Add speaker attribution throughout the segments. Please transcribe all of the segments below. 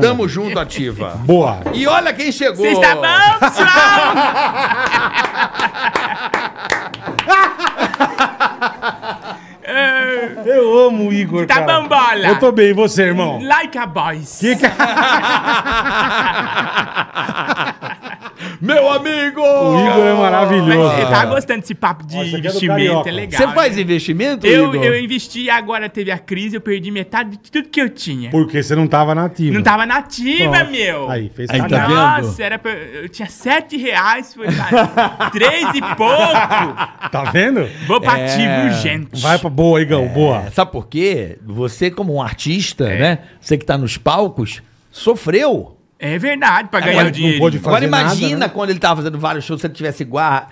Speaker 1: Tamo junto, Ativa.
Speaker 2: Boa.
Speaker 1: E olha quem chegou.
Speaker 3: Vocês tá bom, pessoal?
Speaker 2: Eu amo o Igor,
Speaker 3: Tá
Speaker 2: cara.
Speaker 3: bambola.
Speaker 2: Eu tô bem, e você, irmão?
Speaker 3: Like a boys.
Speaker 2: Que que-
Speaker 1: Meu amigo!
Speaker 2: O Igor é maravilhoso.
Speaker 3: Mas você tá
Speaker 2: cara.
Speaker 3: gostando desse papo de
Speaker 2: Ó, esse aqui é do
Speaker 3: investimento,
Speaker 2: Carioca.
Speaker 3: é legal.
Speaker 1: Você
Speaker 3: né?
Speaker 1: faz investimento,
Speaker 3: eu,
Speaker 1: Igor?
Speaker 3: eu investi, agora teve a crise, eu perdi metade de tudo que eu tinha.
Speaker 2: Porque você não tava na ativa.
Speaker 3: Não tava nativa,
Speaker 2: Pronto.
Speaker 3: meu.
Speaker 2: Aí, fez
Speaker 4: Aí, tá
Speaker 2: cagada.
Speaker 4: vendo?
Speaker 3: Nossa, era pra- eu tinha sete reais, foi pra três e pouco.
Speaker 2: Tá vendo?
Speaker 3: Vou pra
Speaker 4: É.
Speaker 3: ativa urgente.
Speaker 2: Vai pra boa, Igão, boa.
Speaker 4: Sabe por quê? Você, como um artista, né? Você que tá nos palcos, sofreu.
Speaker 3: É verdade, pra
Speaker 2: mas
Speaker 3: ganhar o
Speaker 2: não
Speaker 3: dinheiro.
Speaker 2: pôde fazer
Speaker 4: Agora imagina
Speaker 2: nada, né?
Speaker 4: quando ele tava fazendo vários shows, se ele tivesse guarda,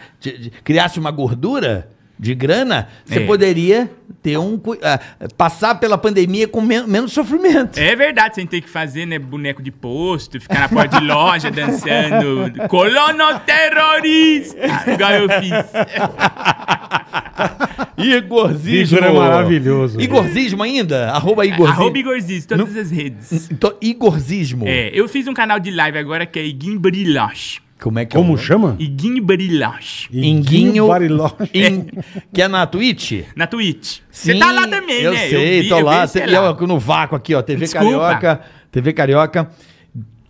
Speaker 4: criasse uma gordura de grana, você
Speaker 3: É.
Speaker 4: poderia ter um cu- ah, passar pela pandemia com men- menos sofrimento.
Speaker 3: É verdade, sem ter que fazer, né, boneco de posto, ficar na porta de loja dançando colono terrorista, igual eu fiz.
Speaker 4: Igorzismo.
Speaker 2: Igor é maravilhoso.
Speaker 4: Igorzismo ainda? Arroba Igorzismo.
Speaker 3: É, Arroba Igorzis, todas as redes.
Speaker 4: Então, Igorzismo.
Speaker 3: É, eu fiz um canal de live agora que é Iguim Briloche.
Speaker 4: Como é que é?
Speaker 2: Como
Speaker 4: o-
Speaker 2: chama?
Speaker 3: Iguim Briloche.
Speaker 4: Inguinho.
Speaker 2: Bariloche.
Speaker 4: In- Que é na Twitch?
Speaker 3: Na Twitch.
Speaker 4: Sim,
Speaker 3: Você tá lá também,
Speaker 4: eu
Speaker 3: né?
Speaker 4: Sei,
Speaker 3: vi,
Speaker 4: tô
Speaker 3: eu
Speaker 4: lá.
Speaker 3: vejo você
Speaker 4: Sei, eu- no vácuo aqui, ó. TV
Speaker 3: Desculpa.
Speaker 4: Carioca. TV Carioca.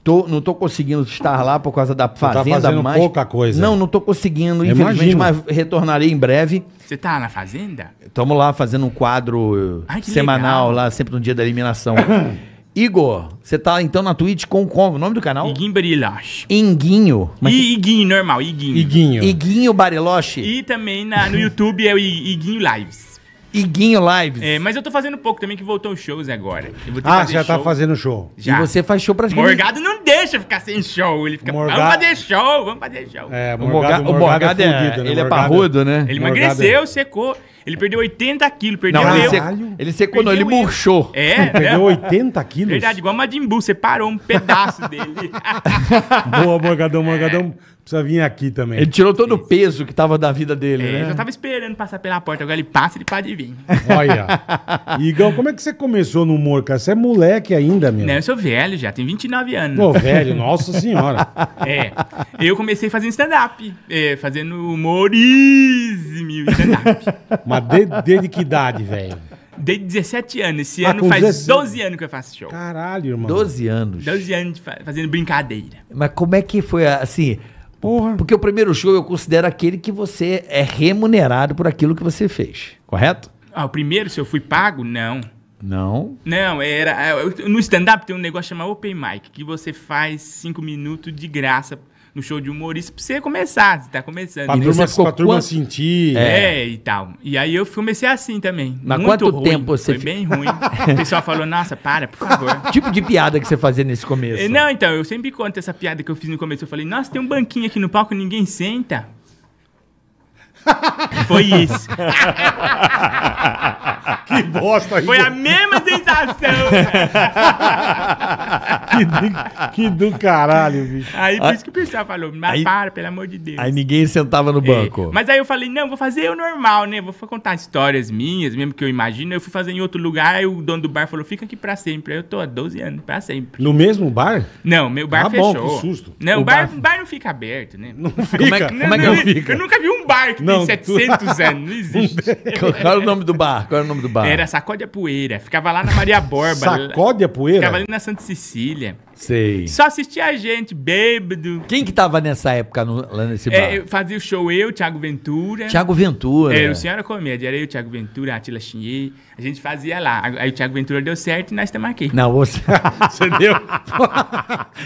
Speaker 4: Tô- não tô conseguindo estar lá por causa da fazenda.
Speaker 2: tá fazendo
Speaker 4: mas-
Speaker 2: pouca coisa.
Speaker 4: Não, não tô conseguindo,
Speaker 2: Eu
Speaker 4: infelizmente,
Speaker 2: imagino.
Speaker 4: mas retornarei em breve.
Speaker 3: Você tá na fazenda?
Speaker 4: Estamos lá fazendo um quadro eh,
Speaker 3: Ai, que
Speaker 4: semanal
Speaker 3: legal.
Speaker 4: lá, sempre no dia da eliminação. Igor, você tá então na Twitch com como? O nome do canal?
Speaker 3: Iguim Briloche.
Speaker 4: Inguinho. Mas-
Speaker 3: E Iguim, normal, Iguim.
Speaker 2: Iguinho.
Speaker 4: Iguinho Bariloche.
Speaker 3: E também na- no YouTube é o I- Iguinho Lives.
Speaker 4: Iguinho Lives.
Speaker 3: É, mas eu tô fazendo pouco também, que voltou os shows agora. Eu vou ter que
Speaker 2: Ah,
Speaker 3: fazer
Speaker 2: você já tá
Speaker 3: show.
Speaker 2: fazendo show.
Speaker 4: E você é faz show pra
Speaker 3: Morgado não deixa ficar sem show. Ele fica,
Speaker 2: Morgado-
Speaker 3: vamos fazer show, vamos fazer show.
Speaker 2: É,
Speaker 4: O Morgado, o Morgado é,
Speaker 2: fudido, né?
Speaker 4: ele é
Speaker 2: Morgado
Speaker 4: parrudo, né?
Speaker 3: ele
Speaker 2: Morgado-
Speaker 3: emagreceu, secou. Ele perdeu 80 quilos, perdeu
Speaker 4: Não,
Speaker 2: Caralho.
Speaker 4: ele,
Speaker 3: eu.
Speaker 4: secou, ele secou, não, ele
Speaker 3: Perdeu eu.
Speaker 4: murchou.
Speaker 3: É, né?
Speaker 2: Perdeu 80 quilos?
Speaker 3: Verdade, igual Majin Buu, separou um pedaço dele.
Speaker 2: Boa, Morgadão, Morgadão. Precisa vir aqui também.
Speaker 4: Ele tirou todo o peso que tava da vida dele,
Speaker 3: É, eu
Speaker 4: né?
Speaker 3: já tava esperando passar pela porta, agora ele passa, ele pode vir.
Speaker 2: É. Olha. Igão, como é que você começou no humor, cara? Você é moleque ainda, meu.
Speaker 3: Não, eu sou velho já, tenho 29 anos.
Speaker 2: Pô, velho, nossa senhora.
Speaker 3: É, eu comecei fazendo stand-up, é, fazendo humorismo e stand-up.
Speaker 2: Mas de- desde que idade, velho?
Speaker 3: Desde 17 anos, esse
Speaker 2: Ah,
Speaker 3: ano
Speaker 2: com
Speaker 3: faz
Speaker 2: 17.
Speaker 3: 12 anos que eu faço show.
Speaker 2: Caralho, irmão.
Speaker 4: 12 anos.
Speaker 3: 12 anos de fa- fazendo brincadeira.
Speaker 4: Mas como é que foi assim?
Speaker 2: Porra.
Speaker 4: Porque o primeiro show eu considero aquele que você é remunerado por aquilo que você fez, correto?
Speaker 3: Ah, o primeiro, se eu fui pago, não.
Speaker 4: Não.
Speaker 3: Não, era. é, eu- No stand-up tem um negócio chamado Open Mic, que você faz cinco minutos de graça no show de humorista pra você começar, você tá começando.
Speaker 2: Pra
Speaker 4: E
Speaker 2: turma,
Speaker 4: você ficou
Speaker 2: pra turma
Speaker 4: quanto-
Speaker 2: sentir.
Speaker 3: É, e tal. E aí eu comecei assim também.
Speaker 4: Mas quanto
Speaker 3: ruim,
Speaker 4: tempo você
Speaker 3: Foi
Speaker 4: fi-
Speaker 3: bem ruim. O pessoal falou, nossa, para, por favor.
Speaker 4: Tipo de piada que você fazia nesse começo.
Speaker 3: Eh, Não, então, eu sempre conto essa piada que eu fiz no começo. Eu falei, nossa, tem um banquinho aqui no palco, ninguém senta. Foi isso.
Speaker 2: Que bosta,
Speaker 3: Foi a
Speaker 2: Igor.
Speaker 3: mesma sensação.
Speaker 2: Que, do- que do caralho, bicho.
Speaker 3: Aí por isso que o pessoal falou, mas
Speaker 4: Aí-
Speaker 3: para, pelo amor de Deus.
Speaker 4: Aí ninguém sentava no banco.
Speaker 3: É, mas aí eu falei, não, vou fazer o normal, né? Vou contar histórias minhas, mesmo que eu imagino. Eu fui fazer em outro lugar, aí o dono do bar falou, fica aqui pra sempre. Aí eu tô há 12 anos, pra sempre.
Speaker 2: No mesmo bar?
Speaker 3: Não, meu bar
Speaker 2: Ah, bom,
Speaker 3: fechou.
Speaker 2: que susto.
Speaker 3: Não,
Speaker 4: O
Speaker 3: o bar,
Speaker 4: bar-
Speaker 3: bar não fica aberto, né? Não,
Speaker 4: Como é que-
Speaker 2: Fica.
Speaker 4: como é que
Speaker 3: não,
Speaker 4: eu-
Speaker 2: fica?
Speaker 3: Eu nunca vi um bar que
Speaker 2: Não, tu-
Speaker 3: tem 700 anos, não existe.
Speaker 4: Qual era o nome do bar? Qual era o nome do bar?
Speaker 3: Era Sacode a Poeira, ficava lá na Maria
Speaker 4: né?
Speaker 3: Borba. lá-
Speaker 2: Sacode a poeira?
Speaker 3: Ficava ali na Santa Cecília.
Speaker 4: Sei.
Speaker 3: Só assistia a gente, bêbado.
Speaker 4: Quem que tava nessa época no- lá nesse bar?
Speaker 3: É, eu fazia o show eu, Thiago Ventura.
Speaker 4: Tiago Ventura.
Speaker 3: Era É, o Senhora Comédia, era eu, Thiago Ventura, Atila Chinhei. A gente fazia lá. Aí o Thiago Ventura deu certo e nós estamos aqui.
Speaker 4: Não, você...
Speaker 2: Você deu.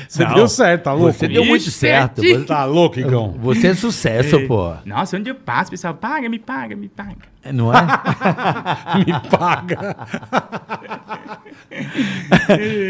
Speaker 2: Você
Speaker 4: Não.
Speaker 2: deu certo, tá louco?
Speaker 4: Você deu muito
Speaker 3: Ixi,
Speaker 4: certo.
Speaker 3: certinho.
Speaker 2: Tá louco, Igão.
Speaker 4: Você é sucesso, pô.
Speaker 3: Nossa, onde eu passo, o pessoal, paga, me paga, me paga.
Speaker 4: Não é?
Speaker 2: Me paga.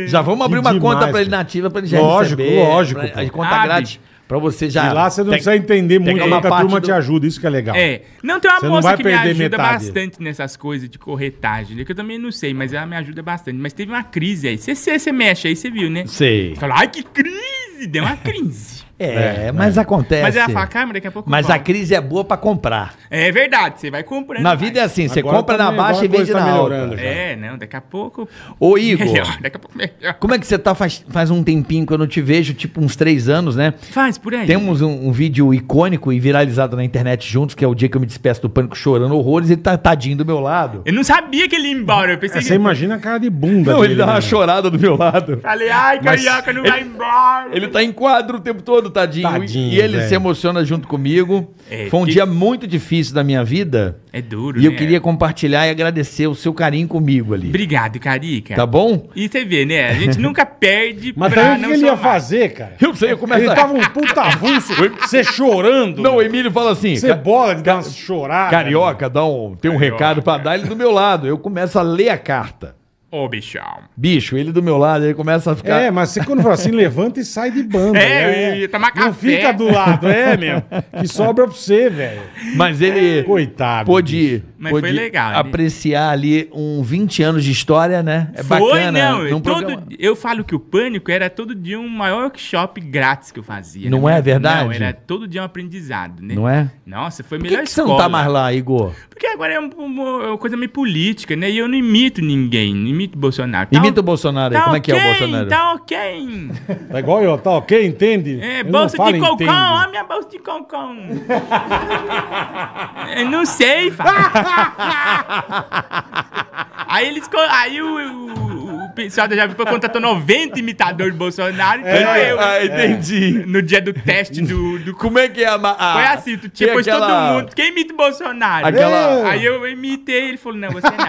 Speaker 4: Já vamos abrir
Speaker 2: Que
Speaker 4: uma
Speaker 2: demais,
Speaker 4: conta pra ele
Speaker 2: cara.
Speaker 4: nativa pra ele já
Speaker 2: Lógico,
Speaker 4: receber.
Speaker 2: lógico,
Speaker 4: pra-
Speaker 2: pô.
Speaker 4: A conta
Speaker 3: Abre.
Speaker 4: grátis. Pra você já.
Speaker 2: E lá você não
Speaker 4: Tem-
Speaker 2: precisa entender muito,
Speaker 4: uma
Speaker 2: porque a
Speaker 4: parte
Speaker 2: turma
Speaker 4: do-
Speaker 2: te ajuda, isso que é legal.
Speaker 3: É. Não, tem uma
Speaker 2: Você não vai
Speaker 3: moça que me
Speaker 2: perder
Speaker 3: ajuda
Speaker 2: metade.
Speaker 3: bastante nessas coisas de corretagem, né? Que eu também não sei, mas ela me ajuda bastante. Mas teve uma crise aí. Você, você, você mexe aí, você viu, né?
Speaker 4: Sei.
Speaker 3: Falou, ai, que crise! Deu uma crise.
Speaker 4: É, mas acontece.
Speaker 3: Mas ela fala, "Carmen, daqui a pouco
Speaker 4: Mas a
Speaker 3: volta."
Speaker 4: crise é boa pra comprar.
Speaker 3: É verdade, você vai comprando.
Speaker 4: Na
Speaker 3: vai.
Speaker 4: vida é assim, você
Speaker 2: Agora
Speaker 4: compra
Speaker 2: tá
Speaker 4: na
Speaker 2: melhor,
Speaker 4: baixa e
Speaker 2: agora
Speaker 4: vende
Speaker 2: tá
Speaker 4: na
Speaker 2: melhorando.
Speaker 4: alta.
Speaker 3: É, não, daqui a pouco.
Speaker 4: Ô, Igor.
Speaker 3: Melhor, daqui a pouco melhor.
Speaker 4: Como é que você tá faz, faz um tempinho que eu não te vejo, tipo uns três anos, né?
Speaker 3: Faz por aí.
Speaker 4: Temos um, um vídeo icônico e viralizado na internet juntos, que é o dia que eu me despeço do pânico chorando horrores, ele tá tadinho do meu lado.
Speaker 3: Eu não sabia que ele ia embora. Eu
Speaker 4: É,
Speaker 3: pensei
Speaker 2: Você imagina a cara de bunda
Speaker 4: Não, ele dá
Speaker 2: né?
Speaker 4: uma chorada do meu lado.
Speaker 3: Falei, ai,
Speaker 4: Mas
Speaker 3: carioca, não
Speaker 4: ele-
Speaker 3: vai embora.
Speaker 4: Ele tá em quadro o tempo todo, tadinho.
Speaker 2: Tadinho,
Speaker 4: e ele
Speaker 2: velho.
Speaker 4: se emociona junto comigo.
Speaker 3: É,
Speaker 4: Foi um
Speaker 3: que-
Speaker 4: dia muito difícil da minha vida.
Speaker 3: É duro,
Speaker 4: E eu
Speaker 3: né?
Speaker 4: queria compartilhar e agradecer o seu carinho comigo ali.
Speaker 3: Obrigado, Carica.
Speaker 4: Tá bom?
Speaker 3: E você vê, né? A gente nunca perde
Speaker 2: Mas
Speaker 3: pra
Speaker 2: também o que
Speaker 3: não
Speaker 2: que ele ia
Speaker 3: somar.
Speaker 2: fazer, cara?
Speaker 4: Eu sei, eu começo
Speaker 2: Ele
Speaker 4: a...
Speaker 2: tava um puta avulso, você chorando.
Speaker 4: Não, o Emílio fala assim...
Speaker 2: Você é
Speaker 4: "Ca-
Speaker 2: bola de dar uma chorada.
Speaker 4: Carioca, dá um, tem um
Speaker 3: Carioca.
Speaker 4: recado pra dar, ele do meu lado. Eu começo a ler a carta.
Speaker 3: Ô, bichão.
Speaker 4: Bicho, ele do meu lado, ele começa a ficar...
Speaker 2: É, mas você quando fala assim, levanta e sai de banda.
Speaker 3: É,
Speaker 2: né?
Speaker 3: eu ia tomar
Speaker 2: Não
Speaker 3: café.
Speaker 2: fica do lado, é, meu. Que sobra pra você, velho.
Speaker 4: Mas ele
Speaker 2: é, Coitado.
Speaker 4: pôde,
Speaker 3: Mas
Speaker 4: pôde
Speaker 3: foi legal, ele-
Speaker 4: apreciar ali um 20 anos de história, né? É
Speaker 3: Foi,
Speaker 4: bacana.
Speaker 3: não.
Speaker 4: num
Speaker 3: todo
Speaker 4: programa-
Speaker 3: dia- Eu falo que o Pânico era todo dia um maior workshop grátis que eu fazia. né?
Speaker 4: Não é verdade?
Speaker 3: Não, era todo dia um aprendizado, né?
Speaker 4: Não é?
Speaker 3: Nossa, foi a
Speaker 4: Por
Speaker 3: melhor
Speaker 4: que, que você não tá
Speaker 3: escola.
Speaker 4: mais lá, Igor?
Speaker 3: Porque agora é um- uma, uma coisa meio política, né? E eu não imito ninguém, não imito Bolsonaro. tá
Speaker 4: Imita o Bolsonaro aí, como é que é o
Speaker 3: um ok,
Speaker 4: Bolsonaro?
Speaker 3: Tá ok,
Speaker 2: Tá igual eu, tá ok? Entende?
Speaker 3: É,
Speaker 2: Eu não
Speaker 3: bolsa
Speaker 2: falo
Speaker 3: de
Speaker 2: entende.
Speaker 3: cocão, a minha bolsa de cocão. eu não sei, fala. aí eles... co- Aí o... o- o pessoal da Jovem Pan contratou 90 imitadores de Bolsonaro, então
Speaker 2: É.
Speaker 3: eu.
Speaker 4: ah, entendi.
Speaker 3: No dia do teste do. do... cu-
Speaker 4: Como é que é a... ma- a-
Speaker 2: Ah,
Speaker 3: Foi assim, tu
Speaker 4: tem
Speaker 3: tinha posto
Speaker 4: aquela-
Speaker 3: todo mundo. Quem imita o Bolsonaro?
Speaker 4: Aquela-
Speaker 3: Aí eu imitei, ele falou: não, você não.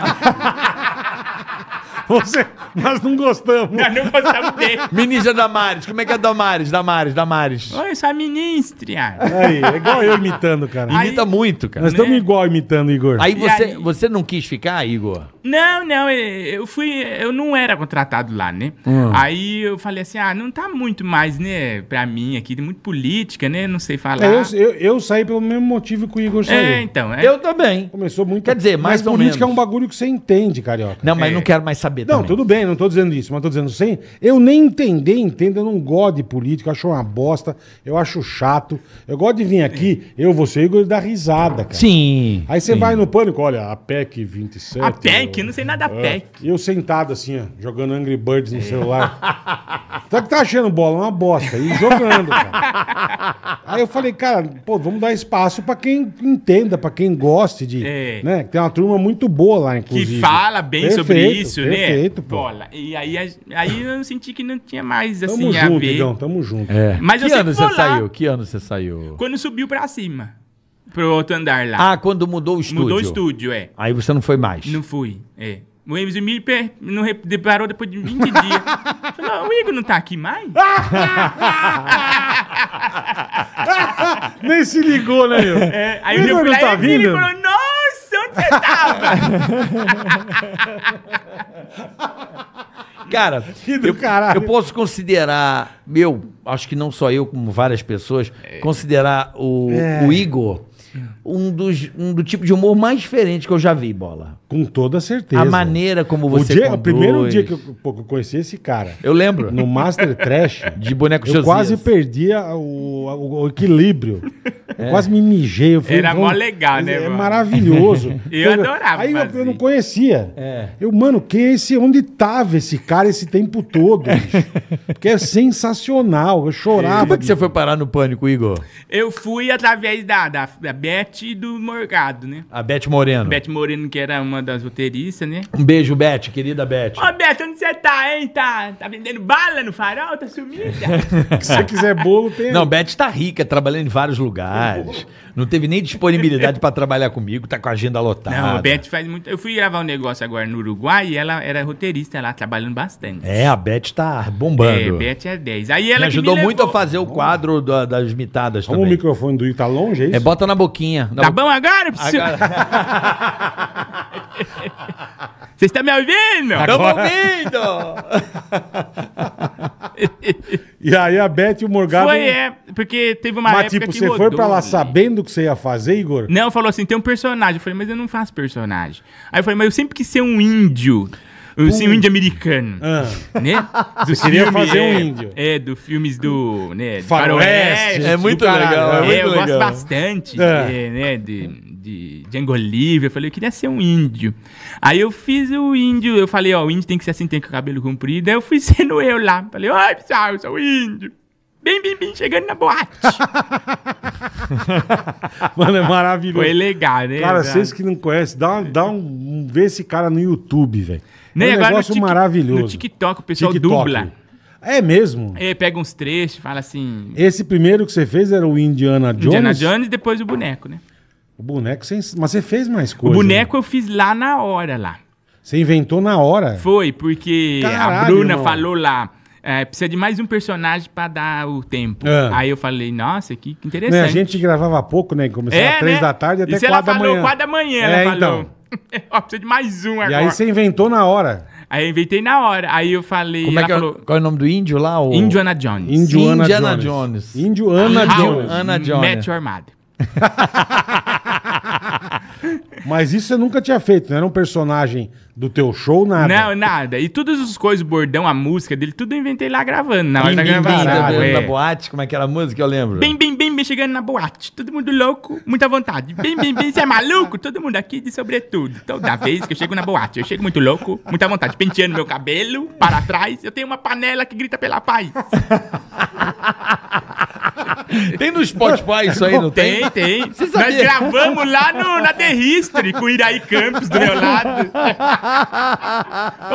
Speaker 2: Você, nós não gostamos.
Speaker 3: Nós não gostamos dele.
Speaker 4: Ministra Damares, como é que é Damares? Damares, Damares.
Speaker 3: Oi, eu sou a ministra.
Speaker 2: Aí, é igual eu imitando, cara.
Speaker 3: Ai,
Speaker 4: Imita
Speaker 3: aí-
Speaker 4: muito, cara.
Speaker 2: nós estamos igual imitando, Igor.
Speaker 4: né? Aí
Speaker 3: E
Speaker 4: você,
Speaker 3: aí?
Speaker 4: você não quis ficar, Igor?
Speaker 3: Não, não, eh, eu fui, eu não era contratado lá, né? Aí eu falei assim, ah, não tá muito mais, né, pra mim aqui, tem muito política, né, não sei falar.
Speaker 2: É, eu, eu- eu saí pelo mesmo motivo que o Igor saiu.
Speaker 3: É, então, é.
Speaker 4: Eu também.
Speaker 2: Começou muito.
Speaker 4: Quer dizer, mais
Speaker 2: Mas
Speaker 4: ou
Speaker 2: política
Speaker 4: menos.
Speaker 2: é um bagulho que você entende, carioca.
Speaker 4: Não, mas
Speaker 3: É.
Speaker 4: não quero mais saber
Speaker 2: Não,
Speaker 4: também.
Speaker 2: tudo bem, não tô dizendo isso, mas tô dizendo sem. Eu nem entender, entendo, eu não gosto de política, eu acho uma bosta, eu acho chato. Eu gosto de vir aqui, eu, você e o Igor dar risada, cara.
Speaker 4: Sim.
Speaker 2: Aí você vai no pânico, olha, a PEC 27.
Speaker 3: a PEC,
Speaker 2: eu-
Speaker 3: eu não sei nada da
Speaker 2: É,
Speaker 3: PEC.
Speaker 2: E eu sentado assim, ó, jogando Angry Birds no celular. Só que tá achando bola uma bosta e jogando, cara. Aí eu falei, cara, pô, vamos dar espaço pra quem entenda, pra quem goste de,
Speaker 3: É.
Speaker 2: né? Tem uma turma muito boa lá,
Speaker 3: Que
Speaker 2: inclusive.
Speaker 3: fala bem sobre
Speaker 2: Perfeito,
Speaker 3: isso, né?
Speaker 2: Perfeito, pô.
Speaker 3: Bola. E aí, a- aí eu senti que não tinha mais,
Speaker 2: Tamo
Speaker 3: assim, a
Speaker 2: junto,
Speaker 3: ver.
Speaker 2: Igão, tamo junto.
Speaker 4: É.
Speaker 3: Mas eu
Speaker 4: que
Speaker 3: sempre
Speaker 4: ano você
Speaker 3: vou lá.
Speaker 4: saiu? Que ano você saiu?
Speaker 3: Quando subiu pra cima, pro outro andar lá.
Speaker 4: Ah, quando mudou o estúdio.
Speaker 3: Mudou o estúdio, é.
Speaker 4: Aí você não foi mais.
Speaker 3: Não fui, é. O Emerson Miller per- não re- deparou depois de 20 dias. Falou, o Igor não tá aqui mais?
Speaker 2: Nem se ligou, né, meu?
Speaker 3: É, aí
Speaker 2: O
Speaker 3: o
Speaker 2: Igor
Speaker 3: Igor
Speaker 2: não
Speaker 3: foi lá
Speaker 2: tá
Speaker 3: e ele
Speaker 2: vindo?
Speaker 3: falou, nossa, onde você tava?
Speaker 4: Cara,
Speaker 2: Que do
Speaker 4: eu,
Speaker 2: caralho.
Speaker 4: eu posso considerar, meu, acho que não só eu, como várias pessoas,
Speaker 2: É.
Speaker 4: considerar o, o Igor um, dos, um do tipo de humor mais diferente que eu já vi, Bola.
Speaker 2: Com toda certeza.
Speaker 4: A maneira como
Speaker 2: o,
Speaker 4: você
Speaker 2: dia, o
Speaker 4: conduz.
Speaker 2: primeiro dia que eu, pô, que eu conheci esse cara,
Speaker 4: Eu lembro.
Speaker 2: no Master Trash,
Speaker 4: De boneco
Speaker 2: Eu
Speaker 4: Josias.
Speaker 2: quase perdi a- o, a- o equilíbrio.
Speaker 4: É.
Speaker 2: Eu quase me mijei. Eu falei,
Speaker 3: Era mó
Speaker 2: "Vamos-
Speaker 3: legal,
Speaker 2: mas
Speaker 3: né,
Speaker 2: É
Speaker 3: mano?"
Speaker 2: maravilhoso.
Speaker 3: Eu adorava
Speaker 2: Aí eu, eu
Speaker 3: fazer.
Speaker 2: não conhecia.
Speaker 4: É.
Speaker 2: Eu, mano, quem é esse? Onde tava esse cara esse tempo todo? bicho? Porque é sensacional. Eu
Speaker 4: Como
Speaker 2: chorava.
Speaker 4: é que você foi parar no pânico, Igor?
Speaker 3: Eu fui através da, da, da Beth e do Morgado, né?
Speaker 4: A Beth Moreno.
Speaker 3: Beth Moreno, que era uma das roteiristas, né?
Speaker 4: Um beijo, Beth, querida Beth.
Speaker 3: Ô, Beth, onde você tá, hein? Tá, tá vendendo bala no farol? Tá sumida?
Speaker 2: Se você quiser bolo, tem.
Speaker 4: Não, Beth tá rica, trabalhando em vários lugares. Não teve nem disponibilidade pra trabalhar comigo, tá com a agenda lotada.
Speaker 3: Não, a Beth faz muito... Eu fui gravar um negócio agora no Uruguai e ela era roteirista lá, trabalhando bastante.
Speaker 4: É, a Beth tá
Speaker 3: É,
Speaker 4: bombando.
Speaker 3: Beth é 10. Aí ela
Speaker 4: me
Speaker 3: que
Speaker 4: ajudou muito a
Speaker 3: levou.
Speaker 4: fazer o quadro da- das mitadas
Speaker 2: Como o
Speaker 4: também.
Speaker 2: microfone do Igor tá longe, é isso?
Speaker 4: É, bota na boquinha. Na
Speaker 3: Tá
Speaker 4: bo-
Speaker 3: bom agora, professor? Vocês estão me ouvindo?
Speaker 4: Tamo ouvindo!
Speaker 2: E aí a Beth e o Morgado.
Speaker 3: Foi, é, porque teve uma
Speaker 2: Mas,
Speaker 3: época
Speaker 2: tipo,
Speaker 3: que
Speaker 2: você foi
Speaker 3: rodou,
Speaker 2: pra lá
Speaker 3: né?
Speaker 2: sabendo o que você ia fazer, Igor?
Speaker 3: Não, falou assim, tem um personagem. Eu falei, mas eu não faço personagem. Aí eu falei, mas eu sempre quis ser um índio. o, sim, o índio americano.
Speaker 2: Ah.
Speaker 3: Né? Dos
Speaker 2: queria
Speaker 3: filmes,
Speaker 2: fazer um
Speaker 3: é,
Speaker 2: índio.
Speaker 3: É, dos filmes do. Né,
Speaker 2: Faroeste.
Speaker 4: É muito
Speaker 2: do caralho,
Speaker 4: legal, é
Speaker 2: né?
Speaker 4: muito
Speaker 3: eu
Speaker 4: legal.
Speaker 3: gosto bastante
Speaker 2: É.
Speaker 3: de, né, de, de Django Livre. Eu falei, eu queria ser um índio. Aí eu fiz o índio, eu falei, ó, o índio tem que ser assim, tem que ter cabelo comprido. Aí eu fui sendo eu lá. Falei, oi, pessoal, eu sou o índio. Bem, bem, bem, chegando na boate.
Speaker 2: Mano, é maravilhoso.
Speaker 3: Foi legal, né?
Speaker 2: Cara,
Speaker 3: Exato.
Speaker 2: vocês que não conhecem, dá, dá um, um- Vê esse cara no YouTube, velho. É
Speaker 3: Né,
Speaker 2: um
Speaker 3: agora no
Speaker 2: negócio
Speaker 3: Tik-
Speaker 2: maravilhoso.
Speaker 3: No TikTok, o pessoal
Speaker 2: TikTok.
Speaker 3: dubla.
Speaker 2: É mesmo?
Speaker 3: É, pega uns trechos, fala assim.
Speaker 2: Esse primeiro que você fez era o Indiana Jones?
Speaker 3: Indiana Jones, depois o boneco, né?
Speaker 2: O boneco, você, ens- mas você fez mais
Speaker 3: O
Speaker 2: coisa.
Speaker 3: boneco eu fiz lá na hora, lá.
Speaker 2: né? Você inventou na hora.
Speaker 3: Foi, porque a
Speaker 2: Caralho,
Speaker 3: Bruna
Speaker 2: irmão.
Speaker 3: falou lá. é, precisa de mais um personagem pra dar o tempo.
Speaker 2: É.
Speaker 3: Aí eu falei, nossa, que, que interessante. É,
Speaker 2: Né, a gente gravava pouco, né? Começava às três da tarde até
Speaker 3: Isso
Speaker 2: quatro da
Speaker 3: ela falou,
Speaker 2: manhã.
Speaker 3: quatro da manhã,
Speaker 2: É,
Speaker 3: ela falou.
Speaker 2: então.
Speaker 3: "É, Ó, precisa de mais um
Speaker 2: E
Speaker 3: agora.
Speaker 2: aí você inventou na hora.
Speaker 3: Aí eu inventei na hora. Aí eu falei,
Speaker 4: Como é
Speaker 3: ela
Speaker 4: que é,
Speaker 3: falou, é
Speaker 4: qual é o nome do índio lá? O...
Speaker 3: Indiana Jones.
Speaker 2: Indiana,
Speaker 4: Indiana
Speaker 2: Jones.
Speaker 4: Jones.
Speaker 2: Indiana
Speaker 3: How
Speaker 2: Jones.
Speaker 4: Indiana Jones.
Speaker 3: Match Your Mother.
Speaker 2: Mas isso você nunca tinha feito, não era um personagem do teu show, nada.
Speaker 3: Não, nada. E todas as coisas, o bordão, a música dele, tudo eu inventei lá gravando. Na hora
Speaker 4: Bim,
Speaker 3: da
Speaker 4: bim, bim, da-
Speaker 3: gravação.
Speaker 4: da-
Speaker 3: é.
Speaker 4: da boate, como é que era a música? Eu lembro.
Speaker 3: Bem, bem, bem, bem, chegando na boate. Todo mundo louco, muita vontade. Bem, bem, bem, você é maluco? Todo mundo aqui de sobretudo. Toda vez que eu chego na boate, eu chego muito louco, muita vontade. Penteando meu cabelo para trás, eu tenho uma panela que grita pela paz.
Speaker 4: Tem no Spotify isso aí, não tem?
Speaker 3: Tem, tem.
Speaker 4: Você sabia?
Speaker 3: Nós gravamos lá no, na The History com o Iraí Campos do meu lado.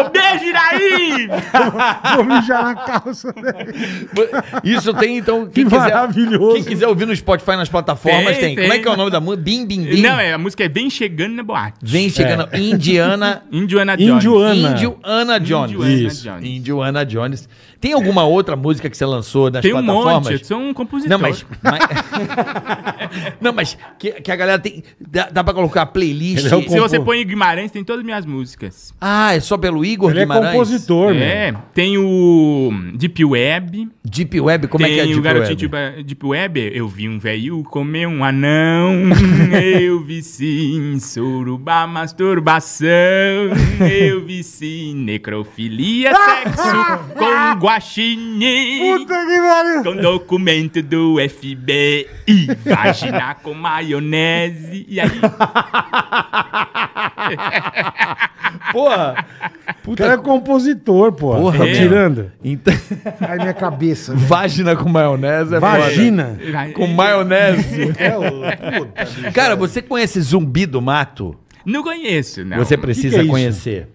Speaker 3: Um beijo, Iraí!
Speaker 2: Vou mijar na calça. Né?
Speaker 4: Isso tem, então. Quem
Speaker 2: Que
Speaker 4: quiser,
Speaker 2: maravilhoso.
Speaker 4: Quem quiser ouvir no Spotify, nas plataformas, tem.
Speaker 3: Tem,
Speaker 4: Como é
Speaker 3: tem.
Speaker 4: que é o nome da música? Bim, bim, bim.
Speaker 3: Não, é, a música é Vem Chegando na Boate.
Speaker 4: Vem chegando. Indiana.
Speaker 3: Indiana é Jones.
Speaker 2: Indiana.
Speaker 4: Índio Ana Jones.
Speaker 3: Indiana
Speaker 2: Isso.
Speaker 3: Jones.
Speaker 4: Índio Ana Jones. Tem alguma outra música que você lançou nas
Speaker 3: Tem um
Speaker 4: plataformas?
Speaker 3: monte, eu sou um compositor.
Speaker 4: Não, mas. mas- não, mas que, que a galera tem. Dá, dá pra colocar playlist.
Speaker 2: Ele é o
Speaker 3: Se você
Speaker 2: compor-
Speaker 3: põe Guimarães, tem todas as minhas músicas.
Speaker 4: Ah, é só pelo Igor
Speaker 2: Ele é
Speaker 4: Guimarães?
Speaker 2: compositor, né?
Speaker 3: É, tem o Deep Web.
Speaker 4: Deep Web, como
Speaker 3: tem
Speaker 4: é que é
Speaker 3: o
Speaker 4: Deep
Speaker 3: garotinho tipo-
Speaker 4: Web?
Speaker 3: Deep- Deep Web. Eu vi um velho comer um anão. eu vi sim suruba masturbação. eu vi sim necrofilia, sexo com guaxinim.
Speaker 2: que pariu.
Speaker 3: Com documento do FBI, vagina com maionese. E aí,
Speaker 4: Porra!
Speaker 2: O cara é compositor, pô.
Speaker 4: Porra,
Speaker 2: tá
Speaker 3: meu.
Speaker 2: tirando.
Speaker 4: Então,
Speaker 2: Ai, minha cabeça.
Speaker 4: vagina com maionese é foda.
Speaker 2: Vagina.
Speaker 4: Com maionese.
Speaker 2: É, ô, puta, bicho.
Speaker 4: Cara, você conhece Zumbi do Mato?
Speaker 3: Não conheço, não.
Speaker 4: Você
Speaker 2: Que
Speaker 4: precisa
Speaker 2: que é isso?
Speaker 4: conhecer.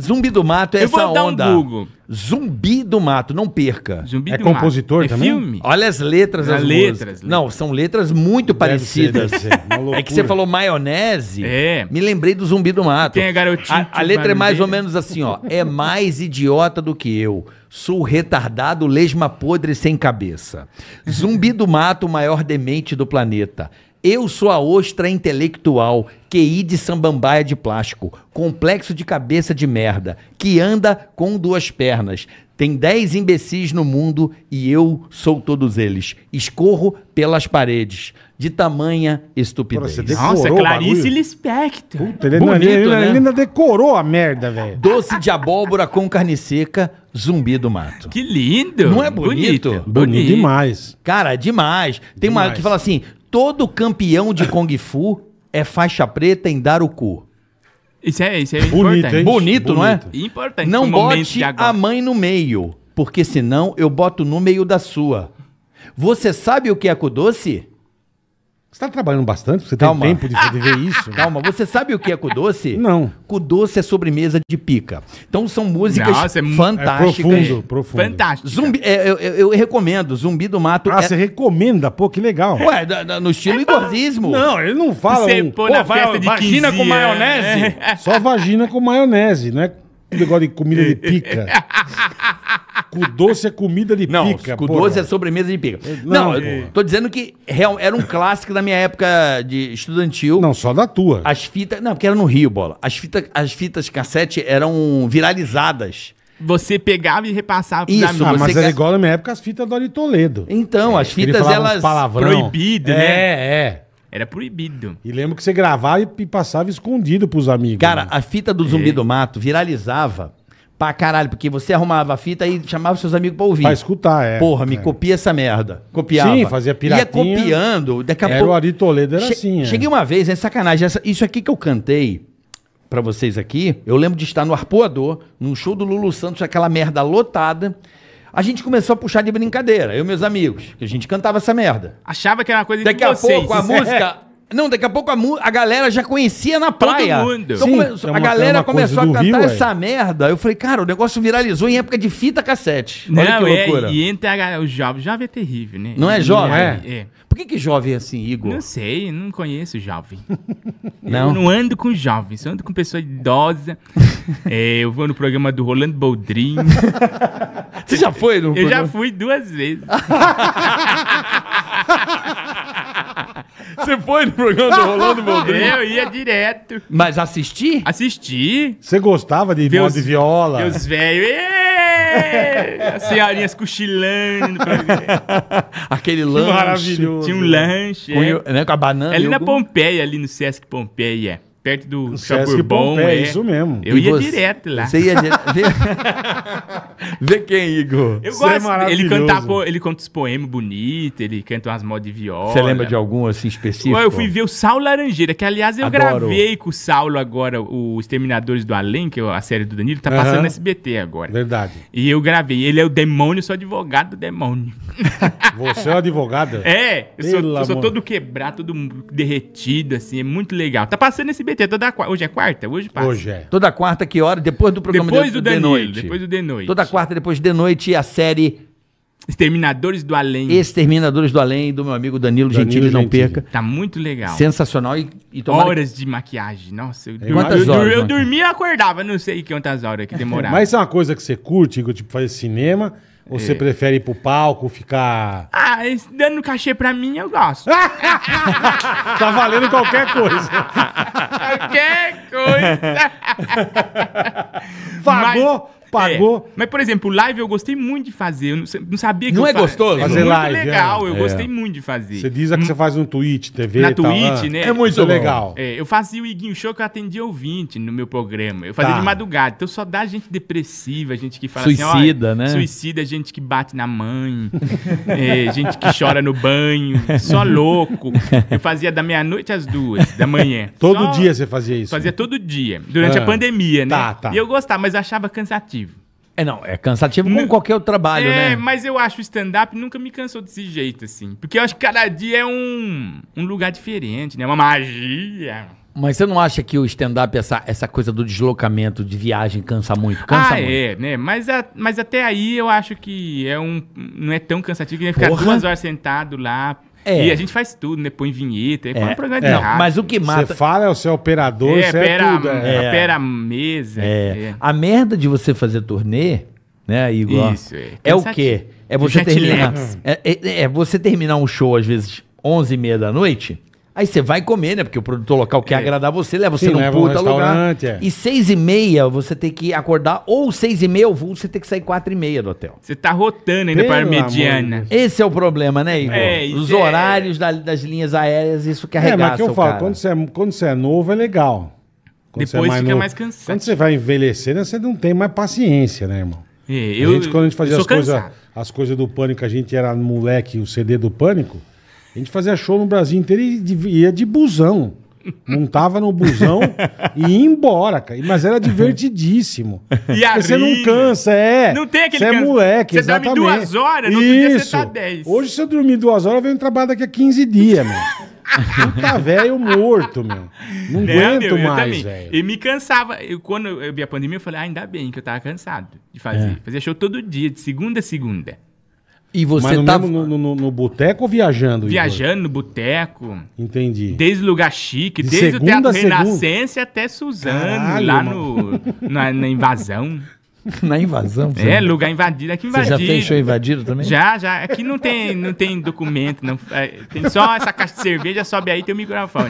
Speaker 4: Zumbi do Mato é
Speaker 3: Eu vou
Speaker 4: essa
Speaker 3: dar um
Speaker 4: onda.
Speaker 3: Google.
Speaker 4: Zumbi do Mato, não perca.
Speaker 3: Zumbi
Speaker 2: É
Speaker 3: do Mato.
Speaker 2: compositor
Speaker 3: é
Speaker 2: também?
Speaker 3: filme?
Speaker 4: Olha as letras
Speaker 3: As
Speaker 4: das
Speaker 3: letras,
Speaker 4: músicas.
Speaker 3: letras.
Speaker 4: Não, são letras muito parecidas.
Speaker 2: ser, deve ser. Uma
Speaker 4: É que
Speaker 2: loucura.
Speaker 4: você falou maionese.
Speaker 3: É.
Speaker 4: Me lembrei do Zumbi do Mato.
Speaker 3: Tem a garotinha
Speaker 4: A, a
Speaker 3: que
Speaker 4: letra é
Speaker 3: barulheira.
Speaker 4: mais ou menos assim, ó. É mais idiota do que eu. Sou retardado, lesma podre sem cabeça. Zumbi do Mato, o maior demente do planeta. Eu sou a ostra intelectual, QI de sambambaia de plástico, complexo de cabeça de merda, que anda com duas pernas. Tem 10 imbecis no mundo e eu sou todos eles. Escorro pelas paredes, de tamanha estupidez.
Speaker 2: Porra, você
Speaker 3: Nossa,
Speaker 2: Decorou o
Speaker 3: Clarice
Speaker 2: bagulho?
Speaker 3: Lispector.
Speaker 2: Puta, ele, é
Speaker 4: Bonito,
Speaker 2: ele- ele-
Speaker 4: né?
Speaker 2: ele ainda decorou a merda, velho.
Speaker 4: Doce de abóbora com carne seca, zumbi do mato.
Speaker 3: Que lindo.
Speaker 4: Não é bonito?
Speaker 2: Bonito, demais.
Speaker 4: Cara, é demais. Tem uma
Speaker 2: Demais.
Speaker 4: que fala assim: todo campeão de Kung Fu é faixa preta em dar o cu.
Speaker 3: Isso é, isso é
Speaker 2: Bonito,
Speaker 3: importante.
Speaker 2: hein?
Speaker 4: Bonito, não é?
Speaker 2: Bonito.
Speaker 3: Importante.
Speaker 4: Não
Speaker 3: pro um momento
Speaker 4: bote
Speaker 3: de
Speaker 4: a
Speaker 3: agora.
Speaker 4: mãe no meio, porque senão eu boto no meio da sua. Você sabe o que é cudoce?
Speaker 2: Você tá trabalhando bastante? Você tem
Speaker 4: Calma.
Speaker 2: tempo de, de ver isso?
Speaker 4: Calma, você sabe o que é cudoce?
Speaker 2: Não.
Speaker 4: Cudoce é sobremesa de pica. Então são músicas
Speaker 3: Nossa, é mu- é
Speaker 2: É
Speaker 4: fantásticas.
Speaker 2: profundo, profundo.
Speaker 3: Fantástico.
Speaker 4: Zumbi, é, eu, eu- eu recomendo, Zumbi do Mato.
Speaker 2: Ah,
Speaker 4: é-
Speaker 2: você recomenda? Pô, que legal.
Speaker 4: Ué, da- da- no estilo igorzismo.
Speaker 2: Não, ele não fala.
Speaker 3: Você
Speaker 2: um-
Speaker 3: pô
Speaker 2: Pô,
Speaker 3: na
Speaker 2: vai-
Speaker 3: festa de
Speaker 2: vagina
Speaker 3: 15
Speaker 2: com
Speaker 3: anos,
Speaker 2: maionese.
Speaker 4: É.
Speaker 3: né?
Speaker 2: Só vagina com maionese, não é negócio de comida de pica. Com doce é comida de
Speaker 4: Não,
Speaker 2: pica.
Speaker 4: com
Speaker 2: porra.
Speaker 4: 12 é sobremesa de pica.
Speaker 2: Não,
Speaker 4: Não, eu tô dizendo que real- era um clássico da minha época de estudantil.
Speaker 2: Não, só da tua.
Speaker 4: As fitas. Não, porque era no Rio, bola. As, fita, as fitas cassete eram viralizadas.
Speaker 3: Você pegava e repassava pros
Speaker 4: Isso,
Speaker 2: Ah,
Speaker 3: amigos.
Speaker 2: mas
Speaker 4: você
Speaker 2: era
Speaker 4: quer-
Speaker 2: igual na minha época as fitas do Ari Toledo.
Speaker 4: Então, as
Speaker 2: É, Ele
Speaker 4: fitas,
Speaker 2: falava uns
Speaker 4: elas.
Speaker 2: palavrão.
Speaker 3: Proibido,
Speaker 2: é,
Speaker 3: né?
Speaker 2: É,
Speaker 3: Era proibido.
Speaker 2: E lembro que você gravava e e passava escondido pros amigos.
Speaker 4: Cara,
Speaker 2: né?
Speaker 4: a fita do Zumbi do Mato viralizava pra caralho, porque você arrumava a fita e chamava seus amigos pra ouvir.
Speaker 2: pra escutar, é.
Speaker 4: Porra, me
Speaker 2: É.
Speaker 4: copia essa merda. Copiava.
Speaker 2: Sim, fazia piratinha.
Speaker 4: Ia copiando, daqui a
Speaker 2: Era
Speaker 4: pouco...
Speaker 2: o Ari Toledo, era
Speaker 4: Che-
Speaker 2: assim. é.
Speaker 4: Cheguei uma vez, é sacanagem. essa- isso aqui que eu cantei pra vocês aqui, eu lembro de estar no Arpoador, num show do Lulu Santos, aquela merda lotada. A gente começou a puxar de brincadeira, eu e meus amigos, que a gente cantava essa merda.
Speaker 3: Achava que era uma coisa
Speaker 4: Daqui
Speaker 3: de
Speaker 4: a
Speaker 3: vocês. É.
Speaker 4: pouco a música. Não, daqui a pouco a, mu- a galera já conhecia na praia.
Speaker 3: mundo.
Speaker 4: Então,
Speaker 2: Sim,
Speaker 4: come-
Speaker 2: é uma-
Speaker 4: a
Speaker 2: é
Speaker 4: galera
Speaker 2: uma coisa
Speaker 4: começou a
Speaker 2: do
Speaker 4: cantar
Speaker 2: Rio, é.
Speaker 4: essa merda. Eu falei, cara, o negócio viralizou em época de fita cassete. Olha
Speaker 3: Não,
Speaker 4: que
Speaker 3: é,
Speaker 4: loucura.
Speaker 3: e entre a, ga- o jovem. Jovem é terrível, né?
Speaker 4: Não é jovem?
Speaker 3: É. é.
Speaker 4: Por que, que jovem é assim, Igor?
Speaker 3: Não sei, não conheço jovem.
Speaker 4: Não.
Speaker 3: Eu não ando com jovens, eu ando com pessoa idosa. É, eu vou no programa do Rolando Boldrin.
Speaker 4: Você já foi no
Speaker 3: Eu já
Speaker 4: programa? Ah,
Speaker 3: fui duas vezes.
Speaker 4: Você foi no programa do Rolando Boldrin?
Speaker 3: Eu ia direto.
Speaker 4: Mas assistir?
Speaker 3: Assistir.
Speaker 2: Você gostava de voz de viola?
Speaker 3: E os velhos. "Ê!" As senhorinhas cochilando.
Speaker 4: Aquele lanche.
Speaker 2: maravilhoso.
Speaker 3: Tinha um lanche.
Speaker 4: Com,
Speaker 3: é.
Speaker 4: iog- né, com a banana.
Speaker 3: É ali
Speaker 4: e
Speaker 3: na
Speaker 4: iogurte.
Speaker 3: Pompeia, ali no Sesc Pompeia. é. Perto do Shopping
Speaker 2: Sesc
Speaker 3: Bourbon.
Speaker 2: Pompeia,
Speaker 3: é.
Speaker 2: isso mesmo.
Speaker 3: Eu
Speaker 4: E
Speaker 3: ia
Speaker 4: você-
Speaker 3: direto lá.
Speaker 4: Você ia direto. Vê... Vê quem, Igor?
Speaker 3: Eu
Speaker 2: Isso é
Speaker 3: gosto. ele,
Speaker 2: maravilhoso.
Speaker 3: canta, po- ele canta os poemas bonitos, ele canta umas modas de viola.
Speaker 4: Você lembra de algum assim específico?
Speaker 3: Eu fui ver o Saulo Laranjeira, que aliás eu
Speaker 4: Adoro.
Speaker 3: gravei com o Saulo agora, o Exterminadores do Além, que é a série do Danilo, tá passando
Speaker 2: Aham.
Speaker 3: no SBT agora.
Speaker 2: Verdade.
Speaker 3: E eu gravei. Ele é o demônio, sou advogado do demônio.
Speaker 2: Você é uma advogada?
Speaker 3: É, eu sou,
Speaker 2: Pelo
Speaker 3: eu sou
Speaker 2: amor.
Speaker 3: todo quebrado, todo derretido, assim, é muito legal. Tá passando no SBT toda quarta. Hoje é quarta? Hoje passa.
Speaker 2: Hoje é.
Speaker 4: Toda quarta, que hora? Depois do programa
Speaker 3: Depois
Speaker 4: de-
Speaker 3: do
Speaker 4: de
Speaker 3: Danilo,
Speaker 4: noite.
Speaker 3: depois do de noite.
Speaker 4: Toda quarta, depois de noite, a série
Speaker 3: Exterminadores do Além.
Speaker 4: Exterminadores do Além, do meu amigo Danilo,
Speaker 2: Danilo
Speaker 4: Gentili, não
Speaker 2: Gentili.
Speaker 4: perca.
Speaker 3: Tá muito legal.
Speaker 4: Sensacional e, e tomara que-
Speaker 3: Horas de maquiagem.
Speaker 2: É,
Speaker 3: Nossa, eu,
Speaker 4: Quantas
Speaker 3: eu, eu,
Speaker 4: horas,
Speaker 3: eu
Speaker 4: Maquiagem?
Speaker 3: dormia e acordava, não sei quantas horas que demorava.
Speaker 2: Mas isso né? é uma coisa que você curte, Igor, tipo fazer cinema? Ou
Speaker 3: É.
Speaker 2: você prefere ir pro palco, ficar.
Speaker 3: Ah, esse dando cachê pra mim eu gosto.
Speaker 2: Tá valendo qualquer coisa.
Speaker 3: Qualquer
Speaker 2: É,
Speaker 3: é. coisa.
Speaker 2: Pagou, pagou.
Speaker 3: É. Mas, por exemplo, live eu gostei muito de fazer. Eu não sa- não sabia que
Speaker 4: Não
Speaker 3: eu
Speaker 4: é
Speaker 3: fa-
Speaker 4: gostoso?
Speaker 3: É
Speaker 2: Fazer
Speaker 3: muito
Speaker 2: live,
Speaker 3: legal,
Speaker 2: é.
Speaker 3: eu
Speaker 2: É.
Speaker 3: gostei muito de fazer.
Speaker 2: Você diz a que você faz um no Twitch, TV.
Speaker 3: Na
Speaker 2: e tal,
Speaker 3: Twitch,
Speaker 2: ah.
Speaker 3: né?
Speaker 2: É muito
Speaker 3: Isso é
Speaker 2: legal.
Speaker 3: É, eu fazia o Iguinho Show que eu atendia ouvinte no meu programa. Eu fazia
Speaker 2: Tá.
Speaker 3: de madrugada. Então só dá gente depressiva, gente que fala assim,
Speaker 4: Suicida,
Speaker 3: "Olha,
Speaker 4: né?"
Speaker 3: Suicida, gente que bate na mãe, é, gente que chora no banho, só louco. Eu fazia da meia-noite às duas da manhã.
Speaker 2: Todo
Speaker 3: Só-
Speaker 2: dia você fazia isso.
Speaker 3: Fazia todo dia, durante
Speaker 2: Ah.
Speaker 3: a pandemia, né?
Speaker 2: Tá, tá.
Speaker 3: E eu gostava, mas eu achava cansativo.
Speaker 4: É, não, é cansativo
Speaker 3: Não-
Speaker 4: como qualquer outro trabalho,
Speaker 3: é,
Speaker 4: né?
Speaker 3: mas eu acho o stand-up nunca me cansou desse jeito, assim. Porque eu acho que cada dia é um, um lugar diferente, né? Uma magia.
Speaker 4: Mas você não acha que o stand-up, essa, essa coisa do deslocamento, de viagem, cansa muito? Cansa
Speaker 3: ah,
Speaker 4: muito.
Speaker 3: é, né? Mas, a- mas até aí eu acho que é um, não é tão cansativo que nem ficar
Speaker 4: Porra.
Speaker 3: duas horas sentado lá.
Speaker 4: É.
Speaker 3: E a gente faz tudo, né? Põe vinheta, é, um programa de
Speaker 2: é.
Speaker 3: rádio.
Speaker 4: Não, mas o que
Speaker 2: Você
Speaker 4: mata.
Speaker 2: fala, é o seu operador,
Speaker 3: é,
Speaker 2: você é,
Speaker 3: pera,
Speaker 2: tudo. é.
Speaker 4: É.
Speaker 3: pera a mesa.
Speaker 4: É,
Speaker 3: é.
Speaker 4: a merda de você fazer turnê, né, Igor?
Speaker 3: Isso, é.
Speaker 4: É o
Speaker 3: Cansativo.
Speaker 4: quê? É
Speaker 3: O
Speaker 4: você
Speaker 3: jet
Speaker 4: terminar.
Speaker 3: lag.
Speaker 4: É, é- é você terminar um show, às vezes, 11 e meia da noite. Aí você vai comer, né? Porque o produtor local quer agradar você, leva você
Speaker 2: Sim,
Speaker 4: num
Speaker 2: leva num
Speaker 4: puta lugar.
Speaker 2: restaurante, é.
Speaker 4: E seis e meia você tem que acordar, ou seis e meia, ou você tem que sair quatro e meia do hotel.
Speaker 3: Você tá rotando ainda
Speaker 2: Pelo
Speaker 3: para a
Speaker 2: amor de
Speaker 3: mediana.
Speaker 2: Deus.
Speaker 4: Esse é o problema, né, Igor?
Speaker 3: É, isso
Speaker 4: Os
Speaker 3: é-
Speaker 4: horários da- das linhas aéreas, isso que
Speaker 2: É,
Speaker 4: arregaça
Speaker 2: mas que eu
Speaker 4: o
Speaker 2: falo,
Speaker 4: cara.
Speaker 2: quando você, é, quando você é novo é legal. Quando é
Speaker 3: Depois fica mais cansado.
Speaker 2: Quando você vai envelhecendo, você não tem mais paciência, né, irmão?
Speaker 3: É,
Speaker 2: a gente, quando a gente fazia
Speaker 3: eu
Speaker 2: as
Speaker 3: sou
Speaker 2: coisas
Speaker 3: cansado.
Speaker 2: as coisas do Pânico, a gente era moleque, o CD do Pânico, a gente fazia show no Brasil inteiro e de- ia de busão. Montava no busão e ia embora, cara. Mas era divertidíssimo.
Speaker 3: E a
Speaker 2: Porque você não
Speaker 3: rinha.
Speaker 2: cansa, é.
Speaker 3: Não tem aquele
Speaker 2: Você é
Speaker 3: cansa-
Speaker 2: moleque,
Speaker 3: Você dorme
Speaker 2: exatamente.
Speaker 3: duas horas, no
Speaker 2: Isso.
Speaker 3: outro dia você tá dez.
Speaker 2: Hoje, se eu dormir duas horas, eu venho trabalhar daqui a 15 dias, meu. Eu tá velho morto, meu. Não
Speaker 3: Né,
Speaker 2: aguento
Speaker 3: meu? Eu
Speaker 2: mais,
Speaker 3: também.
Speaker 2: velho.
Speaker 3: E me cansava. Eu, quando eu vi a pandemia, eu falei, ah, ainda bem que eu tava cansado de
Speaker 2: É.
Speaker 3: fazer. Fazia show todo dia, de segunda a segunda.
Speaker 4: E
Speaker 2: Mas
Speaker 4: você
Speaker 2: no,
Speaker 4: tá...
Speaker 2: mesmo- no, no- no boteco ou viajando? Igor?
Speaker 3: Viajando no boteco,
Speaker 2: Entendi.
Speaker 3: desde lugar chique,
Speaker 2: De
Speaker 3: desde o
Speaker 2: segunda
Speaker 3: Teatro
Speaker 2: a segunda?
Speaker 3: Renascença até Suzano,
Speaker 2: Caralho,
Speaker 3: lá no, na, na invasão.
Speaker 4: Na invasão? você-
Speaker 3: É, lugar invadido, aqui
Speaker 4: Você
Speaker 3: invadido.
Speaker 4: já fez show invadido também?
Speaker 3: Já, já. Aqui não tem, não tem documento, não. É, tem só essa caixa de cerveja, sobe aí e tem o microfone.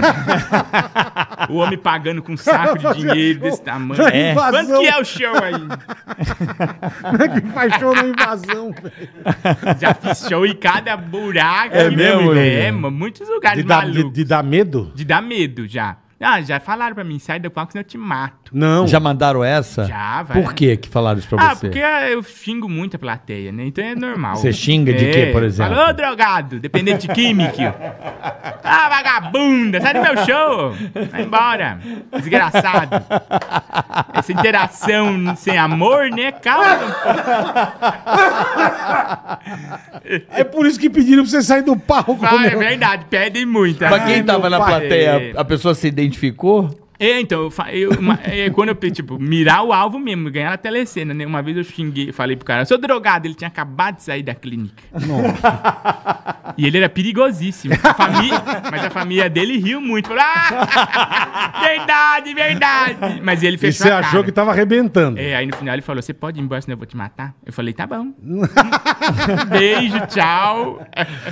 Speaker 3: o homem pagando com um saco de dinheiro desse tamanho.
Speaker 2: É.
Speaker 3: Quanto que é o show aí?
Speaker 2: Como é que faz show na invasão, velho?
Speaker 3: Já fiz show em cada buraco.
Speaker 4: É
Speaker 3: e,
Speaker 4: mesmo,
Speaker 3: É,
Speaker 4: Lula?
Speaker 3: mano, muitos lugares
Speaker 2: De dar,
Speaker 3: malucos.
Speaker 2: de- de dar medo?
Speaker 3: De dar medo já. Ah, já falaram pra mim, sai do palco, senão eu te mato.
Speaker 2: Não.
Speaker 4: Já mandaram essa?
Speaker 3: Já, vai.
Speaker 4: Por que que falaram isso pra
Speaker 3: Ah,
Speaker 4: você?
Speaker 3: porque eu xingo muito a plateia, né? Então é normal.
Speaker 4: Você xinga de quê, por exemplo?
Speaker 3: Falou, drogado, dependente químico. ah, vagabunda, sai do meu show. Vai embora, desgraçado. Essa interação sem amor, né? Calma.
Speaker 2: É por isso que pediram pra você sair do palco.
Speaker 3: Ah, é
Speaker 2: meu.
Speaker 3: verdade, pedem muito.
Speaker 4: Pra
Speaker 3: Ai,
Speaker 4: quem tá
Speaker 3: meu
Speaker 4: tava na
Speaker 3: pai.
Speaker 4: plateia, a pessoa se identificou?
Speaker 3: É, então, eu, fa- eu, uma- é, quando eu, tipo, mirar o alvo mesmo, ganhar na telecena, né? Uma vez eu xinguei, falei pro cara, eu sou drogado, ele tinha acabado de sair da clínica. E ele era perigosíssimo. A família, mas a família dele riu muito. Falou, ah, verdade, verdade. Mas ele
Speaker 2: E
Speaker 3: fechou
Speaker 2: você
Speaker 3: a cara.
Speaker 2: achou que tá- tava arrebentando.
Speaker 3: É, aí no final ele falou, você pode ir embora, senão eu vou te matar? Eu falei, tá bom. Beijo, tchau.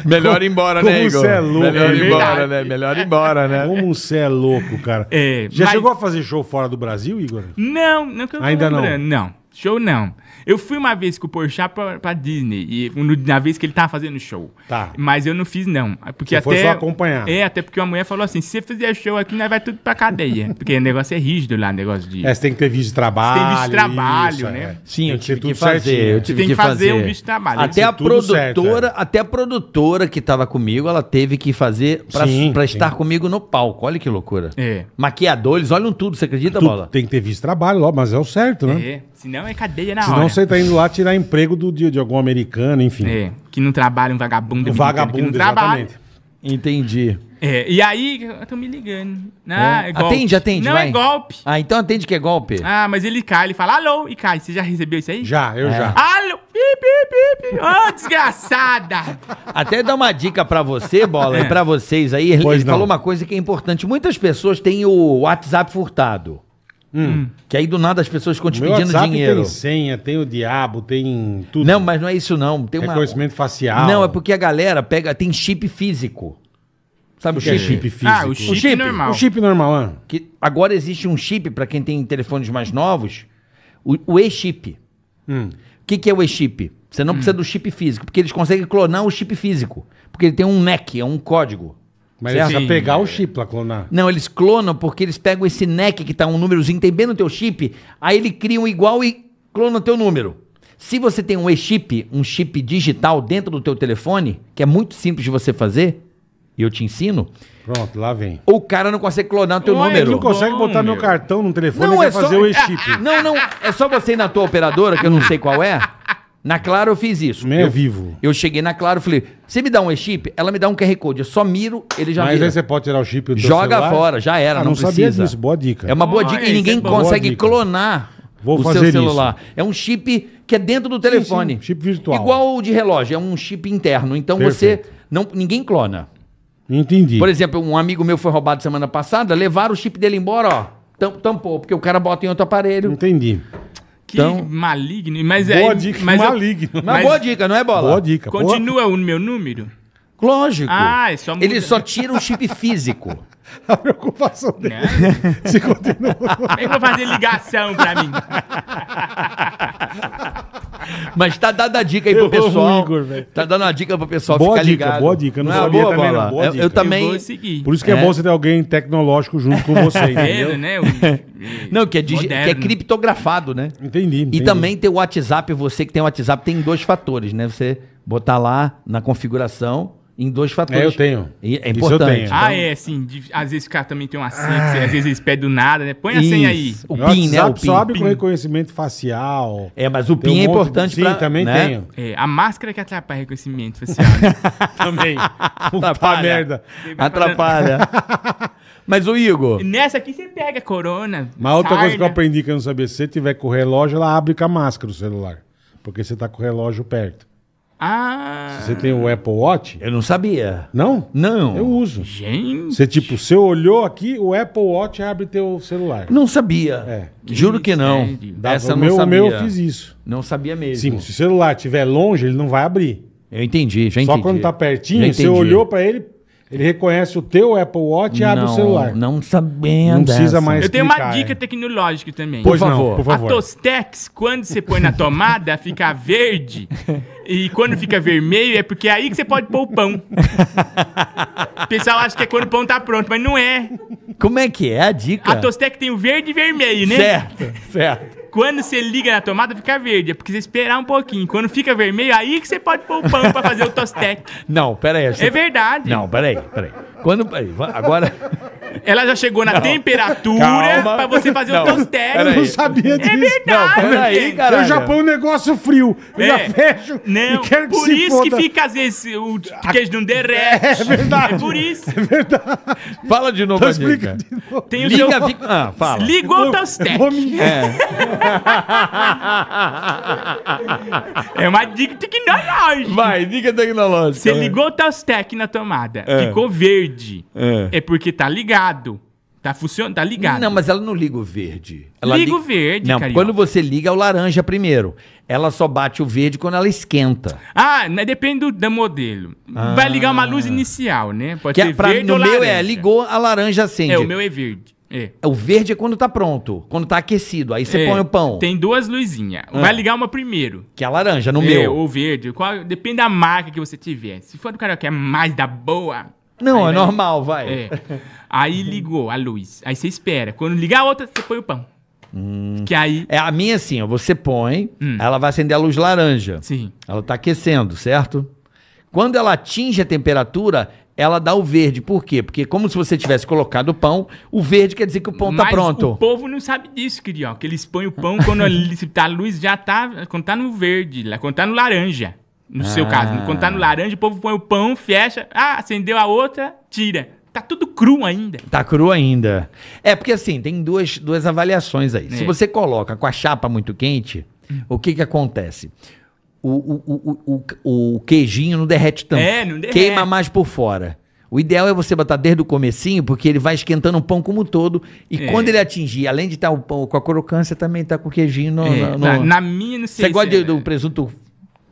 Speaker 4: Melhor ir embora,
Speaker 2: Como
Speaker 4: né, Igor?
Speaker 2: você é louco,
Speaker 4: Melhor
Speaker 3: é
Speaker 4: ir embora,
Speaker 3: verdade.
Speaker 4: né? Melhor ir embora, né?
Speaker 2: Como você é louco, cara.
Speaker 3: É,
Speaker 2: Já
Speaker 3: mas-
Speaker 2: chegou a fazer show fora do Brasil, Igor?
Speaker 3: Não, não que eu tô
Speaker 2: Ainda não.
Speaker 3: lembrando. Não, show não. Eu fui uma vez com o Porchat pra, pra Disney, e no- na vez que ele tava fazendo show.
Speaker 2: Tá.
Speaker 3: Mas eu não fiz, não. Porque
Speaker 2: Você
Speaker 3: até,
Speaker 2: foi só acompanhar.
Speaker 3: É, até porque uma mulher falou assim, se você fizer show aqui, nós vai tudo pra cadeia. porque o negócio é rígido lá, o negócio de...
Speaker 2: É, você tem que ter visto de trabalho.
Speaker 3: Tem visto de trabalho,
Speaker 2: isso,
Speaker 3: né?
Speaker 2: é.
Speaker 4: Sim,
Speaker 2: Tem
Speaker 4: eu
Speaker 2: ser
Speaker 4: tive que
Speaker 2: tudo
Speaker 4: fazer.
Speaker 2: certinho,
Speaker 4: Eu
Speaker 2: né?
Speaker 4: tive
Speaker 3: Tem
Speaker 4: que
Speaker 3: que fazer
Speaker 4: fazer.
Speaker 3: um bicho de trabalho,
Speaker 4: Até
Speaker 3: tem
Speaker 4: a
Speaker 2: que ser tudo
Speaker 4: produtora,
Speaker 2: certo, é.
Speaker 4: até a produtora que tava comigo, ela teve que fazer pra,
Speaker 2: Sim,
Speaker 4: pra
Speaker 2: sim.
Speaker 4: estar comigo no palco. Olha que loucura.
Speaker 3: É.
Speaker 4: Maquiadores, olham tudo, você acredita,
Speaker 2: Tu-
Speaker 4: bola?
Speaker 2: Tem que ter visto de trabalho, ó, mas é o certo, né?
Speaker 3: É, senão é cadeia na
Speaker 2: Senão
Speaker 3: hora.
Speaker 2: você tá indo lá tirar emprego do, de, de algum americano, enfim.
Speaker 3: É, que não trabalha, um vagabundo.
Speaker 2: O
Speaker 3: americano que não
Speaker 2: vagabundo,
Speaker 3: trabalha.
Speaker 2: exatamente.
Speaker 4: Entendi.
Speaker 3: É, e aí, eu tô me ligando. Ah, é golpe.
Speaker 4: Atende, atende,
Speaker 3: Não,
Speaker 4: vai.
Speaker 3: é golpe.
Speaker 4: Ah, então atende que é golpe?
Speaker 3: Ah, mas ele cai, ele fala, alô, e cai. Você já recebeu isso aí?
Speaker 2: Já, eu
Speaker 4: É.
Speaker 2: já.
Speaker 3: Alô, pi, pi, pi, pi. Ô, desgraçada.
Speaker 4: Até dar uma dica pra você, Bola, e pra vocês aí. Ele,
Speaker 2: É. Pois
Speaker 4: ele
Speaker 2: não.
Speaker 4: falou uma coisa que é importante. Muitas pessoas têm o WhatsApp furtado. Que aí do nada as pessoas ficam te
Speaker 2: Hum. Meu
Speaker 4: pedindo
Speaker 2: WhatsApp
Speaker 4: dinheiro.
Speaker 2: tem senha, tem o diabo, tem tudo.
Speaker 4: Não, mas não é isso não. Tem uma...
Speaker 2: Reconhecimento facial.
Speaker 4: Não, é porque a galera pega, tem chip físico. Sabe o
Speaker 2: O que é
Speaker 4: chip?
Speaker 2: chip físico.
Speaker 3: Ah, o chip,
Speaker 4: chip,
Speaker 3: normal.
Speaker 2: O chip normal, né?
Speaker 4: Que agora existe um chip para quem tem telefones mais novos, o, o e-chip.
Speaker 2: Hum.
Speaker 4: O que, que é o e-chip? Você não precisa do chip físico, porque eles conseguem clonar o chip físico. Porque ele tem um NEC, é um código.
Speaker 2: Mas
Speaker 4: Certo?
Speaker 2: precisa
Speaker 3: Sim.
Speaker 2: pegar o chip lá, clonar.
Speaker 4: Não, eles clonam porque eles pegam esse NEC que tá um númerozinho, tem bem no teu chip, aí ele cria um igual e clona o teu número. Se você tem um e-chip, um chip digital dentro do teu telefone, que é muito simples de você fazer, e eu te ensino,
Speaker 2: Pronto, lá vem.
Speaker 4: o cara não consegue clonar o teu
Speaker 3: Olha,
Speaker 4: número.
Speaker 2: Ele não consegue
Speaker 3: Bom,
Speaker 2: botar meu,
Speaker 3: meu.
Speaker 2: cartão no telefone
Speaker 4: Não,
Speaker 2: e quer
Speaker 4: é só-
Speaker 2: fazer o e-chip.
Speaker 4: Não, não, é só você ir na tua operadora, que eu não sei qual é. Na Claro eu fiz isso.
Speaker 2: Meio
Speaker 4: eu,
Speaker 2: é vivo.
Speaker 4: eu cheguei na Claro e falei, você me dá um e-chip? Ela me dá um QR Code. Eu só miro, ele já
Speaker 2: Mas é
Speaker 4: vira.
Speaker 2: aí você pode tirar o chip do teu
Speaker 4: Joga
Speaker 2: celular?
Speaker 4: fora, já era,
Speaker 2: Ah,
Speaker 4: não,
Speaker 2: sabia
Speaker 4: precisa.
Speaker 2: disso, boa dica.
Speaker 4: É uma boa
Speaker 3: Olha,
Speaker 4: dica e
Speaker 3: isso
Speaker 4: ninguém
Speaker 3: é boa
Speaker 4: consegue
Speaker 2: dica.
Speaker 4: clonar
Speaker 2: Vou
Speaker 4: o
Speaker 2: fazer
Speaker 4: seu celular. É um chip que é dentro do telefone.
Speaker 2: sim, chip virtual.
Speaker 4: Igual o de relógio, é um chip interno. Então você.
Speaker 2: Perfeito.
Speaker 4: Não, ninguém clona.
Speaker 2: Entendi.
Speaker 4: Por exemplo, um amigo meu foi roubado semana passada, levaram o chip dele embora, ó. tam- Tampou, porque o cara bota em outro aparelho.
Speaker 2: Entendi.
Speaker 3: Que
Speaker 4: Então-
Speaker 3: maligno. Mas
Speaker 2: Boa
Speaker 3: é,
Speaker 2: dica,
Speaker 3: mas eu-
Speaker 2: maligno.
Speaker 4: Mas,
Speaker 3: Mas-
Speaker 4: boa dica, não é bola?
Speaker 2: Boa dica. boa-
Speaker 3: Continua o meu número?
Speaker 4: Lógico.
Speaker 3: Ah, é só muda.
Speaker 4: Ele só tira o chip físico.
Speaker 2: A preocupação dele.
Speaker 3: Né?
Speaker 4: É.
Speaker 2: Se continua.
Speaker 3: Como é que eu vou fazer ligação pra mim?
Speaker 4: Mas tá dada a dica aí
Speaker 2: Eu
Speaker 4: pro
Speaker 2: amo
Speaker 4: pessoal.
Speaker 2: o Igor, velho.
Speaker 4: tá dando a dica pro pessoal
Speaker 2: Boa
Speaker 4: ficar
Speaker 2: dica,
Speaker 4: ligado.
Speaker 2: boa dica. Eu não
Speaker 4: Não, é uma
Speaker 2: sabia
Speaker 4: boa,
Speaker 2: também, não.
Speaker 4: bola.
Speaker 2: Boa
Speaker 4: eu,
Speaker 2: dica.
Speaker 4: eu
Speaker 2: Eu
Speaker 3: Eu
Speaker 4: também.
Speaker 3: vou seguir.
Speaker 2: Por isso que é,
Speaker 4: É.
Speaker 2: bom você ter alguém tecnológico junto com você, entendeu?
Speaker 3: Vendo, né? o-
Speaker 4: Não, que é, digi- que é
Speaker 3: Moderno.
Speaker 4: criptografado, né?
Speaker 2: Entendi,
Speaker 4: E
Speaker 2: entendi.
Speaker 4: também tem o WhatsApp, você que tem o WhatsApp tem dois fatores, né? Você botar lá na configuração em dois fatores.
Speaker 2: É, eu tenho.
Speaker 4: E é
Speaker 2: Isso eu
Speaker 4: importante.
Speaker 2: tenho.
Speaker 3: Ah, é, assim, de- às vezes o cara também tem uma senha,
Speaker 2: Ah.
Speaker 3: que você- às vezes eles pedem do nada, né? Põe a senha aí.
Speaker 4: Isso. O PIN, né? O
Speaker 2: WhatsApp
Speaker 4: PIN.
Speaker 2: só abre com reconhecimento facial.
Speaker 4: É, mas o
Speaker 2: Tem um
Speaker 4: PIN é
Speaker 2: monte de-
Speaker 4: importante
Speaker 2: Sim,
Speaker 4: pra...
Speaker 2: também
Speaker 4: né?
Speaker 2: tenho.
Speaker 3: É, a máscara que atrapalha o reconhecimento facial. né?
Speaker 2: Também. Puta
Speaker 4: Atrapalha.
Speaker 2: merda.
Speaker 4: Atrapalha. mas o Igor...
Speaker 3: E Nessa aqui você pega corona. né?
Speaker 2: Mas outra coisa que
Speaker 4: né?
Speaker 2: eu
Speaker 3: sarna.
Speaker 2: aprendi que eu não sabia, se você tiver com o relógio, ela abre com a máscara do celular. Porque você tá com o relógio perto.
Speaker 3: Ah,
Speaker 2: Você tem o Apple Watch?
Speaker 4: Eu não sabia.
Speaker 2: Não?
Speaker 4: Não.
Speaker 2: Eu uso.
Speaker 3: gente.
Speaker 2: Você, tipo, você olhou aqui, o Apple Watch abre teu celular.
Speaker 4: Não sabia.
Speaker 2: É.
Speaker 4: Juro que não.
Speaker 3: mistério.
Speaker 2: Dá-
Speaker 4: Essa eu
Speaker 2: o
Speaker 4: não
Speaker 2: meu, o
Speaker 4: sabia.
Speaker 2: meu eu fiz isso.
Speaker 4: Não sabia mesmo.
Speaker 2: Sim, se o celular estiver longe, ele não vai abrir.
Speaker 4: Eu entendi, já
Speaker 2: Só
Speaker 4: entendi.
Speaker 2: quando tá
Speaker 4: Já
Speaker 2: pertinho, você
Speaker 4: entendi.
Speaker 2: olhou pra ele, ele reconhece o teu Apple Watch e abre o
Speaker 4: Não,
Speaker 2: celular.
Speaker 4: Não sabendo.
Speaker 2: Não precisa
Speaker 4: dessa.
Speaker 2: mais.
Speaker 3: Eu tenho uma
Speaker 2: explicar,
Speaker 3: dica
Speaker 2: é.
Speaker 3: tecnológica também.
Speaker 2: Pois
Speaker 4: Por
Speaker 2: não,
Speaker 4: favor.
Speaker 2: por favor.
Speaker 3: A Tostex, quando você põe na tomada, fica verde. E quando fica vermelho, é porque é aí que você pode pôr o pão. O pessoal acha que é quando o pão tá pronto, mas não é.
Speaker 4: Como é que é a dica?
Speaker 3: A Tostex tem o verde e vermelho, né?
Speaker 4: Certo, certo.
Speaker 3: Quando você liga na tomada, fica verde. É porque você esperar um pouquinho. Quando fica vermelho, é aí que você pode pôr o pão pra fazer o Tostec.
Speaker 4: Não, peraí.
Speaker 3: É verdade.
Speaker 4: Não, peraí, peraí. Quando. peraí, va- agora.
Speaker 3: Ela já chegou na temperatura
Speaker 4: Calma.
Speaker 3: pra você fazer
Speaker 4: Não,
Speaker 3: o Tostec.
Speaker 2: Eu
Speaker 4: peraí.
Speaker 2: não sabia
Speaker 3: É
Speaker 2: disso.
Speaker 3: verdade.
Speaker 4: peraí,
Speaker 3: gente.
Speaker 4: cara.
Speaker 2: eu já ponho um negócio frio. Eu
Speaker 3: É.
Speaker 2: já fecho
Speaker 3: Não,
Speaker 2: e quero que
Speaker 3: por
Speaker 2: se
Speaker 3: isso que
Speaker 2: foda.
Speaker 3: fica às vezes o queijo não derrete. É
Speaker 2: verdade.
Speaker 3: É por isso.
Speaker 4: Fala de novo
Speaker 2: Então
Speaker 4: a dica.
Speaker 2: explica de novo.
Speaker 3: Tem o
Speaker 4: Liga,
Speaker 3: seu...
Speaker 4: fica. Ah, fala.
Speaker 3: Ligou o
Speaker 2: Eu
Speaker 3: Tostec.
Speaker 2: vou me-
Speaker 3: É uma dica tecnológica.
Speaker 4: Vai, dica tecnológica.
Speaker 3: Você ligou o Tostec na tomada,
Speaker 4: É.
Speaker 3: ficou verde.
Speaker 4: É.
Speaker 3: É porque tá ligado. Tá funcionando, tá ligado.
Speaker 4: Não, mas ela não liga o verde. Ela
Speaker 3: Liga o verde,
Speaker 4: Não,
Speaker 3: carioca.
Speaker 4: quando você liga é o laranja primeiro. Ela só bate o verde quando ela esquenta.
Speaker 3: Ah, né, depende do, do modelo.
Speaker 2: Ah.
Speaker 3: Vai ligar uma luz inicial, né? Pode
Speaker 4: Que é pra, no meu é,
Speaker 3: laranja.
Speaker 4: ligou, a laranja acende.
Speaker 3: É, o meu é verde. É.
Speaker 4: O verde é quando tá pronto, quando tá aquecido. Aí você
Speaker 3: É,
Speaker 4: põe o pão,
Speaker 3: Tem duas luzinhas.
Speaker 2: Ah.
Speaker 3: Vai ligar uma primeiro.
Speaker 4: que é a laranja, no
Speaker 3: é,
Speaker 4: meu.
Speaker 3: Ou verde. Qual, depende da marca que você tiver. Se for do cara que é mais da boa.
Speaker 4: Não, é
Speaker 3: aí vai-
Speaker 4: normal, vai.
Speaker 3: É. Aí ligou a luz. Aí você espera. Quando ligar a outra, você põe o pão. Que aí.
Speaker 4: É a minha assim, ó, você põe,
Speaker 3: Hum.
Speaker 4: ela vai acender a luz laranja.
Speaker 3: Sim.
Speaker 4: Ela tá aquecendo, certo? Quando ela atinge a temperatura, ela dá o verde. Por quê? Porque como se você tivesse colocado o pão, o verde quer dizer que o pão tá
Speaker 3: Mas
Speaker 4: pronto.
Speaker 3: O povo não sabe disso, carioca. Eles põem o pão quando a, li- se tá, a luz já tá. Quando tá no verde, lá, quando tá no laranja. No seu
Speaker 4: Ah.
Speaker 3: caso. Quando tá no laranja, o povo põe o pão, fecha. Ah, acendeu a outra, tira. Tá tudo cru ainda.
Speaker 4: Tá cru ainda. É porque assim, tem duas, duas avaliações aí. Se
Speaker 3: É. Hum.
Speaker 4: você coloca com a chapa muito quente, o que que acontece? O, o, o, o, o, o queijinho não derrete tanto.
Speaker 3: É, não derrete.
Speaker 4: Então, Queima mais por fora. O ideal é você botar desde o comecinho, porque ele vai esquentando o pão como um todo. E
Speaker 3: É.
Speaker 4: quando ele atingir, além de estar o pão com a crocância, também tá com o queijinho no...
Speaker 3: É,
Speaker 4: no-
Speaker 3: na,
Speaker 4: no-
Speaker 3: na minha, não sei.
Speaker 4: Você gosta
Speaker 3: se é-
Speaker 4: de- do presunto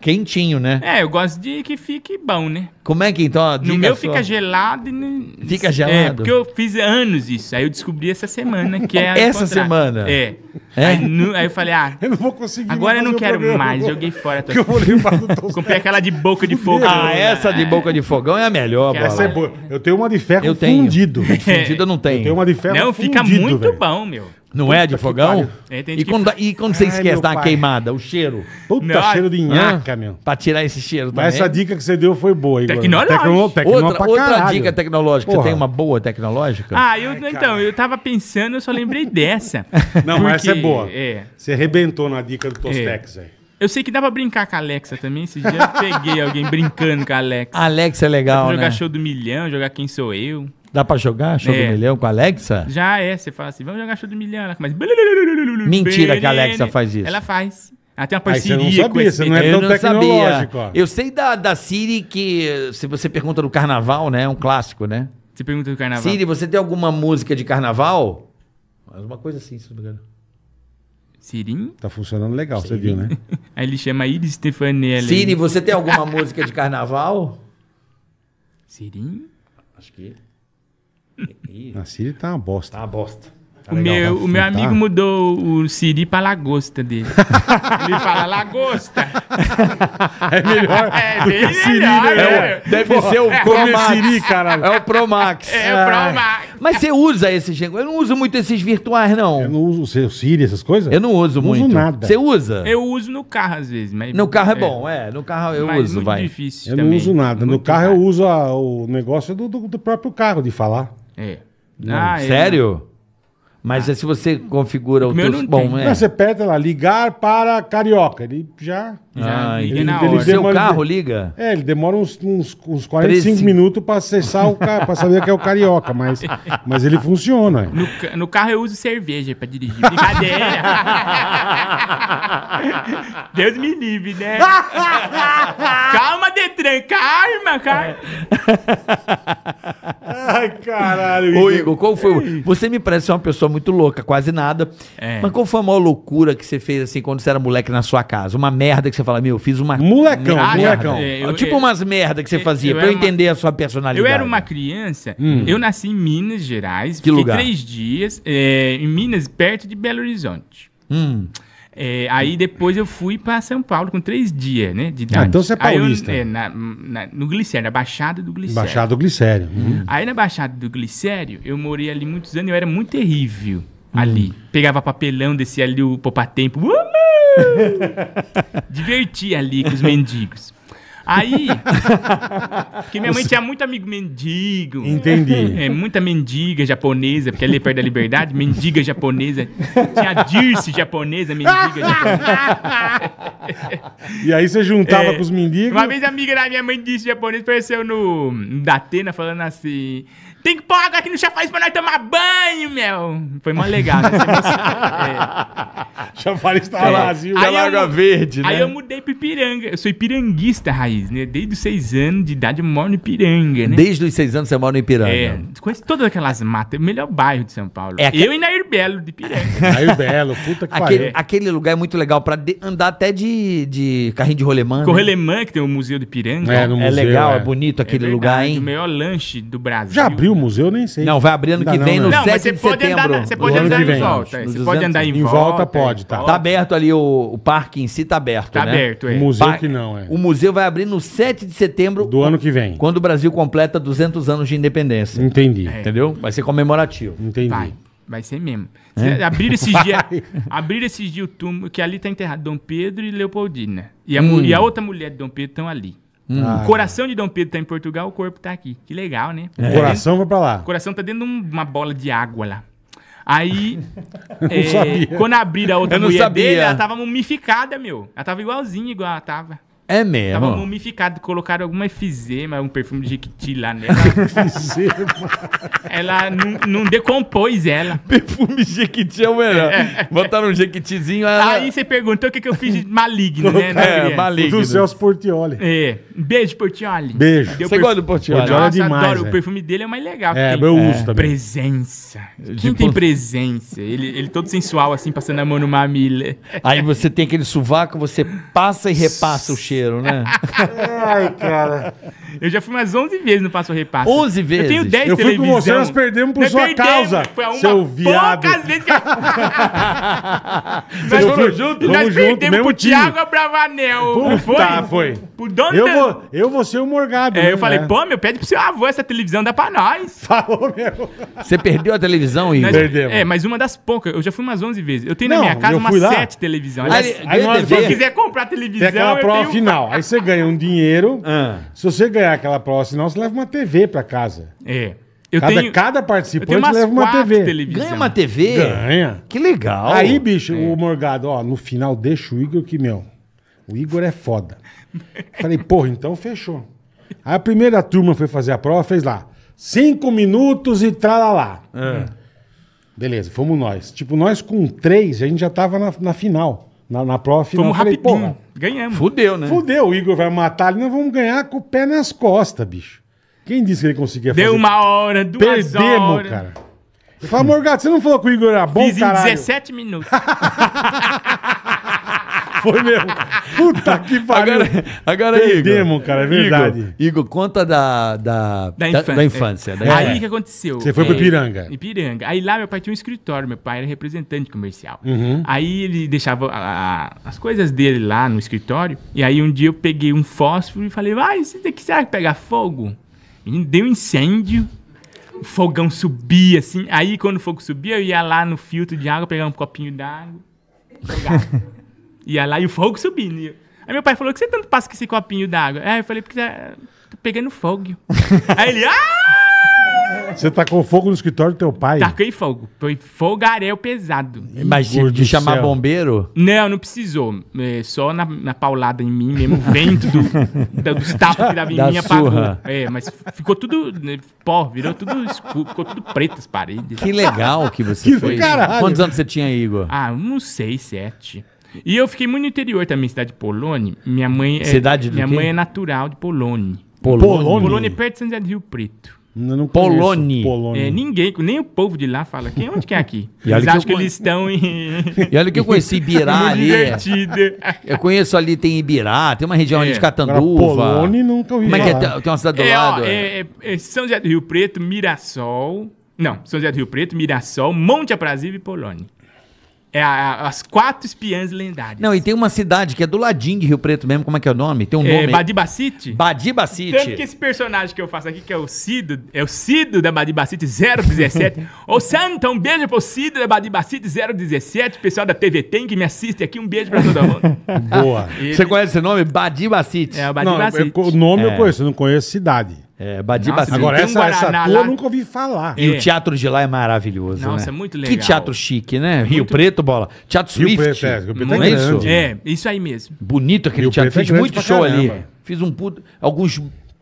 Speaker 4: quentinho, né?
Speaker 3: É, eu gosto de que fique bom, né?
Speaker 4: Como é que então? a
Speaker 3: No
Speaker 4: dica
Speaker 3: meu
Speaker 4: sua?
Speaker 3: fica gelado e não...
Speaker 4: Fica
Speaker 3: É,
Speaker 4: gelado?
Speaker 3: porque eu fiz anos isso. Aí eu descobri essa semana que é ao
Speaker 4: Essa
Speaker 3: contrário.
Speaker 4: semana?
Speaker 3: É.
Speaker 4: É?
Speaker 3: Aí, nu- aí eu falei, ah,
Speaker 2: Eu não vou conseguir.
Speaker 3: agora eu não
Speaker 2: fazer o
Speaker 3: quero
Speaker 2: programa,
Speaker 3: mais.
Speaker 2: eu vou-
Speaker 3: Joguei fora. Tô...
Speaker 2: Que eu vou limpar do Tostec.
Speaker 3: Comprei aquela de boca de fogo.
Speaker 4: Ah, essa de boca de fogão é a melhor,
Speaker 3: Que né? essa
Speaker 2: Essa é
Speaker 4: bola.
Speaker 2: boa. Eu tenho uma de ferro
Speaker 4: Eu tenho.
Speaker 2: fundido.
Speaker 4: Fundida eu não
Speaker 2: Eu tenho uma de
Speaker 4: é
Speaker 2: ferro
Speaker 4: um
Speaker 3: Não, fica
Speaker 2: fundido,
Speaker 3: muito
Speaker 2: velho.
Speaker 3: bom, meu.
Speaker 4: Não é de
Speaker 2: Puta que
Speaker 4: fogão?
Speaker 2: pariu.
Speaker 3: É, tem
Speaker 4: e,
Speaker 3: gente que
Speaker 4: quando, dá- e quando você
Speaker 2: Ai,
Speaker 4: esquece
Speaker 2: meu
Speaker 4: da
Speaker 2: pai.
Speaker 4: queimada, o cheiro?
Speaker 2: Puta
Speaker 3: Não.
Speaker 2: cheiro de nhaca, meu.
Speaker 4: Pra tirar esse cheiro
Speaker 2: Mas
Speaker 4: também.
Speaker 2: essa dica que você deu foi boa, Igor.
Speaker 3: Tecnológica.
Speaker 2: Tecno- tecno-
Speaker 4: outra,
Speaker 2: pra
Speaker 4: outra
Speaker 2: caralho.
Speaker 4: dica tecnológica. Você
Speaker 2: Porra.
Speaker 4: tem uma boa tecnológica?
Speaker 3: Ah, eu, então, eu tava pensando, eu só lembrei dessa.
Speaker 2: Não, mas essa é
Speaker 3: Porque,
Speaker 2: boa.
Speaker 3: É.
Speaker 2: Você arrebentou na dica do Tostex, velho.
Speaker 3: Eu sei que dá pra brincar com a Alexa também. Esse dia eu peguei alguém brincando com a Alexa.
Speaker 4: Alexa é legal,
Speaker 3: jogar
Speaker 4: né?
Speaker 3: show do milhão, jogar quem sou eu.
Speaker 4: Dá pra jogar show
Speaker 3: É.
Speaker 4: do milhão com a Alexa?
Speaker 3: Já é, você fala assim, vamos jogar show do milhão. Ela começa... né?
Speaker 4: Mentira que a Alexa faz isso.
Speaker 3: Ela faz. Ela tem uma
Speaker 2: Aí você não
Speaker 3: parceria com
Speaker 2: sabia,
Speaker 3: esse...
Speaker 2: você não é
Speaker 4: eu
Speaker 2: tão
Speaker 4: não sabia.
Speaker 2: tecnológico, ó.
Speaker 4: Eu sei da, da Siri que, se você pergunta do carnaval, né? É um clássico, né?
Speaker 3: Você pergunta do carnaval.
Speaker 4: Siri, você tem alguma música de carnaval? Uma coisa assim, se não me engano.
Speaker 3: Sirim?
Speaker 2: Tá funcionando legal, você viu, né?
Speaker 3: Aí ele chama Iris Stefanelli.
Speaker 4: Siri, você tem alguma música de carnaval?
Speaker 3: Sirim?
Speaker 4: Acho que.
Speaker 2: A Siri tá uma bosta.
Speaker 4: Tá uma bosta.
Speaker 3: o meu, o meu
Speaker 2: tá.
Speaker 3: amigo mudou o Siri pra lagosta dele. ele fala lagosta.
Speaker 2: É melhor
Speaker 3: É,
Speaker 2: do
Speaker 3: bem
Speaker 2: que a Siri,
Speaker 3: melhor,
Speaker 2: né?
Speaker 3: é.
Speaker 2: velho?
Speaker 4: Deve ser o
Speaker 2: Comer
Speaker 4: Promax.
Speaker 2: Siri, caralho.
Speaker 4: É o Pro Max.
Speaker 3: É, o Pro Max.
Speaker 4: Mas você usa esses. Eu não uso muito esses virtuais, não.
Speaker 2: Eu não uso o seu Siri, essas coisas?
Speaker 4: Eu não uso
Speaker 2: Não uso
Speaker 4: muito.
Speaker 2: nada.
Speaker 4: Você usa?
Speaker 3: Eu uso no carro às vezes. Mas
Speaker 4: No carro é bom, é. No carro eu
Speaker 3: mas
Speaker 4: uso,
Speaker 3: muito
Speaker 4: vai.
Speaker 3: difícil
Speaker 2: Eu não
Speaker 3: também.
Speaker 2: uso nada. No
Speaker 3: Muito
Speaker 2: carro é eu
Speaker 3: raro.
Speaker 2: uso a- o negócio do, do- do próprio carro de falar.
Speaker 3: É.
Speaker 4: Sério? Mas é se você configura o,
Speaker 3: O meu
Speaker 4: teu...
Speaker 3: não
Speaker 4: Bom,
Speaker 3: tem.
Speaker 4: é.
Speaker 2: Não, você pede lá, ligar para Carioca. Ele já.
Speaker 3: Já
Speaker 4: Ah,
Speaker 3: liguei
Speaker 4: entendi.
Speaker 3: na
Speaker 2: ele
Speaker 4: O
Speaker 3: hora.
Speaker 4: seu
Speaker 2: demora-
Speaker 4: carro liga?
Speaker 2: É, ele demora uns, uns, uns 45
Speaker 4: 13.
Speaker 2: minutos para acessar o carro, para saber que é o Carioca, mas, mas ele funciona. é.
Speaker 3: No, ca- no carro eu uso cerveja pra dirigir. Brincadeira. Deus me livre, né? calma, Detran. Calma,
Speaker 2: É,
Speaker 3: calma.
Speaker 2: tá Ai, caralho.
Speaker 4: Ô, Igor, qual foi. o- Você me parece ser uma pessoa muito louca, quase nada.
Speaker 3: É.
Speaker 4: Mas qual foi a maior loucura que você fez assim quando você era moleque na sua casa? Uma merda que você fala, meu, fiz uma.
Speaker 2: Molecão,
Speaker 4: merda.
Speaker 2: molecão.
Speaker 3: É, eu-
Speaker 4: tipo
Speaker 3: eu-
Speaker 4: umas merda que você
Speaker 3: eu-
Speaker 4: fazia,
Speaker 3: eu
Speaker 4: pra eu
Speaker 3: era uma-
Speaker 4: entender a sua personalidade.
Speaker 3: Eu era uma criança,
Speaker 2: Hum.
Speaker 3: eu nasci em Minas Gerais,
Speaker 4: Que lugar?
Speaker 3: três dias é, em Minas, perto de Belo Horizonte.
Speaker 4: Hum.
Speaker 3: É, aí depois eu fui pra São Paulo com três dias, né? De idade.
Speaker 2: então você é
Speaker 3: Aí eu-
Speaker 2: paulista.
Speaker 3: é, na- na- no Glicério, na Baixada do Glicério.
Speaker 2: Baixado o glicério. Uhum.
Speaker 3: Aí na Baixada do Glicério, eu morei ali muitos anos e eu era muito terrível ali. Pegava papelão, descia ali o poupatempo. Uhul! Divertia ali com os mendigos. Aí, porque minha mãe tinha muito amigo mendigo.
Speaker 2: Entendi.
Speaker 3: É, muita mendiga japonesa, porque ali é perto da liberdade, mendiga japonesa. Tinha Dirce japonesa, mendiga japonesa.
Speaker 2: E aí você juntava
Speaker 3: É,
Speaker 2: com os mendigos.
Speaker 3: Uma vez a amiga da minha mãe disse japonês, apareceu no, no Datena falando assim: tem que pôr água aqui no chafariz pra nós tomar banho, meu. Foi mó legal. né? É. Essa emoção.
Speaker 2: Chafariz tava tá vazio.
Speaker 3: É. Aí eu-
Speaker 4: verde, né?
Speaker 3: É.
Speaker 2: né?
Speaker 3: Aí eu mudei pro Ipiranga. Eu sou ipiranguista raiz, né? Desde os seis anos de idade eu moro no Ipiranga, né?
Speaker 4: Desde os seis anos você mora no Ipiranga.
Speaker 3: É, conheço todas aquelas matas, o melhor bairro de São Paulo.
Speaker 4: É,
Speaker 3: Eu e Nair Belo, de Ipiranga.
Speaker 2: Aí o Belo, puta que
Speaker 4: Aquele,
Speaker 2: pariu.
Speaker 4: aquele lugar é muito legal pra de- andar até de, de carrinho de rolemã. né?
Speaker 3: Correlemã, que tem o Museu do Ipiranga.
Speaker 2: É, no
Speaker 4: É
Speaker 2: museu,
Speaker 4: legal, é,
Speaker 2: é.
Speaker 4: bonito
Speaker 3: É
Speaker 4: aquele
Speaker 3: verdade,
Speaker 4: lugar,
Speaker 3: O
Speaker 4: hein?
Speaker 3: melhor lanche do Brasil.
Speaker 2: Já abriu o museu, eu nem sei.
Speaker 4: Não, vai abrir ano
Speaker 2: Ainda
Speaker 4: que vem,
Speaker 2: não,
Speaker 4: no
Speaker 2: né?
Speaker 3: Não,
Speaker 4: 7
Speaker 3: mas você
Speaker 4: de
Speaker 3: pode
Speaker 4: setembro.
Speaker 3: andar, na- você pode
Speaker 2: ano
Speaker 3: andar
Speaker 2: que
Speaker 3: em
Speaker 2: vem.
Speaker 3: volta. é,
Speaker 4: No
Speaker 3: Você pode
Speaker 4: 200.
Speaker 3: andar em, é.
Speaker 2: Em volta pode, tá.
Speaker 4: Tá aberto ali o, o parque em si, tá aberto,
Speaker 3: Tá
Speaker 4: né?
Speaker 3: aberto, é. Um
Speaker 2: O museu
Speaker 4: Pa-
Speaker 2: que não, é.
Speaker 4: O museu vai abrir no 7 de setembro,
Speaker 2: Do ano que vem.
Speaker 4: quando o Brasil completa 200 anos de independência.
Speaker 2: Entendi.
Speaker 3: É.
Speaker 4: Entendeu? Vai ser comemorativo.
Speaker 2: Entendi.
Speaker 3: Vai. Vai ser mesmo.
Speaker 4: É?
Speaker 3: Cê- Abriram esses dias abrir esses dias o túmulo, que ali tá enterrado Dom Pedro e Leopoldina. E a,
Speaker 4: Hum.
Speaker 3: mu- e a outra mulher de Dom Pedro estão ali.
Speaker 2: Ah.
Speaker 3: O coração de Dom Pedro tá em Portugal, o corpo tá aqui. Que legal, né?
Speaker 4: É.
Speaker 2: O coração vai pra lá.
Speaker 3: O coração tá dentro de um- uma bola de água lá. Aí, é,
Speaker 2: sabia.
Speaker 3: quando abriram a outra
Speaker 4: Eu não
Speaker 3: mulher
Speaker 4: sabia.
Speaker 3: dele, ela tava mumificada, meu. Ela tava igualzinha, igual ela tava.
Speaker 4: É
Speaker 3: Tava
Speaker 4: mesmo.
Speaker 3: mumificado, colocaram alguma efizema, um perfume de jequiti lá nela. ela não, não decompôs ela.
Speaker 4: Perfume Jequiti é o melhor. Botaram um Jequitizinho. ela-
Speaker 3: Aí você perguntou o que, que eu fiz de maligno, né? na
Speaker 4: É,
Speaker 3: criança.
Speaker 4: maligno.
Speaker 2: Do Celso Portioli.
Speaker 3: É. Um Beijo, Portioli.
Speaker 2: Beijo.
Speaker 3: Deu
Speaker 4: Você
Speaker 3: perfu-
Speaker 4: gosta do Portiolli?
Speaker 2: Portiolli. Olha
Speaker 3: Nossa,
Speaker 2: demais,
Speaker 3: adoro.
Speaker 2: é.
Speaker 3: O perfume dele é o mais legal.
Speaker 2: É,
Speaker 3: que tem.
Speaker 2: eu uso também.
Speaker 3: Presença. Quem
Speaker 4: Tipo-
Speaker 3: tem presença? Ele, ele todo sensual, assim, passando a mão no mamila.
Speaker 2: é
Speaker 4: Aí você tem aquele sovaco, você passa e repassa o cheiro, né?
Speaker 2: Ai, cara.
Speaker 3: Eu já fui umas 11 vezes no Passo Repasso.
Speaker 4: 11 vezes?
Speaker 3: Eu tenho 10
Speaker 2: Eu fui com
Speaker 3: televisão.
Speaker 2: você, nós perdemos por
Speaker 3: Nós
Speaker 2: sua
Speaker 3: perdemos,
Speaker 2: causa,
Speaker 3: Foi uma
Speaker 2: seu viado.
Speaker 3: poucas vezes que...
Speaker 2: Vocês
Speaker 3: Nós
Speaker 2: foram
Speaker 3: fomos-
Speaker 2: junto?
Speaker 3: Nós
Speaker 2: Fomos junto,
Speaker 3: perdemos
Speaker 2: mesmo
Speaker 3: pro
Speaker 2: time.
Speaker 3: Thiago Abravanel. não foi?
Speaker 2: Tá, foi.
Speaker 3: Pro Dono
Speaker 2: Eu
Speaker 3: da-
Speaker 2: vou, eu vou ser o Morgado.
Speaker 3: É,
Speaker 2: né?
Speaker 3: eu falei,
Speaker 2: É.
Speaker 3: pô, meu, pede pro seu avô, essa televisão dá pra nós.
Speaker 2: Falou mesmo.
Speaker 4: Você perdeu a televisão, Igor?
Speaker 3: Nós-
Speaker 2: Perdemos.
Speaker 3: É, mas uma das poucas. Eu já fui umas 11 vezes. Eu tenho
Speaker 2: Não,
Speaker 3: na minha casa
Speaker 2: eu fui
Speaker 3: umas
Speaker 2: lá.
Speaker 3: 7 televisões.
Speaker 4: Aí-
Speaker 3: Se
Speaker 2: Aí nós
Speaker 4: DVD?
Speaker 3: eu
Speaker 2: vamos-
Speaker 3: quiser comprar televisão,
Speaker 2: Tem aquela
Speaker 3: eu
Speaker 2: prova
Speaker 3: tenho- um- Ah.
Speaker 2: final. Aí você ganha um dinheiro.
Speaker 4: Ah.
Speaker 2: Se você ganhar aquela prova final, você leva uma TV pra casa.
Speaker 3: É. Eu
Speaker 2: cada,
Speaker 3: tenho...
Speaker 2: cada
Speaker 3: eu tenho
Speaker 2: participante
Speaker 3: umas
Speaker 2: leva uma
Speaker 3: quatro
Speaker 2: TV.
Speaker 3: televisão.
Speaker 4: Ganha uma TV?
Speaker 2: Ganha.
Speaker 4: Que legal.
Speaker 2: Aí, bicho, o Morgado, ó, no final deixa o Igor que, meu, o Igor é foda. Falei, porra, então fechou. Aí a primeira turma foi fazer a prova, fez lá, cinco minutos e tralalá.
Speaker 3: É.
Speaker 2: Beleza, fomos nós. Tipo, nós com três, a gente já tava na, na final, na, na prova final.
Speaker 3: Fomos
Speaker 2: Falei,
Speaker 3: um rapidinho.
Speaker 2: porra,
Speaker 3: Ganhamos.
Speaker 4: Fudeu, né?
Speaker 2: fudeu, o Igor vai matar ali, nós vamos ganhar com o pé nas costas, bicho. Quem disse que ele conseguia
Speaker 3: Deu
Speaker 2: fazer?
Speaker 3: uma hora, duas
Speaker 2: Perdemos,
Speaker 3: horas.
Speaker 2: cara. Eu falei, Morgado, você não falou que o Igor era bom,
Speaker 3: Fiz em
Speaker 2: caralho?
Speaker 3: 17 minutos.
Speaker 2: Foi mesmo. Puta que pariu.
Speaker 4: Agora, agora
Speaker 2: Perdemos,
Speaker 4: Igor.
Speaker 2: cara, é verdade. É.
Speaker 4: Igor, Igor, conta da, da,
Speaker 3: Da
Speaker 4: da-
Speaker 3: infância. É.
Speaker 4: da infância. da
Speaker 3: Aí o
Speaker 4: infância.
Speaker 3: que aconteceu? É,
Speaker 2: Você foi pro Ipiranga.
Speaker 3: Ipiranga. Aí lá meu pai tinha um escritório, meu pai era representante comercial.
Speaker 2: Uhum.
Speaker 3: Aí ele deixava a- a- as coisas dele lá no escritório. E aí um dia eu peguei um fósforo e falei, vai, isso daqui será que pega fogo? E deu um incêndio. O fogão subia assim. Aí quando o fogo subia, eu ia lá no filtro de água, pegar um copinho d'água. jogava. Ia lá e o fogo subindo. E eu- Aí meu pai falou, o que você tanto passa com esse copinho d'água? Aí eu falei, porque tá tá pegando fogo. Aí ele, ah!
Speaker 2: Você tá com fogo no escritório do teu pai.
Speaker 3: Taquei fogo. Foi fogaréu pesado.
Speaker 4: Mas se
Speaker 2: Igor
Speaker 4: de
Speaker 2: do
Speaker 4: chamar
Speaker 2: céu.
Speaker 4: bombeiro?
Speaker 3: Não, não precisou. É, só na, na paulada em mim mesmo, o vento do, da- dos tapas que dava em
Speaker 4: Da
Speaker 3: mim apagou.
Speaker 4: surra.
Speaker 3: É, mas ficou tudo né, pó, virou tudo escuro, ficou tudo preto as paredes.
Speaker 4: Que legal que você
Speaker 2: Que
Speaker 4: foi.
Speaker 2: caralho.
Speaker 4: Quantos anos você tinha, Igor?
Speaker 3: Ah, uns seis, sete. E eu fiquei muito no interior também, cidade de Polônia. Minha mãe é,
Speaker 4: Cidade do
Speaker 3: minha
Speaker 4: quê?
Speaker 3: mãe é natural de Polônia.
Speaker 2: Polônia.
Speaker 3: Polônia é perto de São José do Rio Preto.
Speaker 2: Eu não conheço
Speaker 4: Polônia.
Speaker 3: É,
Speaker 2: Polônia.
Speaker 3: ninguém, nem o povo de lá fala quem, onde que é aqui.
Speaker 4: E olha
Speaker 3: Eles
Speaker 4: que
Speaker 3: acham
Speaker 4: eu
Speaker 3: que, eles estão em.
Speaker 4: E olha que eu conheci Ibirá ali. é.
Speaker 3: divertido.
Speaker 4: Eu conheço ali, tem Ibirá, tem uma região ali de
Speaker 3: É.
Speaker 2: Agora,
Speaker 4: Catanduva.
Speaker 2: Polônia nunca ouvi
Speaker 4: Como é que é?
Speaker 2: falar.
Speaker 4: Tem- Tem uma cidade do
Speaker 3: É, ó,
Speaker 4: lado?
Speaker 3: é, é, é São José do Rio Preto, Mirassol. Não, São José do Rio Preto, Mirassol, Monte Aprazível e Polônia. É a- a- as quatro espiãs lendárias.
Speaker 4: Não, e tem uma cidade que é do ladinho de Rio Preto mesmo, como é que é o nome? Tem um
Speaker 3: é,
Speaker 4: nome.
Speaker 3: Badibacite? Tanto que
Speaker 4: Badibacite.
Speaker 3: esse personagem que eu faço aqui, que é o Cido, é o Cido da Badibacite 017. Ô Santa, um beijo pro Cido da Badibacite 017, pessoal da TV Tem que me assiste aqui, um beijo pra todo mundo.
Speaker 2: Boa.
Speaker 4: Você conhece esse nome? Badibacite.
Speaker 3: É o
Speaker 2: Não,
Speaker 3: Badibacite.
Speaker 2: eu- o nome eu conheço, eu não conheço cidade.
Speaker 4: É, Badibacite.
Speaker 3: Nossa,
Speaker 2: Agora,
Speaker 3: é. tem um
Speaker 2: essa, essa
Speaker 3: Guaraná
Speaker 2: tua eu
Speaker 3: lá.
Speaker 2: nunca ouvi falar.
Speaker 4: E
Speaker 3: É.
Speaker 4: o teatro de lá é maravilhoso,
Speaker 3: Nossa,
Speaker 4: né?
Speaker 3: muito
Speaker 4: Que
Speaker 3: legal.
Speaker 4: teatro chique, né? Rio Preto, bola. Teatro
Speaker 2: Rio
Speaker 4: Swift.
Speaker 2: Preto, é, Rio Preto
Speaker 4: Não
Speaker 2: é
Speaker 4: isso?
Speaker 2: grande.
Speaker 3: É, isso aí mesmo.
Speaker 4: Bonito aquele
Speaker 2: Rio
Speaker 4: teatro.
Speaker 2: Preto é
Speaker 4: Fiz
Speaker 2: grande
Speaker 4: muito
Speaker 2: pra
Speaker 4: show ali.
Speaker 2: caramba.
Speaker 4: Fiz um puto, alguns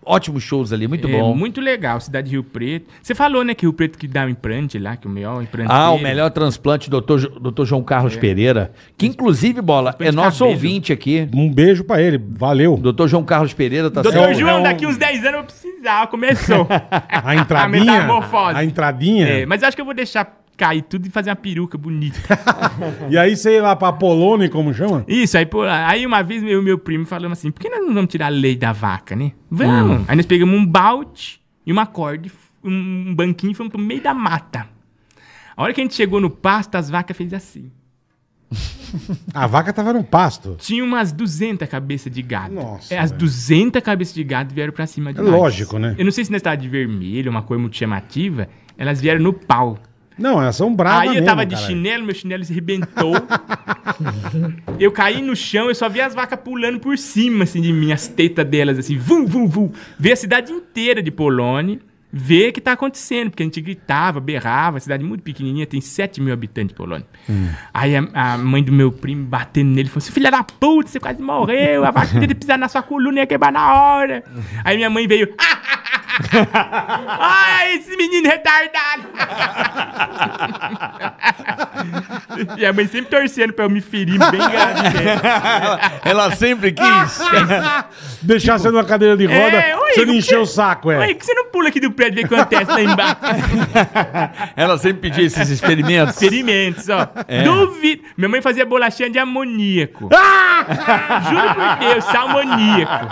Speaker 4: ótimos shows ali, muito
Speaker 3: é,
Speaker 4: bom.
Speaker 3: Muito legal, cidade de Rio Preto. Você falou, né, que Rio Preto que dá o implante lá, que o melhor implante.
Speaker 4: Ah, o melhor transplante, doutor, Jo- doutor João Carlos Pereira, que inclusive, Bola, é
Speaker 3: É. de
Speaker 4: nosso
Speaker 3: cabelo.
Speaker 4: ouvinte aqui.
Speaker 2: Um beijo pra ele, valeu.
Speaker 4: Doutor João Carlos Pereira tá
Speaker 3: Doutor
Speaker 2: É um-
Speaker 4: sendo...
Speaker 3: João,
Speaker 2: é um-
Speaker 3: daqui uns 10 anos eu vou precisar, começou.
Speaker 2: A entradinha.
Speaker 3: metamorfose.
Speaker 2: A entradinha.
Speaker 3: É, mas acho que eu vou deixar cair tudo e fazer uma peruca bonita.
Speaker 2: E aí você ia lá pra Polônia, como chama?
Speaker 3: Isso, aí, pô, aí uma vez meu, meu primo falou assim: por que nós não vamos tirar a lei da vaca, né? Vamos.
Speaker 2: Hum.
Speaker 3: Aí nós pegamos um balde e uma corda, e f- um, um banquinho e fomos pro meio da mata. A hora que a gente chegou no pasto, as vacas fez assim.
Speaker 2: A vaca tava no pasto.
Speaker 3: Tinha umas 200 cabeças de gado.
Speaker 2: Nossa,
Speaker 3: É, as
Speaker 2: velho.
Speaker 3: 200 cabeças de gado vieram pra cima de
Speaker 2: É
Speaker 3: nós.
Speaker 2: lógico, né?
Speaker 3: Eu não sei se na cidade vermelha, uma cor muito chamativa, elas vieram no pau.
Speaker 2: Não, elas são bravas
Speaker 3: Aí eu
Speaker 2: mesmo,
Speaker 3: tava de
Speaker 2: caralho.
Speaker 3: chinelo, meu chinelo se arrebentou. eu caí no chão, eu só vi as vacas pulando por cima, assim, de mim, as tetas delas, assim, vum, vum, vum. Ver a cidade inteira de Polônia, ver o que tá acontecendo, porque a gente gritava, berrava, cidade muito pequenininha, tem 7 mil habitantes de Polônia. Aí a, a mãe do meu primo batendo nele, falou assim, filha da puta, você quase morreu, a vaca teria pisado na sua coluna e ia quebrar na hora. Aí minha mãe veio, ai, esse menino retardado. Minha mãe sempre torcendo pra eu me ferir bem grave. né?
Speaker 4: Ela sempre quis.
Speaker 2: Deixar você numa cadeira de roda,
Speaker 3: É, oi,
Speaker 2: você não
Speaker 3: o
Speaker 2: encher
Speaker 3: que-
Speaker 2: o saco, é.
Speaker 3: Ué, por que você não pula aqui do prédio e vê o que acontece lá embaixo?
Speaker 4: Ela sempre pedia esses experimentos.
Speaker 3: Experimentos, ó.
Speaker 2: É.
Speaker 3: Duvido. Minha mãe fazia bolachinha de amoníaco.
Speaker 2: Ah!
Speaker 3: Juro por Deus, sal amoníaco.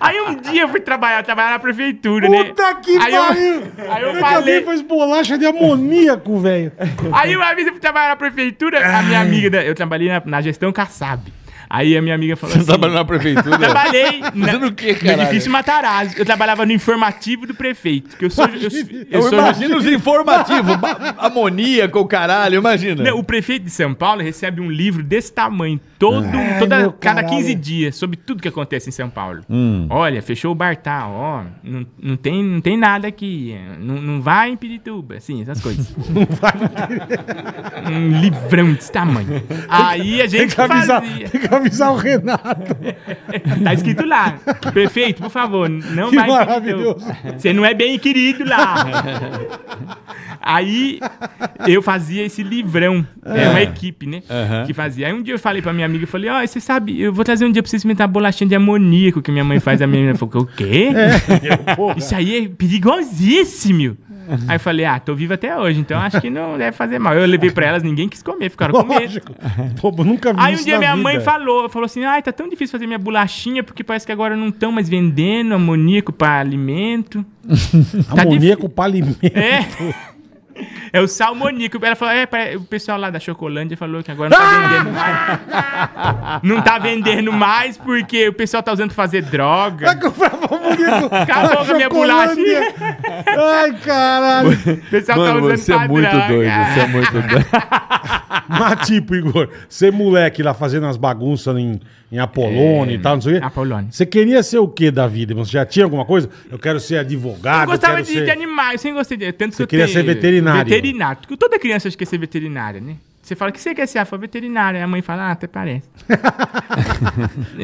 Speaker 3: Aí um dia eu fui trabalhar, eu trabalhava na prefeitura, né?
Speaker 2: Puta que
Speaker 3: aí
Speaker 2: pariu!
Speaker 3: Eu, aí eu
Speaker 2: Como é que alguém
Speaker 3: falei...
Speaker 2: faz bolacha de amoníaco, velho.
Speaker 3: Aí uma vez eu fui trabalhar na prefeitura, a
Speaker 2: É.
Speaker 3: minha amiga... da- Eu trabalhei na, na gestão Kassab. Aí a minha amiga falou assim...
Speaker 4: na prefeitura?
Speaker 3: Trabalhei né? na-
Speaker 4: Fazendo o quê,
Speaker 3: no
Speaker 4: caralho?
Speaker 3: edifício Matarazzo. Eu trabalhava no informativo do prefeito. Que eu sou... Eu, sou- eu
Speaker 4: Eu
Speaker 3: sou
Speaker 4: imagino os informativos, ba- amoníaco, o caralho, imagina.
Speaker 3: Não, o prefeito de São Paulo recebe um livro desse tamanho, todo, toda,
Speaker 2: meu
Speaker 3: cada
Speaker 2: caralho. Hum.
Speaker 3: 15 dias, sobre tudo que acontece em São Paulo. Olha, fechou o Bartal, ó, não, não, tem, não tem nada aqui, não, não vai em Pirituba, assim, essas coisas. não vai Um livrão desse tamanho. Aí a
Speaker 2: Tem
Speaker 3: gente
Speaker 2: que avisar,
Speaker 3: fazia.
Speaker 2: tem que avisar o Renato.
Speaker 3: Tá escrito lá. Prefeito, por favor, não
Speaker 2: Que
Speaker 3: vai. em Pirituba.
Speaker 2: maravilhoso.
Speaker 3: Você não é bem querido lá. Aí eu fazia esse livrão. É uma equipe, né? Que fazia. Aí um dia eu falei pra minha amiga, eu falei, ó, você sabe, eu vou trazer um dia pra você experimentar a bolachinha de amoníaco que minha mãe faz. A minha menina falou, o quê? Isso aí é perigosíssimo. Aí eu falei, ah, tô vivo até hoje, então acho que não deve fazer mal. Eu levei pra elas, ninguém quis comer, ficaram com medo.
Speaker 2: Lógico. Pô, nunca vi
Speaker 3: Aí um
Speaker 2: isso
Speaker 3: dia
Speaker 2: na
Speaker 3: minha
Speaker 2: vida.
Speaker 3: mãe falou, falou assim, ai, tá tão difícil fazer minha bolachinha, porque parece que agora não estão mais vendendo amoníaco pra alimento. tá
Speaker 2: Amoníaco pra alimento.
Speaker 3: É. É o salmonico. Ela falou, é, pare- o pessoal lá da Chocolândia falou que agora não tá vendendo mais. Não tá vendendo mais porque o pessoal tá usando pra fazer
Speaker 4: É
Speaker 3: droga.
Speaker 2: Comprava amoníaco.
Speaker 3: Acabou com a minha bolachinha.
Speaker 2: Chocolândia. Ai, caralho.
Speaker 3: O pessoal tá
Speaker 4: Mano,
Speaker 3: usando
Speaker 4: você
Speaker 3: pra
Speaker 4: é muito
Speaker 3: droga.
Speaker 4: doido, você é muito doido.
Speaker 2: Mas tipo, Igor, você moleque lá fazendo as bagunças em, em Apolônia e tal, não sei o quê.
Speaker 3: É. Apolônia.
Speaker 2: Você queria ser o quê da vida? irmão? Você já tinha alguma coisa? Eu quero ser advogado,
Speaker 3: Eu
Speaker 2: eu,
Speaker 3: gostava
Speaker 2: quero
Speaker 3: de,
Speaker 2: ser...
Speaker 3: de animais, eu sempre gostei de. Tanto
Speaker 2: Você
Speaker 3: que
Speaker 2: queria
Speaker 3: eu tenho-
Speaker 2: ser veterinário.
Speaker 3: Veterinário. Porque toda criança acho que quer ser veterinária, né? Você fala, o que você quer ser? Ah, foi veterinária. Aí A mãe fala, ah, até parece.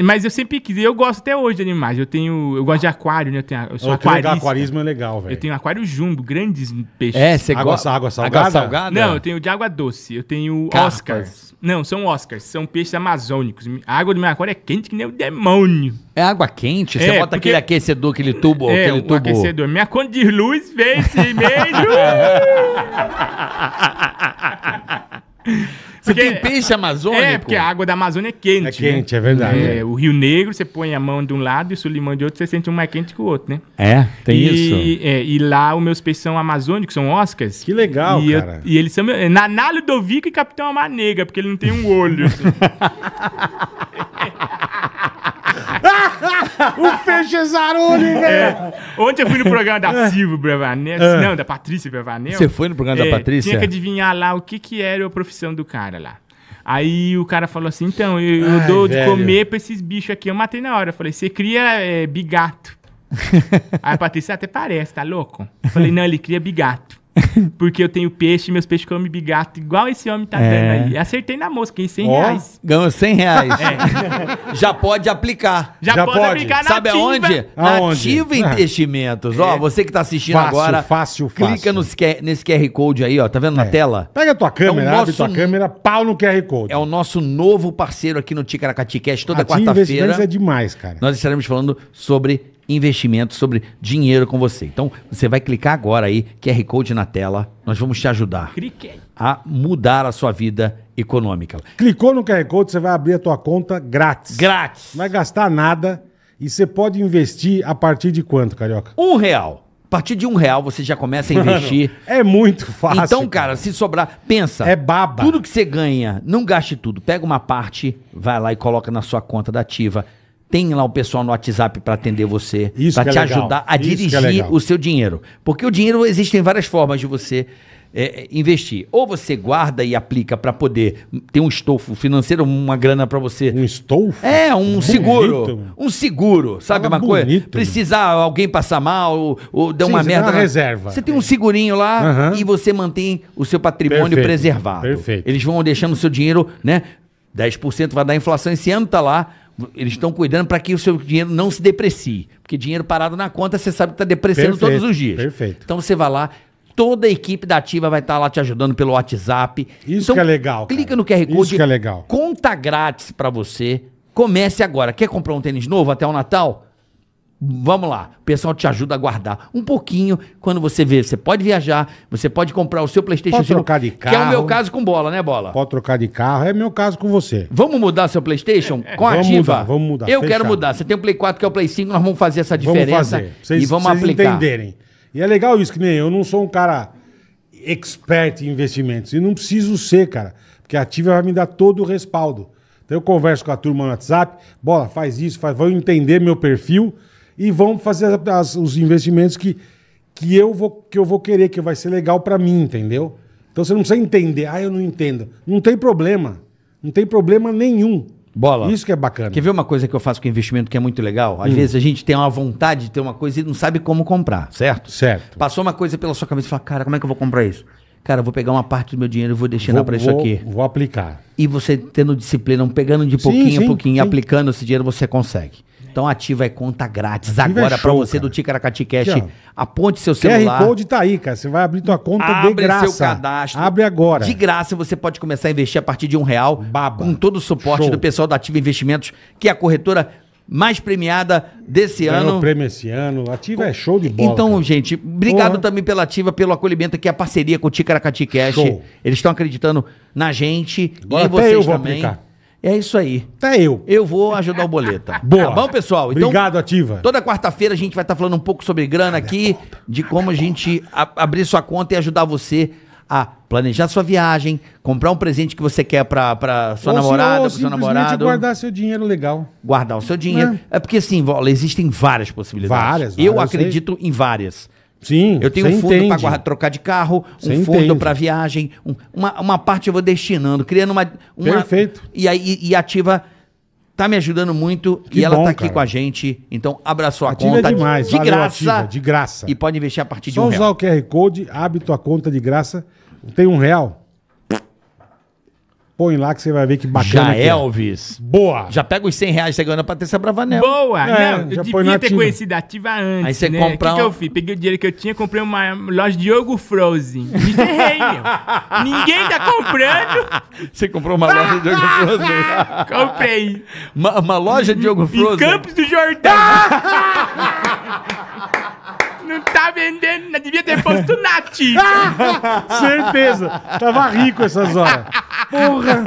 Speaker 3: Mas eu sempre quis. e Eu gosto até hoje de animais. Eu tenho. Eu gosto de aquário, né? Eu, tenho, eu sou
Speaker 2: Ô, que legal,
Speaker 3: aquarista.
Speaker 2: aquarismo é legal,
Speaker 3: Eu
Speaker 2: velho.
Speaker 3: tenho um aquário jumbo, grandes peixes.
Speaker 4: É, você
Speaker 2: Água-
Speaker 4: gosta.
Speaker 2: água salgada?
Speaker 4: Água salgada?
Speaker 3: Não, eu tenho de água doce, eu tenho
Speaker 4: Carpas.
Speaker 3: Oscars. Não, são Oscars, são peixes amazônicos. A água do meu aquário é quente que nem o demônio.
Speaker 4: É água quente? Você
Speaker 3: É,
Speaker 4: bota
Speaker 3: porque-
Speaker 4: aquele aquecedor, aquele tubo,
Speaker 3: é,
Speaker 4: aquele
Speaker 3: o
Speaker 4: tubo.
Speaker 3: aquecedor. Minha conta de luz vem esse mês. Uh!
Speaker 4: Você
Speaker 3: Porque-
Speaker 4: tem peixe amazônico?
Speaker 3: é, porque a água da Amazônia é quente.
Speaker 2: É quente,
Speaker 3: né?
Speaker 2: é verdade.
Speaker 3: É, o Rio Negro, você põe a mão de um lado e o Sulimão de outro, você sente um mais quente que o outro, né?
Speaker 4: É, tem
Speaker 3: e,
Speaker 4: isso.
Speaker 3: é, e lá os meus peixes são amazônicos, são Oscars.
Speaker 2: Que legal,
Speaker 3: e eu-
Speaker 2: cara.
Speaker 3: e eles são. é, Naná Ludovico e Capitão Amanega, porque ele não tem um olho. assim.
Speaker 2: O Peixe
Speaker 4: É.
Speaker 2: Zarulli, velho!
Speaker 3: Ontem eu fui no programa da Silvia Bravanel. Não, da Patrícia Bravanel.
Speaker 4: Você foi no programa da Patrícia?
Speaker 3: É, Tinha que adivinhar lá o que, que era a profissão do cara lá. Aí o cara falou assim: então, eu, eu
Speaker 2: Ai,
Speaker 3: dou de
Speaker 2: velho.
Speaker 3: comer pra esses bichos aqui. Eu matei na hora. Eu falei: você cria é, bigato. Aí a Patrícia até parece, tá louco? Eu falei: não, ele cria bigato. Porque eu tenho peixe, meus peixes comem bigato, igual esse homem tá
Speaker 4: É.
Speaker 3: dando aí. Acertei na mosca, ganhei 100
Speaker 2: Ó.
Speaker 3: reais.
Speaker 4: Ganhou 100 reais. Já pode aplicar.
Speaker 3: Já,
Speaker 2: Já
Speaker 3: pode,
Speaker 2: pode.
Speaker 3: aplicar na
Speaker 4: Sabe
Speaker 3: timba.
Speaker 4: aonde?
Speaker 2: Aonde? Ah.
Speaker 4: Nativa Investimentos. Ó, você que tá assistindo
Speaker 2: Fácil,
Speaker 4: agora,
Speaker 2: fácil,
Speaker 4: clica
Speaker 2: fácil. É.
Speaker 4: nos que- nesse QR Code aí, ó. Tá vendo na tela?
Speaker 2: Pega a tua câmera,
Speaker 4: É o
Speaker 2: abre tua
Speaker 4: nosso-
Speaker 2: câmera, pau no QR Code.
Speaker 4: É o nosso novo parceiro aqui no Ticaracati Cash, toda
Speaker 2: A Tim Investimentos
Speaker 4: quarta-feira.
Speaker 2: é demais, cara.
Speaker 4: Nós estaremos falando sobre investimentos, sobre dinheiro com você. Então, você vai clicar agora aí, QR Code na tela. Nós vamos te ajudar
Speaker 3: Criquei.
Speaker 4: a mudar a sua vida econômica.
Speaker 2: Clicou no QR Code, você vai abrir a tua conta grátis.
Speaker 4: Grátis.
Speaker 2: Não vai gastar nada e você pode investir a partir de quanto, Carioca?
Speaker 4: Um real. A partir de um real você já começa a investir.
Speaker 2: É muito fácil.
Speaker 4: então, cara, se sobrar, pensa.
Speaker 2: É baba.
Speaker 4: Tudo que você ganha, não gaste tudo. Pega uma parte, vai lá e coloca na sua conta da Ativa. Tem lá o pessoal no WhatsApp pra atender você,
Speaker 2: Isso
Speaker 4: pra
Speaker 2: que é
Speaker 4: te
Speaker 2: legal.
Speaker 4: ajudar a
Speaker 2: Isso que é
Speaker 4: dirigir
Speaker 2: legal.
Speaker 4: o seu dinheiro. Porque o dinheiro existem várias formas de você é, é, investir. Ou você guarda e aplica pra poder ter um estofo financeiro, uma grana pra você
Speaker 2: Um estofo?
Speaker 4: é, um
Speaker 2: Bonito,
Speaker 4: seguro.
Speaker 2: mano.
Speaker 4: Um seguro, sabe
Speaker 2: Fala
Speaker 4: uma coisa?
Speaker 2: bonito.
Speaker 4: Precisar alguém passar mal ou, ou dar
Speaker 2: Sim,
Speaker 4: uma
Speaker 2: você
Speaker 4: merda.
Speaker 2: tem uma
Speaker 4: lá.
Speaker 2: reserva.
Speaker 4: Você tem um segurinho lá
Speaker 2: Aham.
Speaker 4: e você mantém o seu patrimônio
Speaker 2: Perfeito,
Speaker 4: preservado.
Speaker 2: perfeito.
Speaker 4: Eles vão deixando o seu dinheiro, né? 10% vai dar inflação esse ano, tá lá. Eles estão cuidando para que o seu dinheiro não se deprecie. Porque dinheiro parado na conta, você sabe que está depreciando
Speaker 2: Perfeito,
Speaker 4: todos os dias.
Speaker 2: perfeito.
Speaker 4: Então você vai lá, toda a equipe da Ativa vai estar lá te ajudando pelo WhatsApp.
Speaker 2: Isso
Speaker 4: Então,
Speaker 2: que é legal, cara.
Speaker 4: Clica no QR
Speaker 2: Isso
Speaker 4: Code.
Speaker 2: que é legal.
Speaker 4: Conta grátis pra você. Comece agora. Quer comprar um tênis novo até o Natal? Vamos lá. O pessoal te ajuda a guardar um pouquinho. Quando você vê, você pode viajar, você pode comprar o seu PlayStation
Speaker 2: Pode
Speaker 4: 5.
Speaker 2: trocar de
Speaker 4: Que é o
Speaker 2: carro.
Speaker 4: meu caso com bola, né, bola?
Speaker 2: Pode trocar de carro, é meu caso com você.
Speaker 4: Vamos mudar seu PlayStation com a
Speaker 2: É. Vamos
Speaker 4: ativa?
Speaker 2: mudar, vamos mudar.
Speaker 4: Eu
Speaker 2: Fechado.
Speaker 4: quero mudar. Você tem o Play 4 que é o Play 5, nós vamos fazer essa
Speaker 2: Vamos
Speaker 4: diferença
Speaker 2: fazer. Vocês,
Speaker 4: e vamos
Speaker 2: vocês
Speaker 4: aplicar.
Speaker 2: entenderem. E é legal isso, que nem eu não sou um cara expert em investimentos. E não preciso ser, cara. Porque a Ativa vai me dar todo o respaldo. Então eu converso com a turma no WhatsApp, bola, faz isso, faz, vão entender meu perfil e vão fazer as- as- os investimentos que, que, eu vou, que eu vou querer, que vai ser legal pra mim, entendeu? Então você não precisa entender, ah, eu não entendo. Não tem problema. Não tem problema nenhum.
Speaker 4: Bola.
Speaker 2: Isso que é bacana.
Speaker 4: Quer ver uma coisa que eu faço com investimento que é muito legal?
Speaker 2: Hum.
Speaker 4: Às vezes a gente tem uma vontade de ter uma coisa e não sabe como comprar, certo?
Speaker 2: Certo.
Speaker 4: Passou uma coisa pela sua cabeça e fala, cara, como é que eu vou comprar isso? Cara, eu vou pegar uma parte do meu dinheiro e vou destinar pra isso
Speaker 2: vou,
Speaker 4: aqui.
Speaker 2: Vou aplicar.
Speaker 4: E você tendo disciplina, um pegando de pouquinho a
Speaker 2: sim,
Speaker 4: pouquinho e
Speaker 2: sim.
Speaker 4: aplicando esse dinheiro, você consegue. Então ativa é conta grátis
Speaker 2: Ativa é
Speaker 4: agora pra
Speaker 2: show,
Speaker 4: você
Speaker 2: cara.
Speaker 4: do Ticaracati Cash.
Speaker 2: Aqui, ó.
Speaker 4: Aponte seu
Speaker 2: QR
Speaker 4: celular.
Speaker 2: Code tá aí, cara. Você vai abrir tua conta
Speaker 4: Abre
Speaker 2: de graça.
Speaker 4: seu cadastro.
Speaker 2: Abre agora.
Speaker 4: De graça, você pode começar a investir a partir de um real.
Speaker 2: Baba.
Speaker 4: Com todo o suporte
Speaker 2: Show.
Speaker 4: do pessoal da Ativa Investimentos, que é a corretora mais premiada desse
Speaker 2: Ganhou
Speaker 4: ano.
Speaker 2: prêmio esse ano. Ativa é show de bola.
Speaker 4: Então,
Speaker 2: cara.
Speaker 4: gente, obrigado
Speaker 2: Porra.
Speaker 4: também pela Ativa, pelo acolhimento aqui, a parceria com o Ticaracati Cash.
Speaker 2: Show.
Speaker 4: Eles estão acreditando na gente e
Speaker 2: Agora
Speaker 4: em
Speaker 2: até
Speaker 4: vocês
Speaker 2: eu vou
Speaker 4: também.
Speaker 2: aplicar.
Speaker 4: É isso aí.
Speaker 2: até eu.
Speaker 4: Eu vou ajudar o Boleta.
Speaker 2: Boa.
Speaker 4: Tá bom, pessoal? Então,
Speaker 2: Obrigado, Ativa.
Speaker 4: Toda quarta-feira a gente vai estar falando um pouco sobre grana aqui, de como a gente a- abrir sua conta e ajudar você a planejar sua viagem, comprar um presente que você quer pra, pra sua
Speaker 2: Ou se-
Speaker 4: namorada,
Speaker 2: ou
Speaker 4: pro seu
Speaker 2: simplesmente
Speaker 4: namorado, guardar.
Speaker 2: guardar seu dinheiro legal.
Speaker 4: É o seu dinheiro. É, porque assim, Vola, existem várias possibilidades.
Speaker 2: Várias,
Speaker 4: Eu
Speaker 2: várias, eu
Speaker 4: acredito em várias.
Speaker 2: Sim.
Speaker 4: Eu tenho
Speaker 2: você
Speaker 4: um fundo para
Speaker 2: entende.
Speaker 4: guardar, trocar de carro,
Speaker 2: Você
Speaker 4: um fundo
Speaker 2: entende.
Speaker 4: para viagem, um- uma, uma parte eu vou destinando, criando uma. uma-
Speaker 2: Perfeito.
Speaker 4: E aí e ativa tá me ajudando muito
Speaker 2: Que
Speaker 4: e ela
Speaker 2: bom,
Speaker 4: tá aqui
Speaker 2: cara.
Speaker 4: com a gente. Então abraçou a
Speaker 2: Ativa
Speaker 4: conta
Speaker 2: é demais,
Speaker 4: de
Speaker 2: valeu,
Speaker 4: graça
Speaker 2: Ativa, de graça.
Speaker 4: e pode investir a partir de
Speaker 2: Só
Speaker 4: um
Speaker 2: usar
Speaker 4: real.
Speaker 2: o QR Code, abre tua conta de graça, tem um real. Põe lá que você vai ver que bacana.
Speaker 4: Já
Speaker 2: que é.
Speaker 4: Elvis.
Speaker 2: Boa.
Speaker 4: Já pega os 100 reais que você ganhou na Patrícia Bravanel.
Speaker 3: Boa!
Speaker 2: É,
Speaker 3: não,
Speaker 2: já
Speaker 3: eu
Speaker 2: põe na
Speaker 3: devia ter
Speaker 2: ativa.
Speaker 3: conhecido a ativa antes.
Speaker 4: Aí você
Speaker 3: né?
Speaker 4: compra
Speaker 3: O que, que
Speaker 4: um-
Speaker 3: eu fiz? Peguei o dinheiro que eu tinha, comprei uma loja de Yogo Frozen. Me ferrei, meu. Ninguém tá comprando.
Speaker 4: Você comprou uma loja de Diogo Frozen.
Speaker 3: Comprei.
Speaker 4: uma, uma loja de Diogo
Speaker 3: Em
Speaker 4: Frozen.
Speaker 3: Campos do Jordão. Não tá vendendo, não devia ter posto na ativa.
Speaker 2: Certeza. Tava rico essas horas. Porra.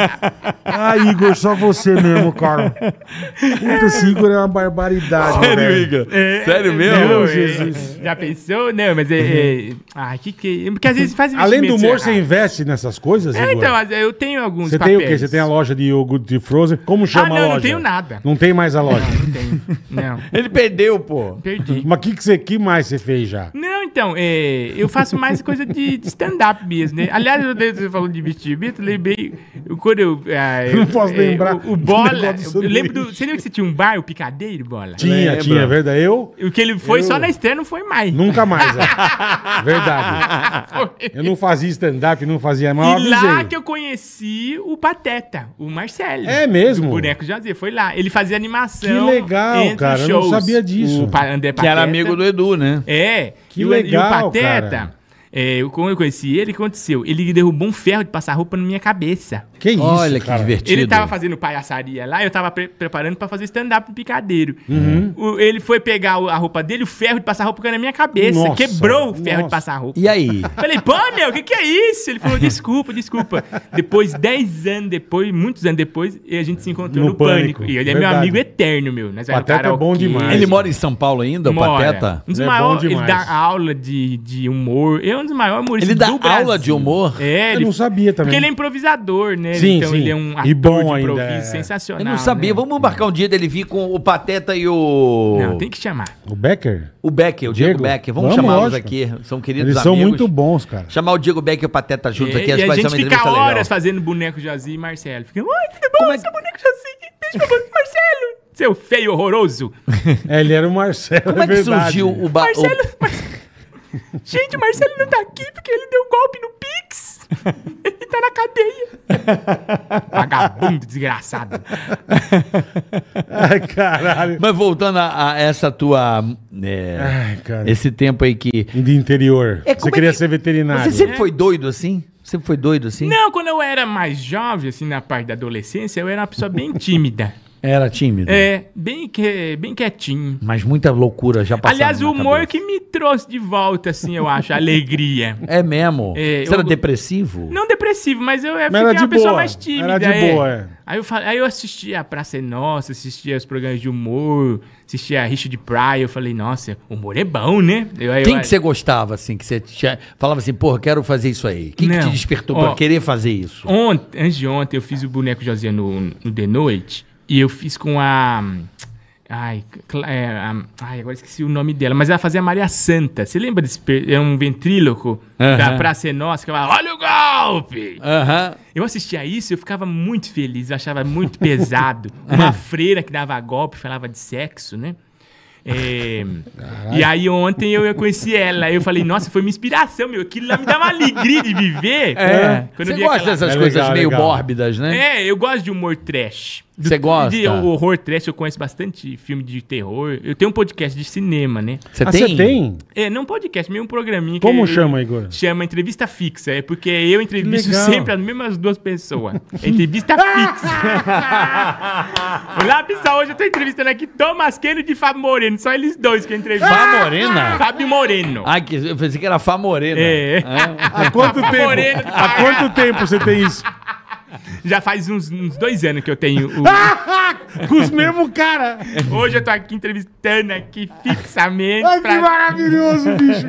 Speaker 2: Ah, Igor, só você mesmo, cara. Puta, esse Igor é uma barbaridade. velho.
Speaker 4: Igor?
Speaker 3: É,
Speaker 4: Sério mesmo?
Speaker 3: Não,
Speaker 2: Meu
Speaker 3: é,
Speaker 2: Jesus.
Speaker 3: já pensou? Não, mas é. é ah, que que. Porque às vezes faz
Speaker 2: Além do
Speaker 3: investimento
Speaker 2: humor, você
Speaker 3: errado.
Speaker 2: investe nessas coisas,
Speaker 3: É,
Speaker 2: Igor?
Speaker 3: então, mas eu tenho alguns
Speaker 2: Você tem o quê? Você tem a loja de iogurte de Frozen? Como chama
Speaker 3: Ah, não,
Speaker 2: a
Speaker 3: não
Speaker 2: loja?
Speaker 3: tenho nada.
Speaker 2: Não tem mais a loja.
Speaker 3: Não tenho. Não,
Speaker 4: Ele perdeu, pô.
Speaker 3: perdi.
Speaker 2: Mas o que, que, você- que mais você fez já?
Speaker 3: Não, então, é, eu faço mais coisa de, de stand-up mesmo, né? Aliás, eu- você falou de vestimento, eu lembrei eu- quando eu... ah, eu-
Speaker 2: Não posso
Speaker 3: é,
Speaker 2: lembrar
Speaker 3: O, o
Speaker 2: do
Speaker 3: Bola,
Speaker 2: negócio do
Speaker 3: eu lembro do...
Speaker 2: sanduíche.
Speaker 3: Você lembra que você tinha um bar, o Picadeiro, Bola?
Speaker 2: Tinha,
Speaker 4: Lembra.
Speaker 2: tinha, é verdade. Eu
Speaker 3: O que ele foi
Speaker 2: Eu-
Speaker 3: só na estreia, não foi mais.
Speaker 2: nunca mais. é. verdade.
Speaker 3: Foi.
Speaker 2: Eu não fazia stand-up, não fazia mal.
Speaker 3: E lá
Speaker 2: avisei.
Speaker 3: que eu conheci o Pateta, o Marcelo.
Speaker 2: É mesmo?
Speaker 3: O boneco Jazê, foi lá. Ele fazia animação.
Speaker 2: Que legal,
Speaker 3: entre os
Speaker 2: cara, eu não
Speaker 3: shows.
Speaker 2: sabia disso.
Speaker 3: O Pa- André
Speaker 4: Que
Speaker 3: Pateta.
Speaker 4: era amigo do Edu, né?
Speaker 3: É.
Speaker 2: Que
Speaker 3: e o-
Speaker 2: legal,
Speaker 3: E o Pateta,
Speaker 2: cara.
Speaker 3: é, eu, quando eu conheci ele, o que aconteceu? Ele derrubou um ferro de passar roupa na minha cabeça.
Speaker 2: Que isso,
Speaker 4: Olha que
Speaker 2: cara.
Speaker 4: divertido.
Speaker 3: Ele tava fazendo palhaçaria lá, eu tava pre- preparando pra fazer stand-up no picadeiro.
Speaker 2: Uhum.
Speaker 3: O- ele foi pegar o- a roupa dele, o ferro de passar roupa caiu na minha cabeça.
Speaker 2: Nossa,
Speaker 3: quebrou o ferro
Speaker 2: nossa.
Speaker 3: de passar roupa.
Speaker 4: E aí?
Speaker 3: Falei, pô, meu, o que, que é isso? Ele falou, desculpa, desculpa. Depois, 10 anos depois, muitos anos depois, e a gente se encontrou
Speaker 2: No
Speaker 3: no, Pânico.
Speaker 2: Pânico,
Speaker 3: E ele é
Speaker 2: verdade.
Speaker 3: meu amigo eterno, meu. Nós vai no
Speaker 2: Pateta é bom
Speaker 3: karaokê,
Speaker 2: demais.
Speaker 4: Ele mora em São Paulo ainda, o
Speaker 3: mora.
Speaker 4: Pateta?
Speaker 3: Um dos
Speaker 2: Ele é
Speaker 3: maiores,
Speaker 2: bom
Speaker 3: ele dá
Speaker 2: demais.
Speaker 3: aula de, de humor. Ele é um dos maiores humoristas
Speaker 4: Ele dá
Speaker 3: do Brasil.
Speaker 4: aula de humor?
Speaker 3: É,
Speaker 2: Eu
Speaker 3: ele
Speaker 2: não sabia
Speaker 3: porque
Speaker 2: também.
Speaker 3: ele é improvisador, né?
Speaker 2: Sim,
Speaker 3: então
Speaker 2: sim.
Speaker 3: ele é um
Speaker 2: E
Speaker 3: ator
Speaker 2: bom
Speaker 3: de
Speaker 2: ainda,
Speaker 3: improviso
Speaker 2: é.
Speaker 3: sensacional.
Speaker 4: Eu não sabia.
Speaker 3: né?
Speaker 4: Vamos marcar um dia dele vir com o Pateta e o.
Speaker 3: Não, tem que chamar.
Speaker 2: O Becker?
Speaker 4: O Becker, o Diego,
Speaker 2: Diego.
Speaker 4: Becker. Vamos,
Speaker 2: Vamos,
Speaker 4: chamá-los
Speaker 2: lógico.
Speaker 4: aqui. São queridos
Speaker 2: Eles são
Speaker 4: amigos.
Speaker 2: muito bons, cara.
Speaker 4: Chamar o Diego Becker e o Pateta juntos aqui.
Speaker 3: e
Speaker 4: acho que
Speaker 3: a
Speaker 4: vai ser
Speaker 3: gente
Speaker 4: uma
Speaker 3: fica
Speaker 4: entrevista
Speaker 3: horas
Speaker 4: legal.
Speaker 3: fazendo boneco Jazzy e Marcelo. Fica, oi, tudo bom?
Speaker 4: Como é que-
Speaker 3: Seu boneco Jazzy, deixa eu falar com o Marcelo. Seu feio horroroso.
Speaker 4: Ah,
Speaker 2: É, ele era o Marcelo,
Speaker 4: Como é que
Speaker 2: verdade.
Speaker 4: surgiu o, ba...
Speaker 3: Marcelo. Marcelo- Gente, o Marcelo não tá aqui porque ele deu um golpe no Pix. Ele tá na cadeia. Vagabundo, desgraçado.
Speaker 2: Ai, caralho.
Speaker 4: o- Mas voltando a, a essa tua. né,
Speaker 2: Ai, cara.
Speaker 4: Esse tempo aí que.
Speaker 2: De interior.
Speaker 4: É, como
Speaker 2: você
Speaker 4: é
Speaker 2: queria
Speaker 4: que-
Speaker 2: ser veterinário.
Speaker 4: Você sempre foi doido assim? Sempre foi doido assim?
Speaker 3: Não, quando eu era mais jovem, assim, na parte da adolescência, eu era uma pessoa bem tímida.
Speaker 2: Hum.
Speaker 4: Era tímido.
Speaker 3: É, bem, que, bem quietinho.
Speaker 4: Mas muita loucura já passou.
Speaker 3: Aliás, o humor que me trouxe de volta, assim, eu acho, a alegria.
Speaker 4: É mesmo?
Speaker 3: É,
Speaker 4: Você
Speaker 3: eu-
Speaker 4: era depressivo?
Speaker 3: Não depressivo, mas eu, eu
Speaker 2: Mas
Speaker 3: fiquei
Speaker 2: era
Speaker 3: uma
Speaker 2: de
Speaker 3: pessoa
Speaker 2: boa,
Speaker 3: mais tímida.
Speaker 2: era de boa, é.
Speaker 3: Aí eu, fa- aí eu assistia a Praça é Nossa, assistia os programas de humor, assistia a Richard Pryor, eu falei, nossa, humor é bom, né? Eu, aí eu-
Speaker 4: Quem que você gostava, assim, que você tinha- falava assim, porra, quero fazer isso aí. Quem que
Speaker 3: Não.
Speaker 4: te despertou
Speaker 3: Ó.
Speaker 4: pra querer fazer isso?
Speaker 3: Ontem, antes de ontem, eu fiz o boneco José no, no The Noite e eu fiz com a. Ai, Cla- é, a- ai, agora esqueci o nome dela, mas ela fazia a Maria Santa. Você lembra desse. per- É um ventríloco da
Speaker 4: Aham.
Speaker 3: Praça é Nossa que falava: Olha o golpe!
Speaker 4: Aham.
Speaker 3: Eu assistia isso, eu ficava muito feliz, eu achava muito pesado. Uma freira que dava golpe, falava de sexo, né? É, e aí ontem eu, eu conheci ela, aí eu falei, nossa, foi minha inspiração, meu, aquilo lá me dá uma alegria de viver.
Speaker 4: É.
Speaker 3: Quando eu
Speaker 4: Você
Speaker 3: vi
Speaker 4: gosta
Speaker 3: aquela-
Speaker 4: dessas
Speaker 2: É
Speaker 4: coisas
Speaker 2: legal,
Speaker 4: meio
Speaker 2: legal.
Speaker 4: mórbidas, né?
Speaker 3: É, eu gosto de humor trash. Do-
Speaker 4: Você gosta?
Speaker 3: De horror trash, eu conheço bastante filme de terror. Eu tenho um podcast de cinema, né?
Speaker 4: Você
Speaker 2: Ah,
Speaker 4: tem?
Speaker 2: você tem?
Speaker 3: É, não um podcast, meio um programinha. que
Speaker 2: Como
Speaker 3: eu-
Speaker 2: chama, Igor?
Speaker 3: Chama Entrevista Fixa. É porque eu entrevisto
Speaker 2: Legal.
Speaker 3: sempre as mesmas duas pessoas. Entrevista Fixa. Lá, pessoal, hoje eu tô entrevistando aqui Thomas Kennedy e Fábio Moreno. Só eles dois que eu entrevisto.
Speaker 4: Fá Morena?
Speaker 3: Fábio Moreno.
Speaker 4: Ah, que, eu pensei que era Fá Morena.
Speaker 3: É.
Speaker 2: Há quanto
Speaker 3: Papo
Speaker 2: tempo?
Speaker 3: Moreno,
Speaker 2: Há quanto tempo você tem isso?
Speaker 3: Já faz uns, uns dois anos que eu tenho o...
Speaker 2: Com os mesmos cara.
Speaker 3: Hoje eu tô aqui entrevistando aqui fixamente.
Speaker 2: Ai, que
Speaker 3: pra-
Speaker 2: maravilhoso, bicho.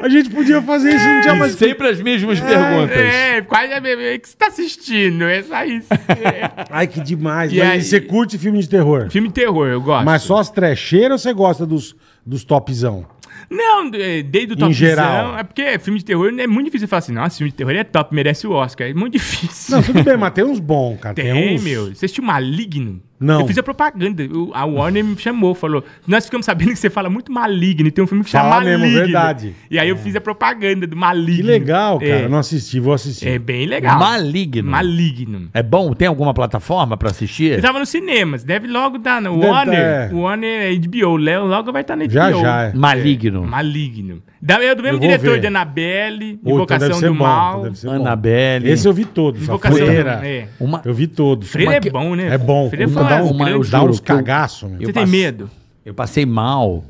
Speaker 2: A gente podia fazer isso, não tinha
Speaker 4: E
Speaker 2: mais...
Speaker 4: sempre as mesmas perguntas.
Speaker 3: É, quase a mesma. O que você tá assistindo? É só isso. É.
Speaker 2: Ai, que demais.
Speaker 3: E
Speaker 2: Mas
Speaker 3: aí-
Speaker 2: Você curte filme de terror?
Speaker 3: Filme de terror, eu gosto.
Speaker 2: Mas só as trecheiras ou você gosta dos, dos topzão?
Speaker 3: Não, de- desde o Top
Speaker 2: geral.
Speaker 3: É porque filme de terror é muito difícil falar assim, nossa, filme de terror é top, merece o Oscar. É muito difícil.
Speaker 2: Não, tudo bem, mas tem uns bons, cara. Tem,
Speaker 3: Tem,
Speaker 2: uns...
Speaker 3: meu. Você assistiu Maligno?
Speaker 2: Não.
Speaker 3: Eu fiz a propaganda. o- A Warner me chamou, falou. Nós ficamos sabendo que você fala muito Maligno. e Tem um filme que chama
Speaker 2: Fala mesmo,
Speaker 3: Maligno.
Speaker 2: verdade. É.
Speaker 3: E aí eu fiz a propaganda do Maligno.
Speaker 2: Que legal, cara.
Speaker 3: É,
Speaker 2: Não assisti, vou assistir.
Speaker 3: é bem legal.
Speaker 4: Maligno.
Speaker 3: Maligno.
Speaker 4: É bom? Tem alguma plataforma pra assistir?
Speaker 3: Ele tava nos cinemas, deve logo dar. né? O
Speaker 2: Deve
Speaker 3: Warner,
Speaker 2: tá, é.
Speaker 3: o Warner é HBO, o Léo logo vai estar tá na HBO.
Speaker 2: Já, já, é.
Speaker 4: Maligno.
Speaker 3: Maligno. Da, é do mesmo
Speaker 2: Eu vou
Speaker 3: diretor
Speaker 2: ver.
Speaker 3: de Annabelle,
Speaker 2: Pô, então
Speaker 3: Invocação do Mal.
Speaker 2: deve ser bom.
Speaker 4: Annabelle.
Speaker 2: Esse eu vi todos. a
Speaker 3: Invocação
Speaker 2: Freira.
Speaker 3: do Mal. É.
Speaker 4: Uma...
Speaker 2: Eu vi todos.
Speaker 3: Freira é
Speaker 4: que-
Speaker 3: bom, né?
Speaker 2: É bom.
Speaker 3: Freira
Speaker 2: Puta,
Speaker 3: foi
Speaker 2: dá
Speaker 3: um
Speaker 2: uns,
Speaker 4: uma- eu
Speaker 3: grande-
Speaker 2: dá um-
Speaker 4: juro
Speaker 2: uns
Speaker 4: que eu-
Speaker 2: cagaços, meu.
Speaker 3: Você tem
Speaker 4: passo-
Speaker 3: medo?
Speaker 4: Eu passei mal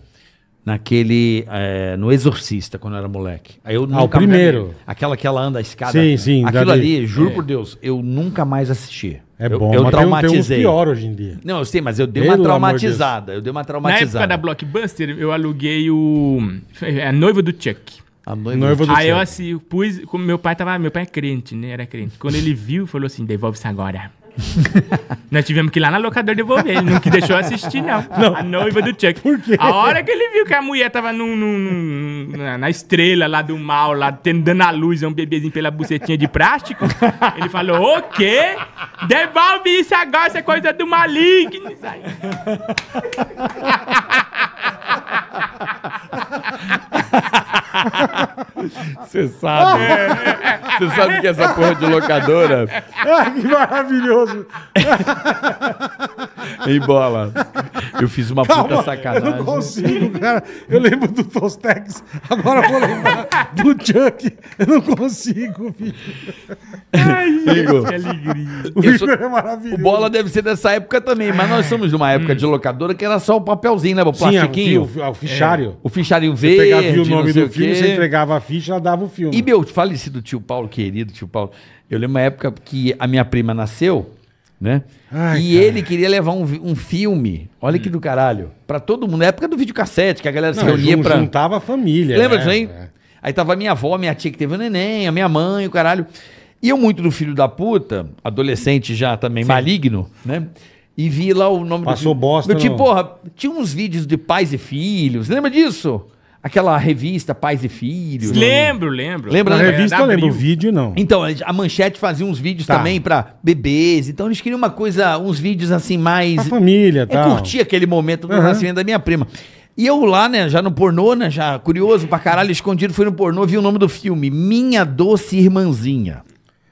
Speaker 4: naquele. é, no Exorcista, quando eu era moleque. Aí eu nunca mais-
Speaker 2: Ah, primeiro.
Speaker 4: Aquela que ela anda a escada.
Speaker 2: Sim, sim,
Speaker 4: Aquilo
Speaker 2: dali.
Speaker 4: ali, juro por Deus, eu nunca mais assisti.
Speaker 2: É
Speaker 4: Eu-
Speaker 2: bom,
Speaker 4: Eu,
Speaker 2: mas tem um-
Speaker 4: traumatizei.
Speaker 2: Tem, uns pior hoje em dia.
Speaker 4: Não, eu sei, mas eu dei
Speaker 2: Pelo
Speaker 4: uma
Speaker 2: amor de
Speaker 4: traumatizada. Eu dei uma
Speaker 3: Na época
Speaker 4: traumatizada.
Speaker 3: da Blockbuster, eu aluguei o. é, A noiva do Chuck.
Speaker 4: A noiva.
Speaker 2: Noiva do-
Speaker 3: Aí eu
Speaker 2: Chuck.
Speaker 3: assim, eu pus. Como meu pai tava. Meu pai é crente, né? Era crente. Quando ele viu, falou assim: devolve isso agora. Nós tivemos que ir lá na locadora devolver. Ele não que deixou eu assistir, não. A noiva do Chuck.
Speaker 2: Por quê?
Speaker 3: A hora que ele viu que a mulher tava num, num- num- na, na estrela lá do mal, lá tendo, dando a luz a um bebezinho pela bucetinha de plástico, ele falou: o quê? Devolve isso agora, isso é coisa do maligno.
Speaker 4: Você sabe. Você sabe que essa porra de locadora
Speaker 2: Ah, que maravilhoso.
Speaker 4: em bola. Eu fiz uma puta
Speaker 2: Eu não
Speaker 4: sacanagem.
Speaker 2: consigo, cara. Eu lembro do Tostex, agora eu vou lembrar do Chuck. Eu não consigo, filho.
Speaker 3: Ai,
Speaker 4: Igor.
Speaker 3: que alegria.
Speaker 2: O
Speaker 4: Eu
Speaker 2: Igor
Speaker 4: sou-
Speaker 2: é maravilhoso.
Speaker 4: O bola deve ser dessa época também, mas nós somos de uma época de locadora que era só o papelzinho, né? O
Speaker 2: Sim, a-
Speaker 4: plastiquinho.
Speaker 2: o, fi- o fichário.
Speaker 4: O ficharinho
Speaker 2: Você
Speaker 4: verde.
Speaker 2: pegava via o
Speaker 4: não
Speaker 2: nome
Speaker 4: sei
Speaker 2: do
Speaker 4: o
Speaker 2: filme,
Speaker 4: quê.
Speaker 2: você entregava a ficha, ela dava o filme.
Speaker 4: E meu falecido tio Paulo, querido tio Paulo, eu lembro uma época que a minha prima nasceu, né?
Speaker 2: Ai,
Speaker 4: e
Speaker 2: cara. Hum.
Speaker 4: ele queria levar um, vi- um filme, olha que do caralho, pra todo mundo. Na época do videocassete, que a galera se
Speaker 2: Não,
Speaker 4: reunia
Speaker 2: jun-
Speaker 4: pra.
Speaker 2: juntava a família.
Speaker 4: Lembra
Speaker 2: né?
Speaker 4: disso aí?
Speaker 2: É.
Speaker 4: Aí tava minha avó, minha tia que teve o neném, a minha mãe, o caralho. E eu muito do filho da puta, adolescente já também, maligno, né? E vi lá o nome
Speaker 2: Passou
Speaker 4: do filme.
Speaker 2: bosta,
Speaker 4: Eu, tipo,
Speaker 2: não.
Speaker 4: porra, tinha uns vídeos de pais e filhos, lembra disso? Aquela revista Pais e Filhos.
Speaker 3: Lembro, lembro.
Speaker 4: Lembra
Speaker 2: Na
Speaker 4: Era
Speaker 2: revista
Speaker 3: da
Speaker 2: eu lembro, o
Speaker 3: Abril.
Speaker 2: vídeo não.
Speaker 4: Então, a manchete fazia uns vídeos
Speaker 2: Tá.
Speaker 4: também pra bebês, então eles queriam uma coisa, uns vídeos assim mais
Speaker 2: A família,
Speaker 4: eu
Speaker 2: tá?
Speaker 4: curti É aquele momento do
Speaker 2: Aham.
Speaker 4: nascimento da minha prima. E eu lá, né, já no pornô, né, já curioso pra caralho, escondido, fui no pornô, vi o nome do filme, Minha Doce Irmãzinha.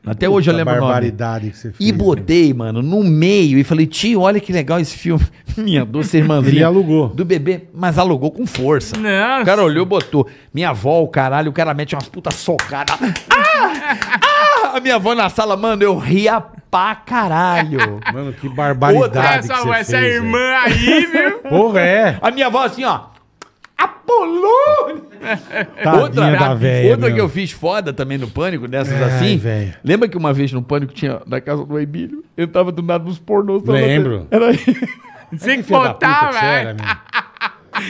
Speaker 4: Até hoje eu
Speaker 2: Puta
Speaker 4: lembro o nome.
Speaker 2: barbaridade que você fez.
Speaker 4: E botei, mano, no meio e falei, tio, olha que legal esse filme, Minha Doce Irmãzinha.
Speaker 2: Ele alugou.
Speaker 4: Do bebê, mas alugou com força.
Speaker 3: Não,
Speaker 4: O cara olhou, botou. Minha avó, o caralho, o cara mete umas putas socadas. Ah! Ah! A minha avó na sala, mano, eu ria pra caralho.
Speaker 2: Mano, que
Speaker 3: Outra,
Speaker 2: barbaridade
Speaker 3: essa,
Speaker 2: que você
Speaker 3: essa
Speaker 2: fez,
Speaker 3: irmã aí, viu?
Speaker 2: velho. Porra, é.
Speaker 4: A minha avó assim, ó. Apolônio!
Speaker 2: Tadinha da véia,
Speaker 4: outra
Speaker 2: meu.
Speaker 4: que eu fiz foda também no Pânico, dessas
Speaker 2: Ai,
Speaker 4: assim.
Speaker 2: véia.
Speaker 4: Lembra que uma vez no Pânico tinha na casa do Emílio? Eu tava do nada nos pornôs. tava-
Speaker 2: Lembro.
Speaker 4: Era
Speaker 3: Você que
Speaker 2: filha da puta
Speaker 3: botar,
Speaker 2: que você era,
Speaker 3: velho.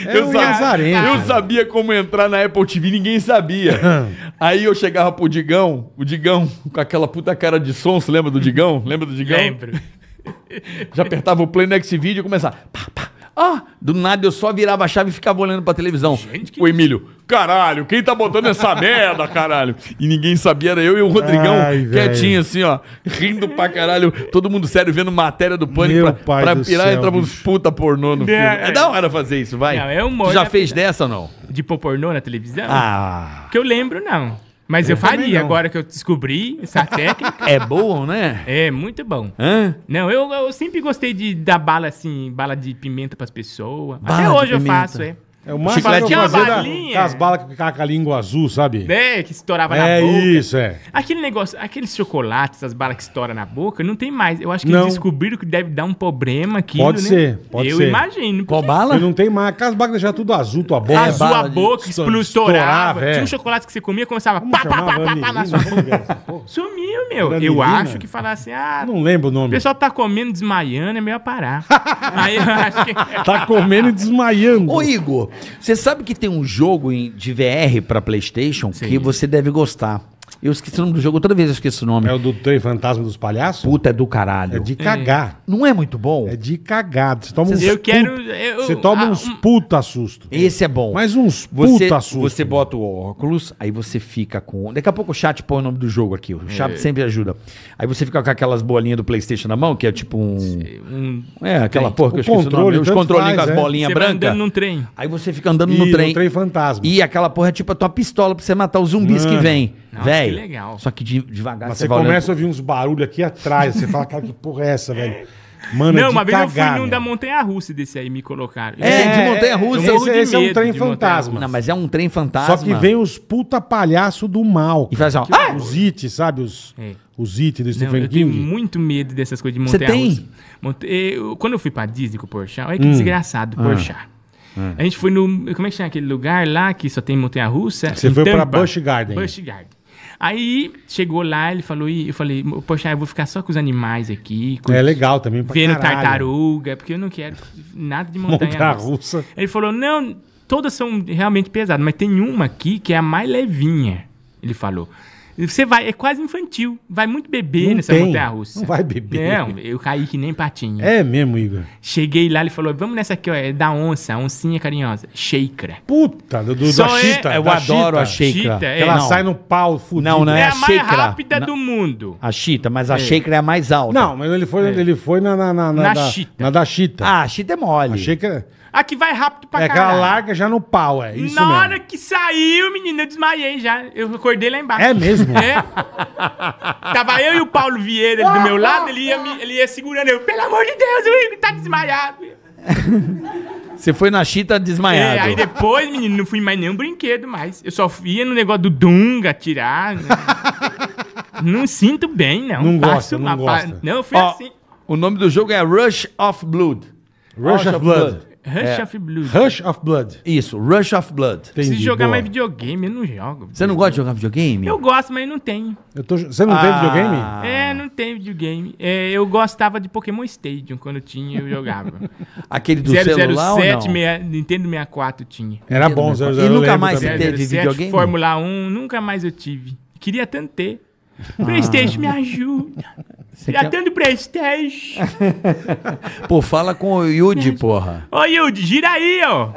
Speaker 2: meu. É um
Speaker 4: sa-
Speaker 2: lazarento.
Speaker 4: eu sabia como entrar na Apple TV, ninguém sabia. Aí eu chegava pro Digão, o Digão com aquela puta cara de som, você lembra do Digão? Lembra do Digão?
Speaker 3: Lembro.
Speaker 4: Já apertava o play no X-Video e começava. Pá, pá. Ah, do nada eu só virava a chave e ficava olhando pra televisão.
Speaker 3: que
Speaker 4: o Emílio, caralho, quem tá botando essa merda, caralho? E ninguém sabia, era eu e o Rodrigão,
Speaker 2: Ai, velho.
Speaker 4: quietinho assim, ó, rindo pra caralho, todo mundo sério, vendo matéria do pânico
Speaker 2: Meu
Speaker 4: pra,
Speaker 2: pai
Speaker 4: pra
Speaker 2: do
Speaker 4: pirar
Speaker 2: céu,
Speaker 4: entrava uns
Speaker 2: bicho.
Speaker 4: puta pornô no
Speaker 3: É,
Speaker 4: filme. É,
Speaker 3: é.
Speaker 4: da hora fazer isso, vai.
Speaker 3: Não, é humor,
Speaker 4: Tu já
Speaker 3: né,
Speaker 4: fez dessa ou não?
Speaker 3: De pôr pornô na televisão?
Speaker 4: Ah,
Speaker 3: Que eu lembro, não. Mas eu,
Speaker 2: também
Speaker 3: faria
Speaker 2: não.
Speaker 3: agora que eu descobri essa técnica.
Speaker 4: é bom, né?
Speaker 3: É, muito bom.
Speaker 4: Hã?
Speaker 3: Não, eu, eu sempre gostei de dar bala assim, bala de pimenta pras pessoas.
Speaker 4: Bala
Speaker 3: Até
Speaker 4: de
Speaker 3: hoje eu
Speaker 4: pimenta.
Speaker 3: faço, é.
Speaker 2: É o máximo
Speaker 4: Chiclete
Speaker 2: que eu
Speaker 4: é uma
Speaker 2: fazia da-
Speaker 3: balinha.
Speaker 2: com as balas que ficavam com a língua azul, sabe?
Speaker 3: É, que estourava
Speaker 2: É
Speaker 3: na boca.
Speaker 2: isso, é.
Speaker 3: Aquele negócio, aqueles chocolates, essas balas que estouram na boca, não tem mais. Eu acho que
Speaker 2: Não.
Speaker 3: eles descobriram que deve dar um problema aqui.
Speaker 2: Pode ser, pode
Speaker 3: eu
Speaker 2: ser.
Speaker 3: imagino.
Speaker 4: Qual
Speaker 3: porque
Speaker 2: Você
Speaker 4: bala?
Speaker 2: não tem mais. Aquelas balas que deixavam tudo azul, tua bola.
Speaker 4: É,
Speaker 3: Azul
Speaker 4: bala
Speaker 3: a
Speaker 4: de-
Speaker 3: boca,
Speaker 2: estourava,
Speaker 3: explodiu, estourava.
Speaker 2: é.
Speaker 3: Tinha um chocolate que você comia, começava
Speaker 2: Como
Speaker 3: pá, pá,
Speaker 2: chamava?
Speaker 3: pá, pá, pá, na sua
Speaker 2: Vanilina?
Speaker 3: boca.
Speaker 2: Essa porra?
Speaker 3: Sumiu, meu.
Speaker 2: Era
Speaker 3: Eu
Speaker 2: menina?
Speaker 3: acho que falar assim, ah,
Speaker 2: Não lembro o
Speaker 3: o
Speaker 2: nome.
Speaker 3: pessoal tá comendo, desmaiando, é melhor parar. Aí eu acho que...
Speaker 2: Tá comendo e desmaiando.
Speaker 4: Ô Igor, você sabe que tem um jogo em- de VR pra PlayStation
Speaker 3: Sim.
Speaker 4: que você deve gostar. Eu esqueci o nome do jogo, toda vez eu esqueço o nome.
Speaker 2: É o do trem fantasma dos palhaços?
Speaker 4: Puta, é do caralho.
Speaker 2: É de cagar.
Speaker 4: Não é muito bom?
Speaker 2: É de cagar. Você toma uns
Speaker 3: Eu quero-
Speaker 2: puta-
Speaker 3: eu-
Speaker 2: Você toma
Speaker 3: ah,
Speaker 2: uns puta susto.
Speaker 4: Esse é bom.
Speaker 2: Mas uns
Speaker 4: Você,
Speaker 2: puta susto.
Speaker 4: você bota o óculos, aí você fica com. Daqui a pouco o chat põe o nome do jogo aqui.
Speaker 2: É.
Speaker 4: O chat sempre ajuda. Aí você fica com aquelas bolinhas do PlayStation na mão, que é tipo um.
Speaker 3: Um-
Speaker 4: É, aquela porra que eu
Speaker 2: O
Speaker 4: esqueci o
Speaker 2: controle,
Speaker 4: nome. Os
Speaker 2: tanto
Speaker 4: controlinhos com
Speaker 2: faz,
Speaker 4: as
Speaker 2: é.
Speaker 4: bolinhas
Speaker 3: Você vai
Speaker 4: brancas.
Speaker 3: andando num trem.
Speaker 4: Aí você fica andando
Speaker 2: E
Speaker 4: no trem.
Speaker 2: trem fantasma.
Speaker 4: E aquela porra é tipo a tua pistola pra você matar os zumbis que vem.
Speaker 3: Nossa,
Speaker 4: Véi.
Speaker 3: que legal.
Speaker 4: Só que de- devagar
Speaker 2: Mas
Speaker 4: você
Speaker 2: você
Speaker 4: vai
Speaker 2: começa
Speaker 4: olhando.
Speaker 2: a ouvir uns barulhos aqui atrás. Você fala, cara, que porra é essa, velho? Mano, é
Speaker 3: Não,
Speaker 2: de
Speaker 3: uma vez eu fui
Speaker 2: cagar,
Speaker 3: num
Speaker 2: né?
Speaker 3: da Montanha Russa desse aí, me colocaram.
Speaker 4: É,
Speaker 3: Eu-
Speaker 4: de montanha russa.
Speaker 3: eu morro
Speaker 2: Esse,
Speaker 3: de
Speaker 2: esse é um
Speaker 3: medo
Speaker 2: trem
Speaker 3: de montanha
Speaker 2: fantasma.
Speaker 4: Não, mas é um trem fantasma.
Speaker 2: Só que vem os puta palhaço do mal.
Speaker 4: E faz assim, ó.
Speaker 2: Ah! Os it, sabe? Os,
Speaker 3: É.
Speaker 2: os it do
Speaker 3: Não,
Speaker 2: Stephen
Speaker 3: eu tenho um
Speaker 2: King.
Speaker 3: muito medo dessas coisas de
Speaker 4: Você
Speaker 3: montanha
Speaker 4: tem?
Speaker 3: russa. Monta- eu- Quando eu fui pra Disney com o Porchat,
Speaker 2: Hum.
Speaker 3: olha que desgraçado o
Speaker 2: Ah.
Speaker 3: Porchat. A gente foi no. Como é que chama aquele lugar lá que só tem montanha russa?
Speaker 2: Você
Speaker 3: Em
Speaker 2: foi pra
Speaker 3: Tampa.
Speaker 2: Busch Garden.
Speaker 3: Busch Garden. Aí chegou lá, ele falou, e eu falei, Porchat, eu vou ficar só com os animais aqui. com-
Speaker 2: É legal também pra
Speaker 3: Vendo
Speaker 2: caralho.
Speaker 3: tartaruga, porque eu não quero nada de montanha
Speaker 2: Montanha-russa.
Speaker 3: russa. Ele falou: não, todas são realmente pesadas, mas tem uma aqui que é a mais levinha. Ele falou. Você vai, é quase infantil. Vai muito beber
Speaker 2: Não
Speaker 3: nessa
Speaker 2: tem,
Speaker 3: montanha russa.
Speaker 2: não vai beber.
Speaker 3: Não, eu caí que nem patinho.
Speaker 2: É mesmo, Igor.
Speaker 3: Cheguei lá, ele falou: vamos nessa aqui, ó, é da onça, oncinha carinhosa. Shaker.
Speaker 2: Puta, do, do,
Speaker 3: Só
Speaker 2: da
Speaker 3: é-
Speaker 2: Chita.
Speaker 4: Ah, Eu
Speaker 2: da
Speaker 4: adoro a
Speaker 2: chita.
Speaker 4: Sheikra.
Speaker 3: Chita, é.
Speaker 2: Que Ela
Speaker 4: Não.
Speaker 2: sai no pau fudido.
Speaker 4: Não, não
Speaker 3: É,
Speaker 4: É
Speaker 3: a,
Speaker 4: a
Speaker 3: mais
Speaker 4: Sheikra.
Speaker 3: rápida do mundo.
Speaker 4: A Chita, mas a Sheikra é a mais alta.
Speaker 2: Não, mas ele foi, ele foi na, na, na,
Speaker 3: É. Na
Speaker 2: da,
Speaker 3: chita.
Speaker 2: na da Chita.
Speaker 4: Ah, a Chita é mole.
Speaker 2: Achei que era-
Speaker 3: A que vai rápido pra
Speaker 2: é que ela
Speaker 3: caralho.
Speaker 2: larga já no pau, é isso
Speaker 3: Na hora
Speaker 2: mesmo.
Speaker 3: que saiu, menino, eu desmaiei já. Eu acordei lá embaixo.
Speaker 2: É mesmo?
Speaker 3: É. Tava eu e o Paulo Vieira ele do meu lado, ele ia, me- ele ia segurando eu. Pelo amor de Deus, o Igor tá desmaiado.
Speaker 4: Você foi na Chita desmaiado.
Speaker 3: É, aí depois, menino, não fui mais nenhum brinquedo mais. Eu só ia no negócio do Dunga tirar. não sinto bem, não.
Speaker 2: Não gosta,
Speaker 3: Passo
Speaker 2: não
Speaker 3: uma pa-
Speaker 2: gosta.
Speaker 3: Não, eu fui
Speaker 4: Ó,
Speaker 3: assim.
Speaker 4: o nome do jogo é Rush of Blood.
Speaker 2: Rush of Blood.
Speaker 3: Rush of Blue.
Speaker 2: é. Rush of Blood.
Speaker 4: Isso, Rush of Blood.
Speaker 2: Entendi,
Speaker 3: Preciso jogar
Speaker 2: boa.
Speaker 3: mais videogame, eu não jogo.
Speaker 4: Você não gosta de jogar videogame?
Speaker 3: Eu gosto, mas não tenho.
Speaker 2: Eu tô- Você não tem
Speaker 4: Ah.
Speaker 2: videogame?
Speaker 3: É, não tem videogame. É, eu gostava de Pokémon Stadium quando eu tinha, eu jogava.
Speaker 4: Aquele do celular ou não?
Speaker 3: 007, meia- Nintendo 64 tinha.
Speaker 2: Era bom,
Speaker 4: E
Speaker 2: 00, eu
Speaker 4: nunca
Speaker 2: lembro
Speaker 4: mais
Speaker 2: também.
Speaker 4: você teve
Speaker 3: 007,
Speaker 4: videogame?
Speaker 3: Fórmula 1, nunca mais eu tive. Queria tanto ter. Playstation me ajuda. Já
Speaker 4: Ah. quer-
Speaker 3: tanto Playstation.
Speaker 4: Pô, fala com o Yudi, porra.
Speaker 3: Ô, Yudi, gira aí, ó.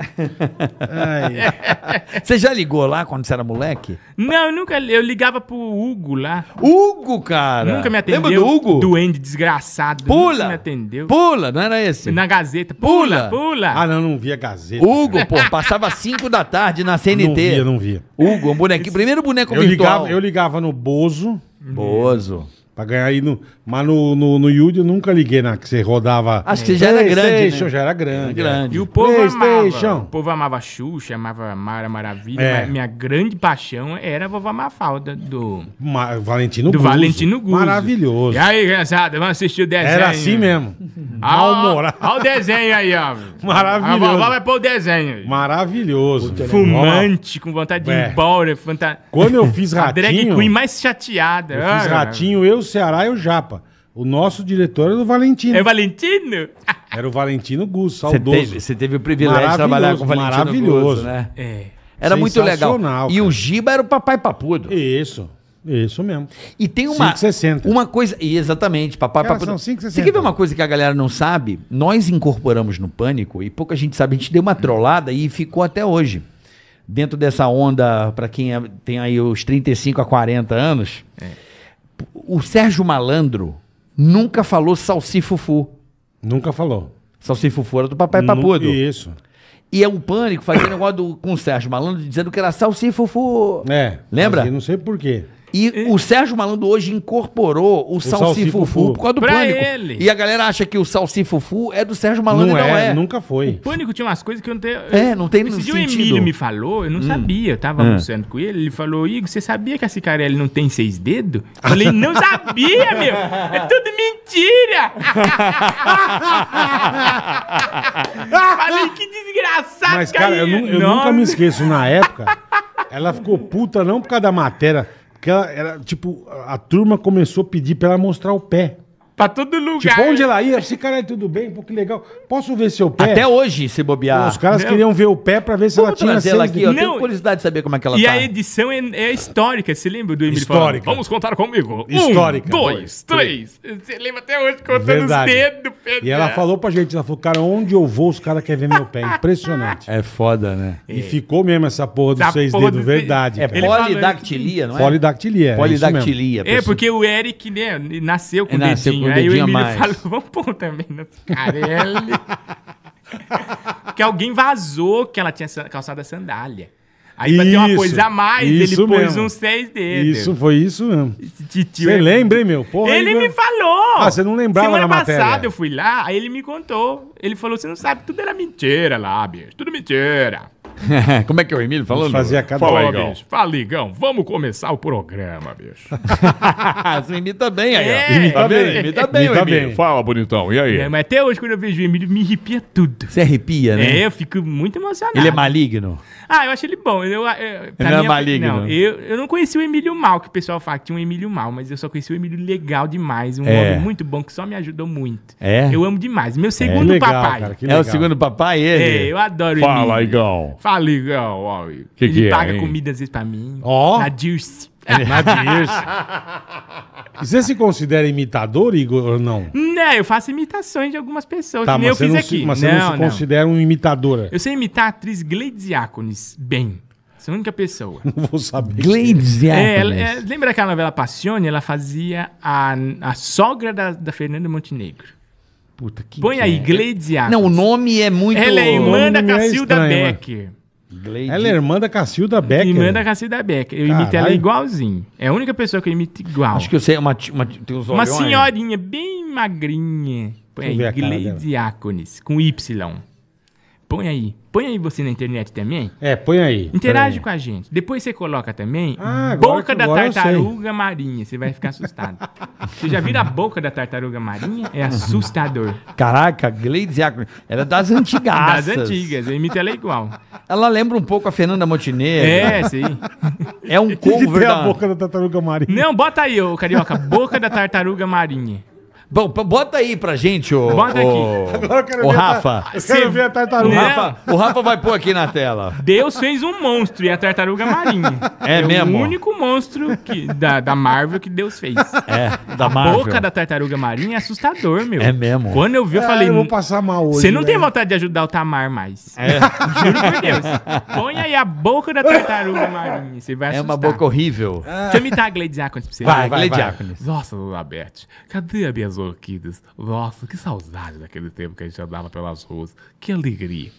Speaker 2: Ai,
Speaker 4: Você já ligou lá quando você era moleque?
Speaker 3: Não, eu nunca... Eu ligava pro Hugo lá.
Speaker 4: Hugo, cara!
Speaker 3: Nunca me atendeu.
Speaker 4: Lembra do Hugo?
Speaker 3: Duende desgraçado.
Speaker 4: Pula!
Speaker 3: Nunca me atendeu.
Speaker 4: Pula, não era esse?
Speaker 3: Na Gazeta.
Speaker 4: Pula!
Speaker 3: Pula, pula.
Speaker 2: Ah, não, não via Gazeta.
Speaker 4: Hugo, pô, passava 5 da tarde na CNT.
Speaker 2: Não via, não via.
Speaker 4: Hugo, um bonequinho. Primeiro boneco
Speaker 2: Eu
Speaker 4: virtual.
Speaker 2: ligava, eu ligava no Bozo
Speaker 4: Bozo.
Speaker 2: pra ganhar aí no. Mas no, no, no Yudi eu nunca liguei na que você rodava.
Speaker 4: Acho que você já era grande,
Speaker 2: PlayStation,
Speaker 4: né?
Speaker 2: já era grande. é.
Speaker 4: Grande.
Speaker 3: E o povo amava.
Speaker 2: PlayStation.
Speaker 3: O povo amava Xuxa, amava Mara Maravilha.
Speaker 2: É.
Speaker 3: mas minha grande paixão era a vovó Mafalda do,
Speaker 2: Ma- Valentino
Speaker 3: do
Speaker 2: Guzzo.
Speaker 3: Valentino Guzzo.
Speaker 2: Maravilhoso.
Speaker 3: E aí, criançada, vamos assistir o desenho.
Speaker 2: Era assim mesmo.
Speaker 3: Olha
Speaker 2: Mal-humorado.
Speaker 3: o desenho aí, ó.
Speaker 2: Maravilhoso.
Speaker 3: A vovó vai pôr o desenho. aí.
Speaker 2: Maravilhoso.
Speaker 3: Fumante, com vontade de
Speaker 2: É.
Speaker 3: ir embora. Fanta...
Speaker 2: Quando eu fiz
Speaker 3: A drag
Speaker 2: ratinho.
Speaker 3: queen mais chateada.
Speaker 2: Eu fiz
Speaker 3: Ah,
Speaker 2: ratinho, eu, Ceará e o Japa. O nosso diretor era o Valentino.
Speaker 3: É Valentino?
Speaker 2: Era o Valentino Guzzo,
Speaker 4: Você
Speaker 2: saudoso.
Speaker 4: teve, você teve o privilégio de
Speaker 2: Maravilhoso,
Speaker 4: trabalhar com o Valentino Grosso,
Speaker 2: maravilhoso.
Speaker 4: né?
Speaker 3: É.
Speaker 4: Era muito legal.
Speaker 2: Sensacional,
Speaker 4: E o Giba era o papai papudo.
Speaker 2: Isso. Isso mesmo.
Speaker 4: E tem uma
Speaker 2: 5,60.
Speaker 4: uma coisa, e exatamente, papai
Speaker 2: Elas
Speaker 4: papai.
Speaker 2: são
Speaker 4: Você
Speaker 2: 5,60.
Speaker 4: quer ver uma coisa que a galera não sabe? Nós incorporamos no pânico e pouca gente sabe, a gente deu uma trollada e ficou até hoje. Dentro dessa onda pra quem é- tem aí os 35 a 40 anos, o Sérgio Malandro nunca falou salsifufu.
Speaker 2: Nunca falou.
Speaker 4: Salsifufu era do papai
Speaker 2: Nu-
Speaker 4: papudo.
Speaker 2: Isso.
Speaker 4: E é um pânico fazer negócio do- com o Sérgio Malandro dizendo que era salsifufu.
Speaker 2: É.
Speaker 4: Lembra?
Speaker 2: mas eu Não sei por quê.
Speaker 4: E
Speaker 3: É.
Speaker 4: o Sérgio Malandro hoje incorporou o Salsifufu
Speaker 2: Salsifufu.
Speaker 4: por causa do
Speaker 3: Pra
Speaker 4: pânico.
Speaker 3: ele.
Speaker 4: E a galera acha que o Salsifufu é do Sérgio Malandro
Speaker 2: não,
Speaker 4: e não
Speaker 2: é,
Speaker 4: é.
Speaker 2: nunca foi.
Speaker 3: Pânico tinha umas coisas que eu não tenho.
Speaker 4: É, não tem
Speaker 3: Esse dia o
Speaker 4: sentido. Hum. É.
Speaker 3: Emílio me falou, eu não sabia, eu tava almoçando com ele, ele falou, Igor, você sabia que a Cicarelli não tem seis dedos? Eu falei, não sabia, meu! É tudo mentira! falei, que desgraçado
Speaker 2: Mas, cara, eu, nu- eu nunca me esqueço. Na época, ela ficou puta não por causa da matéria. Porque ela era, tipo, a a turma começou a pedir pra ela mostrar o pé.
Speaker 3: Pra todo lugar.
Speaker 2: Tipo, onde ela ia? Esse cara, tudo bem? Pô, que legal. Posso ver seu pé?
Speaker 4: Até hoje, se bobear.
Speaker 2: é. Os caras
Speaker 3: Não.
Speaker 2: queriam ver o pé pra ver se
Speaker 4: Vamos
Speaker 2: ela tinha
Speaker 4: trazer ela
Speaker 2: seis
Speaker 4: aqui, ó.
Speaker 2: dedos.
Speaker 4: Tenho
Speaker 3: Não,
Speaker 4: curiosidade de saber como é que ela
Speaker 3: E
Speaker 4: tá.
Speaker 3: a edição é, é histórica, você lembra do Emílio
Speaker 2: Histórica.
Speaker 3: falando, Vamos contar comigo.
Speaker 2: Histórica.
Speaker 3: Um, dois, três. Você lembra até hoje contando
Speaker 2: Verdade.
Speaker 3: os dedos. Pedro.
Speaker 2: E ela falou pra gente, ela falou, cara, onde eu vou, os caras querem ver meu pé. Impressionante.
Speaker 4: É foda, né?
Speaker 2: E ficou mesmo essa porra dos
Speaker 3: Essa
Speaker 2: seis
Speaker 3: porra
Speaker 2: dedos,
Speaker 3: dos
Speaker 2: verdade.
Speaker 3: dedos.
Speaker 4: É
Speaker 2: cara.
Speaker 3: Ele fala-
Speaker 4: polidactilia, não é?
Speaker 2: Polidactilia. é isso mesmo.
Speaker 4: Polidactilia.
Speaker 3: É,
Speaker 4: pessoal.
Speaker 3: porque o Eric, né, nasceu com o
Speaker 4: Nasceu com
Speaker 3: dedinho.
Speaker 4: o
Speaker 3: Aí o
Speaker 4: dedinho a
Speaker 3: Emílio
Speaker 4: mais.
Speaker 3: falou, vamos pôr um também no Carelli. que alguém vazou que ela tinha san- calçado a sandália. Aí pra ter uma
Speaker 2: Isso,
Speaker 3: coisa a mais, ele
Speaker 2: isso
Speaker 3: pôs
Speaker 2: mesmo.
Speaker 3: uns seis dedos.
Speaker 2: Isso, foi isso mesmo.
Speaker 3: Esse titio
Speaker 2: Você
Speaker 3: é-
Speaker 2: lembra, hein, meu? Porra,
Speaker 3: Ele me falou!
Speaker 2: Ah, você não lembrava
Speaker 3: Semana
Speaker 2: da matéria.
Speaker 3: passada eu fui lá, aí ele me contou. Ele falou, você não sabe, tudo era mentira lá, bicho. Tudo mentira.
Speaker 4: como é que é o Emílio falou?
Speaker 2: Fazia cada...
Speaker 3: Fala,
Speaker 2: Fala,
Speaker 3: bicho. Fala, Igão. Vamos começar o programa, bicho.
Speaker 4: Ah, Você imita bem aí, ó.
Speaker 3: É.
Speaker 2: Imita
Speaker 3: Tá
Speaker 2: bem,
Speaker 4: Imita bem,
Speaker 2: imita
Speaker 4: o Emílio.
Speaker 2: bem.
Speaker 5: Fala, bonitão. E aí?
Speaker 3: É, mas até hoje, quando eu vejo o Emílio, me arrepia tudo.
Speaker 4: Você arrepia, né?
Speaker 3: É, eu fico muito emocionado.
Speaker 4: Ele é maligno.
Speaker 3: Ah, eu acho ele bom. Eu, eu, pra
Speaker 4: Ele não é
Speaker 3: mim,
Speaker 4: maligno.
Speaker 3: Não, eu, eu não conheci o Emílio Mal, que o pessoal fala que tinha um Emílio Mal, mas eu só conheci o Emílio legal demais. Um
Speaker 4: É.
Speaker 3: homem muito bom que só me ajudou muito.
Speaker 4: É?
Speaker 3: Eu amo demais. Meu
Speaker 2: Que
Speaker 3: segundo
Speaker 2: legal,
Speaker 3: papai.
Speaker 2: cara, que
Speaker 4: É
Speaker 2: legal.
Speaker 4: o segundo papai,
Speaker 3: É,
Speaker 4: ele.
Speaker 3: eu adoro
Speaker 5: Fala,
Speaker 3: o Emílio.
Speaker 5: Igão.
Speaker 3: Fala, Igão. ó, ele
Speaker 5: Que que é,
Speaker 3: paga
Speaker 5: hein?
Speaker 3: comida às vezes pra mim.
Speaker 2: Ó.
Speaker 3: Na Dirce.
Speaker 2: E você se considera imitador, Igor, ou não?
Speaker 3: Não, Né, eu faço imitações de algumas pessoas,
Speaker 2: Tá,
Speaker 3: que nem eu
Speaker 2: mas, você
Speaker 3: fiz
Speaker 2: não,
Speaker 3: aqui.
Speaker 2: se, mas você não se considera um imitador.
Speaker 3: Eu sei imitar a atriz Gleides Iacones bem. Sou a única pessoa.
Speaker 2: Não vou saber.
Speaker 4: Glendes
Speaker 3: É, ela- é, lembra daquela novela Passione? Ela fazia a, a sogra da, da Fernanda Montenegro.
Speaker 4: Puta, que
Speaker 3: Põe
Speaker 4: que
Speaker 3: aí,
Speaker 4: é?
Speaker 3: Gleides
Speaker 2: Ah,
Speaker 3: Iacones.
Speaker 4: Não, o nome é muito...
Speaker 3: Ela é irmã
Speaker 2: nome
Speaker 3: da
Speaker 2: não é
Speaker 3: Cacilda
Speaker 2: estranho, né?
Speaker 3: Becker.
Speaker 4: Gleide-
Speaker 2: Ela é irmã da Cacilda Becker.
Speaker 3: Irmã da Cacilda Becker. Eu imito ela
Speaker 2: Caralho.
Speaker 3: igualzinho. É a única pessoa que eu imito igual.
Speaker 4: Acho que eu sei, é uma, ti- uma, ti- tem uns
Speaker 3: Uma
Speaker 4: olhões.
Speaker 3: senhorinha bem magrinha. Põe
Speaker 2: Deixa eu ver a
Speaker 3: aí,
Speaker 2: cara
Speaker 3: Gleide Iacones, com Y. Põe aí. Põe aí você na internet também.
Speaker 2: É, põe aí.
Speaker 3: Interage
Speaker 2: Pera
Speaker 3: com a gente. Depois você coloca também
Speaker 2: Ah, agora
Speaker 3: boca
Speaker 2: que-
Speaker 3: da
Speaker 2: agora eu sei.
Speaker 3: tartaruga marinha. Você vai ficar assustado. você já vira a boca da tartaruga marinha? É assustador.
Speaker 4: Caraca, Gleide Ziacone. Ela é das
Speaker 3: Das
Speaker 4: antigas.
Speaker 3: antigas. Eu imito ela igual.
Speaker 4: Ela lembra um pouco a Fernanda Montenegro.
Speaker 3: É, sim.
Speaker 4: É, um
Speaker 2: aí. O que, que
Speaker 4: cover
Speaker 2: tem a
Speaker 4: da...
Speaker 2: boca da tartaruga marinha?
Speaker 3: Não, bota aí, ô carioca. Boca da tartaruga marinha.
Speaker 4: Bom, p- bota aí pra gente, ô...
Speaker 3: Bota Né?
Speaker 4: ô-
Speaker 2: Agora eu quero
Speaker 4: Ô,
Speaker 2: ver a
Speaker 4: Rafa.
Speaker 2: tar- Eu quero ver a
Speaker 4: O
Speaker 2: tartaruga.
Speaker 3: Não.
Speaker 4: Rafa, o Rafa vai pôr aqui na tela.
Speaker 3: Deus fez um monstro e a tartaruga marinha.
Speaker 2: Tá
Speaker 4: É mesmo?
Speaker 3: o único monstro que, da, da Marvel que Deus fez.
Speaker 4: É, da
Speaker 3: A
Speaker 4: Marvel.
Speaker 3: boca da tartaruga marinha é assustador, meu.
Speaker 4: É mesmo.
Speaker 3: Quando eu vi, eu
Speaker 2: Ah,
Speaker 3: falei...
Speaker 2: eu vou passar mal hoje.
Speaker 3: Você não tem
Speaker 5: né?
Speaker 2: velho."
Speaker 3: vontade de ajudar o Tamar mais.
Speaker 5: É.
Speaker 3: Juro por Deus. Põe aí a boca da tartaruga marinha. Você vai
Speaker 4: É
Speaker 3: assustar.
Speaker 4: uma boca horrível.
Speaker 3: Deixa eu imitar a Gleides Acontes pra você.
Speaker 4: Vai, Gleide
Speaker 2: É. vai.
Speaker 4: Diácones.
Speaker 3: Nossa, Elizabeth, cadê as minhas orquídeas? Nossa, que saudade daquele tempo que a gente andava pelas ruas. Que alegria.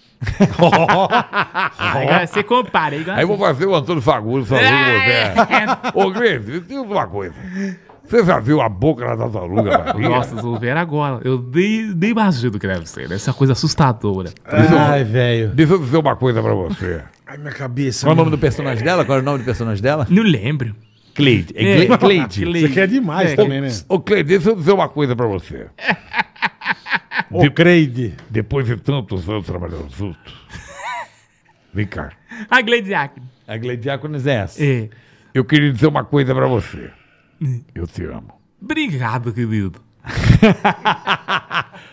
Speaker 3: Ah, agora você compara. Igual
Speaker 5: Aí eu vou fazer o Antônio Fagundes falando com
Speaker 3: É.
Speaker 5: você. Ô, Grêmio, diz uma coisa. Você já viu a boca da tartaruga, Maria?
Speaker 3: é. Nossa, vocês vão ver agora. Eu nem, nem imagino o que deve ser. né? Essa coisa assustadora.
Speaker 2: Ai, velho.
Speaker 5: Deixa eu dizer uma coisa pra você.
Speaker 2: Ai, minha cabeça.
Speaker 4: Qual é o nome do personagem dela? Qual é o nome do personagem dela?
Speaker 3: Não lembro.
Speaker 4: Cleide. É,
Speaker 3: É,
Speaker 4: Gle- Cleide.
Speaker 2: Isso aqui é demais
Speaker 3: É,
Speaker 2: também, né?
Speaker 5: Ô, Cleide, deixa eu dizer uma coisa pra você.
Speaker 2: O Creide.
Speaker 5: Depois de tantos anos trabalhando juntos. Vem cá.
Speaker 3: A Gleides Acontes.
Speaker 4: A Gleide Diácones é essa.
Speaker 3: É.
Speaker 5: Eu queria dizer uma coisa pra você. Eu te amo.
Speaker 3: Obrigado, querido.